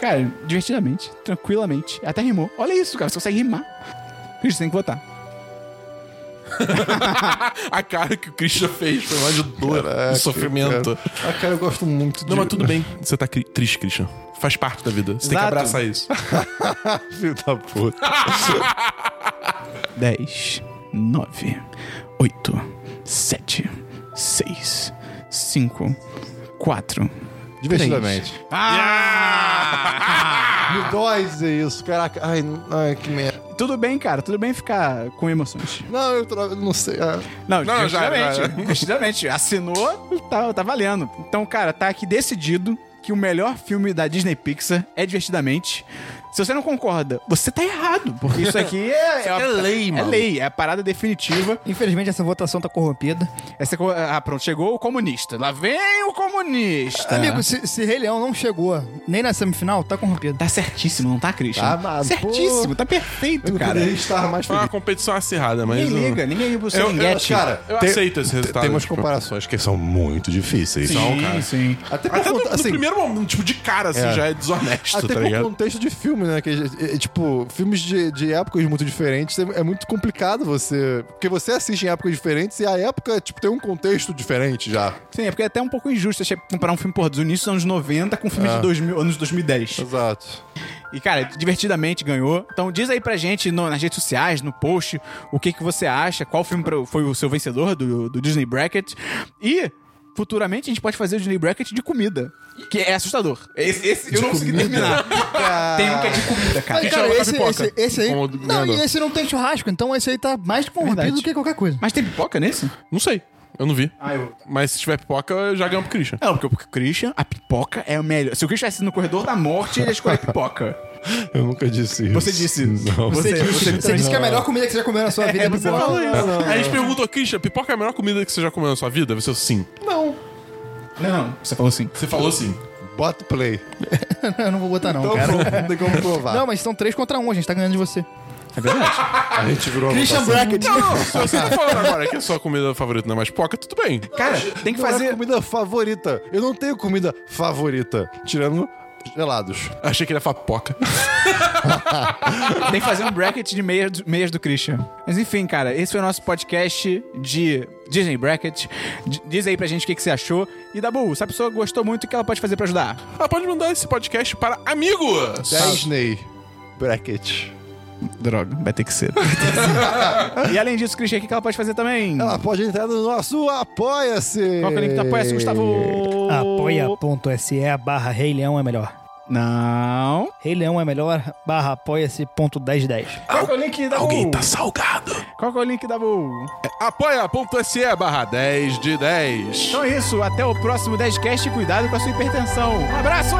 Speaker 1: Cara, divertidamente, tranquilamente. Até rimou. Olha isso, cara. Você consegue rimar. Cris, tem que votar.
Speaker 4: A cara que o Christian fez foi mais de dor,
Speaker 3: Caraca,
Speaker 4: de É, sofrimento.
Speaker 3: Ah, cara, eu gosto muito de...
Speaker 4: Não, mas tudo bem. Você tá cri- triste, Christian. Faz parte da vida. Você tem que
Speaker 1: Exato.
Speaker 4: abraçar isso.
Speaker 3: Filho da puta.
Speaker 1: 10, 9, 8, 7, 6, 5, 4.
Speaker 3: Divertidamente.
Speaker 1: Ah,
Speaker 3: Me dói dizer isso, caraca. Ai, n- ai que merda.
Speaker 1: Tudo bem, cara. Tudo bem ficar com emoções.
Speaker 3: Não, eu tra- eu não sei. ah.
Speaker 1: Não,
Speaker 4: Não,
Speaker 1: não
Speaker 4: já era,
Speaker 1: justamente.
Speaker 4: já era.
Speaker 1: justamente. Assinou, tá, tá valendo. Então, cara, tá aqui decidido que o melhor filme da Disney Pixar é Divertidamente. Se você não concorda, você tá errado, porque isso aqui é, é, uma-
Speaker 4: lei,
Speaker 1: É lei, é a parada definitiva.
Speaker 2: Infelizmente essa votação tá corrompida.
Speaker 1: Essa, co- ah, pronto, chegou o comunista. Lá vem o comunista.
Speaker 2: Amigo, se, se Rei Leão não chegou nem na semifinal, tá corrompido.
Speaker 1: Tá certíssimo, não tá, Christian?
Speaker 3: Tá, mano,
Speaker 1: certíssimo,
Speaker 3: pô.
Speaker 1: tá perfeito,
Speaker 3: Eu não
Speaker 1: cara.
Speaker 3: poderia estar mais
Speaker 4: Foi uma
Speaker 3: feliz.
Speaker 4: competição acirrada, mas.
Speaker 1: Ninguém
Speaker 4: eu-
Speaker 1: liga, ninguém liga pro seu
Speaker 4: Eu- eu-
Speaker 1: Engete.
Speaker 3: Cara,
Speaker 4: Eu aceito esse resultado.
Speaker 3: Tem umas
Speaker 4: tipo.
Speaker 3: comparações que é são muito difíceis.
Speaker 1: sim, sim.
Speaker 3: Até por
Speaker 4: Até no,
Speaker 3: conta,
Speaker 4: no
Speaker 3: assim,
Speaker 4: primeiro momento, tipo, de cara, assim,
Speaker 3: É.
Speaker 4: já é desonesto,
Speaker 3: até
Speaker 4: tá
Speaker 3: por
Speaker 1: um-
Speaker 4: ligado?
Speaker 3: contexto de filme, né? Que, é, é, tipo, filmes de, de épocas muito diferentes, é, é muito complicado você... Porque você assiste em épocas diferentes e a época, tipo, tem um contexto diferente já.
Speaker 1: Sim, é porque é até um pouco injusto você comparar um filme, porra, dos inícios dos anos 90 com um filme de 2000, anos 2010.
Speaker 3: Exato.
Speaker 1: E, cara, divertidamente ganhou. Então diz aí pra gente no- nas redes sociais, no post, o que, que você acha, qual filme pra- foi o seu vencedor do, do Disney Bracket. E futuramente a gente pode fazer o Disney Bracket de comida. Que é assustador. Esse, esse eu não consegui terminar. Tem um que é de comida, cara.
Speaker 2: Mas, cara,
Speaker 4: chama pra
Speaker 2: esse,
Speaker 4: pipoca.
Speaker 2: esse, esse aí.
Speaker 4: Com o
Speaker 2: Não,
Speaker 4: ganhador.
Speaker 2: e esse não tem churrasco, então esse aí tá mais corrompido
Speaker 1: Verdade.
Speaker 2: do que qualquer coisa.
Speaker 1: Mas tem pipoca nesse?
Speaker 4: Não sei. Eu não vi.
Speaker 1: Ah, eu.
Speaker 4: Mas se tiver pipoca, eu já ganho pro Christian.
Speaker 1: Não, porque o Christian, a pipoca é o melhor. Se o Christian estivesse no corredor da morte, ele ia escolher pipoca.
Speaker 3: Eu nunca disse isso.
Speaker 1: Você disse isso.
Speaker 3: Não.
Speaker 1: Você disse.
Speaker 2: Você, disse que é a melhor comida que você já comeu na sua vida é,
Speaker 4: Você
Speaker 2: pipoca.
Speaker 4: falou isso.
Speaker 1: Ah.
Speaker 4: Aí a gente perguntou, Christian, pipoca é a melhor comida que você já comeu na sua vida? Você sim.
Speaker 1: Não, não. Você falou sim.
Speaker 4: Você falou sim.
Speaker 3: Bota o play.
Speaker 2: Eu não vou botar, não,
Speaker 3: Então,
Speaker 2: cara.
Speaker 3: pô, não tem como provar.
Speaker 2: Não, mas são três contra um, a gente tá ganhando de você. Então,
Speaker 1: É verdade.
Speaker 3: a gente virou a
Speaker 2: Christian
Speaker 3: votação.
Speaker 2: Bracket.
Speaker 4: Não, não, se você tá falando agora que a sua comida favorita não é mais pipoca, tudo bem.
Speaker 1: Cara, tem que
Speaker 3: Não é
Speaker 1: fazer.
Speaker 3: comida favorita. Eu não tenho comida favorita. Tirando gelados.
Speaker 4: Achei que ele ia falar pipoca.
Speaker 1: Tem que fazer um bracket de meias do, meias do Christian. Mas enfim, cara, esse foi o nosso podcast de Disney Bracket. D- diz aí pra gente o que, que você achou. E Dabu, se a pessoa gostou muito, o que ela pode fazer pra ajudar?
Speaker 4: Ah, pode mandar esse podcast para amigos.
Speaker 3: Disney Bracket.
Speaker 1: Droga, vai ter que ser. e além disso, Christian, o que, que ela pode fazer também?
Speaker 3: Ela pode entrar no nosso Apoia-se.
Speaker 1: Qual que é o link do Apoia-se, Gustavo?
Speaker 2: então. Apoia.se barra Rei Leão é melhor.
Speaker 1: Não.
Speaker 2: Rei Leão é melhor barra apoia-se ponto 1010.
Speaker 1: Qual que é o link, Dabu?
Speaker 4: salgado.
Speaker 1: Qual que é o link, Dabu?
Speaker 4: Apoia.se barra 10 de 10.
Speaker 1: Então é isso, até o próximo 10cast e cuidado com a sua hipertensão. Um abraço!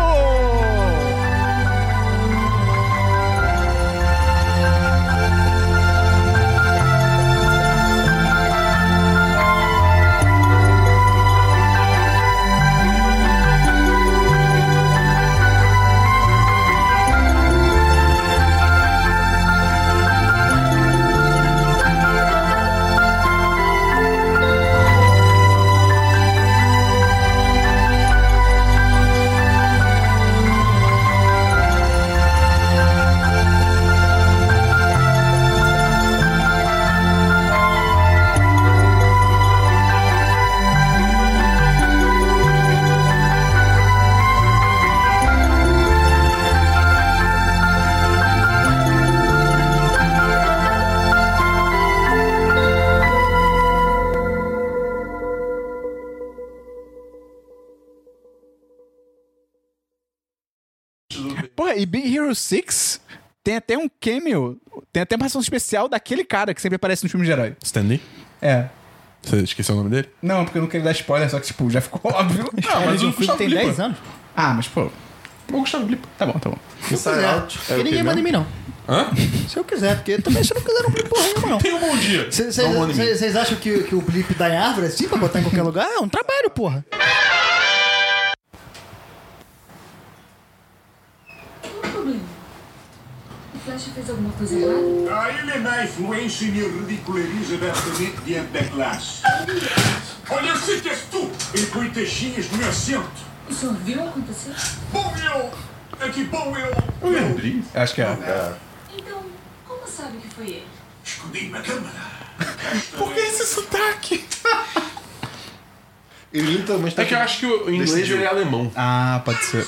Speaker 1: Porra, e Big Hero 6 tem até um cameo, tem até uma ação especial daquele cara que sempre aparece nos filmes de herói.
Speaker 4: Stanley?
Speaker 1: É.
Speaker 4: Você esqueceu o nome dele?
Speaker 1: Não, porque eu não queria dar spoiler, só que, tipo, já ficou óbvio. É,
Speaker 4: Ah, mas
Speaker 1: um
Speaker 4: o Gustavo
Speaker 2: Tem
Speaker 4: Lima.
Speaker 2: 10 anos?
Speaker 1: ah, mas, pô. Vou gostar do blip. Tá bom, tá bom.
Speaker 3: Inside Out.
Speaker 1: É
Speaker 2: e ninguém manda em mim, não.
Speaker 4: Hã?
Speaker 2: Se eu quiser, porque também se eu não quiser, não tem porra nenhuma, não.
Speaker 4: Tenha um bom dia. Não manda em mim.
Speaker 2: Vocês acham que, que o blip dá em árvore assim pra botar em qualquer lugar? É um trabalho, porra.
Speaker 10: Flecha fez alguma coisa errada?
Speaker 11: A ele é má influência e me ridiculariza abertamente diante da classe. Olha, eu sei que és tu! Ele põe teixinhas no meu assento.
Speaker 10: O senhor viu acontecer?
Speaker 11: Bom eu! É que bom eu! Eu
Speaker 1: Acho que é.
Speaker 10: Então, como sabe que foi ele?
Speaker 11: escondi na câmara.
Speaker 4: Por que esse sotaque?
Speaker 3: Ele literalmente tá
Speaker 4: É que eu acho que o inglês
Speaker 3: Decidiu.
Speaker 4: ele é alemão.
Speaker 1: Ah, pode ser.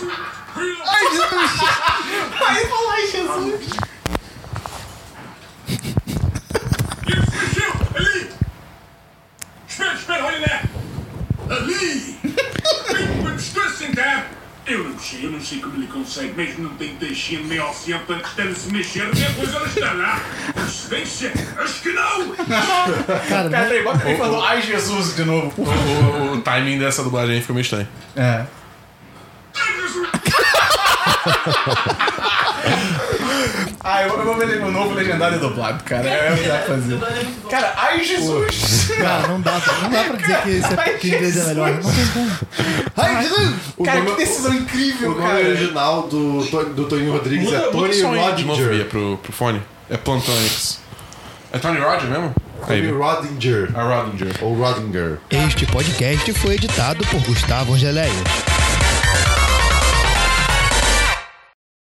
Speaker 11: Ele fugiu! Ali! Espera, espera, olha lá! Ali! Tem uma distância em cá! Eu não sei, eu não sei como ele consegue, mesmo não tem teixinha no meu assento antes dele se mexer, depois ela está lá! Procedência? Acho que não!
Speaker 1: Cara, peraí, bota ele falou, ai Jesus, de novo.
Speaker 4: O, o- o timing dessa dublagem aí ficou meio estranho.
Speaker 1: É.
Speaker 11: Ai, Jesus!
Speaker 1: Ah, eu, eu vou ver o novo legendário dublado, cara. É o que dá pra fazer. Cara, ai Jesus!
Speaker 2: Cara, não dá, pra- não dá pra dizer que, esse é, que inglês é melhor. Não tem como. Ai, Jesus!
Speaker 1: Cara,
Speaker 3: nome- é
Speaker 1: que decisão incrível,
Speaker 3: O nome é
Speaker 1: cara.
Speaker 3: original do, Tony- do Tony Rodrigues
Speaker 4: Muda,
Speaker 3: é
Speaker 4: muda o
Speaker 3: Tony
Speaker 4: som aí de novo Bia,
Speaker 3: Rodinger.
Speaker 4: pro, pro fone. É Plantonix. É Tony Roger mesmo?
Speaker 3: Tony
Speaker 4: Aí, Bia.
Speaker 3: Rodinger.
Speaker 4: é Rodinger.
Speaker 3: Ou Rodinger.
Speaker 2: Este podcast foi editado por Gustavo Angeléia.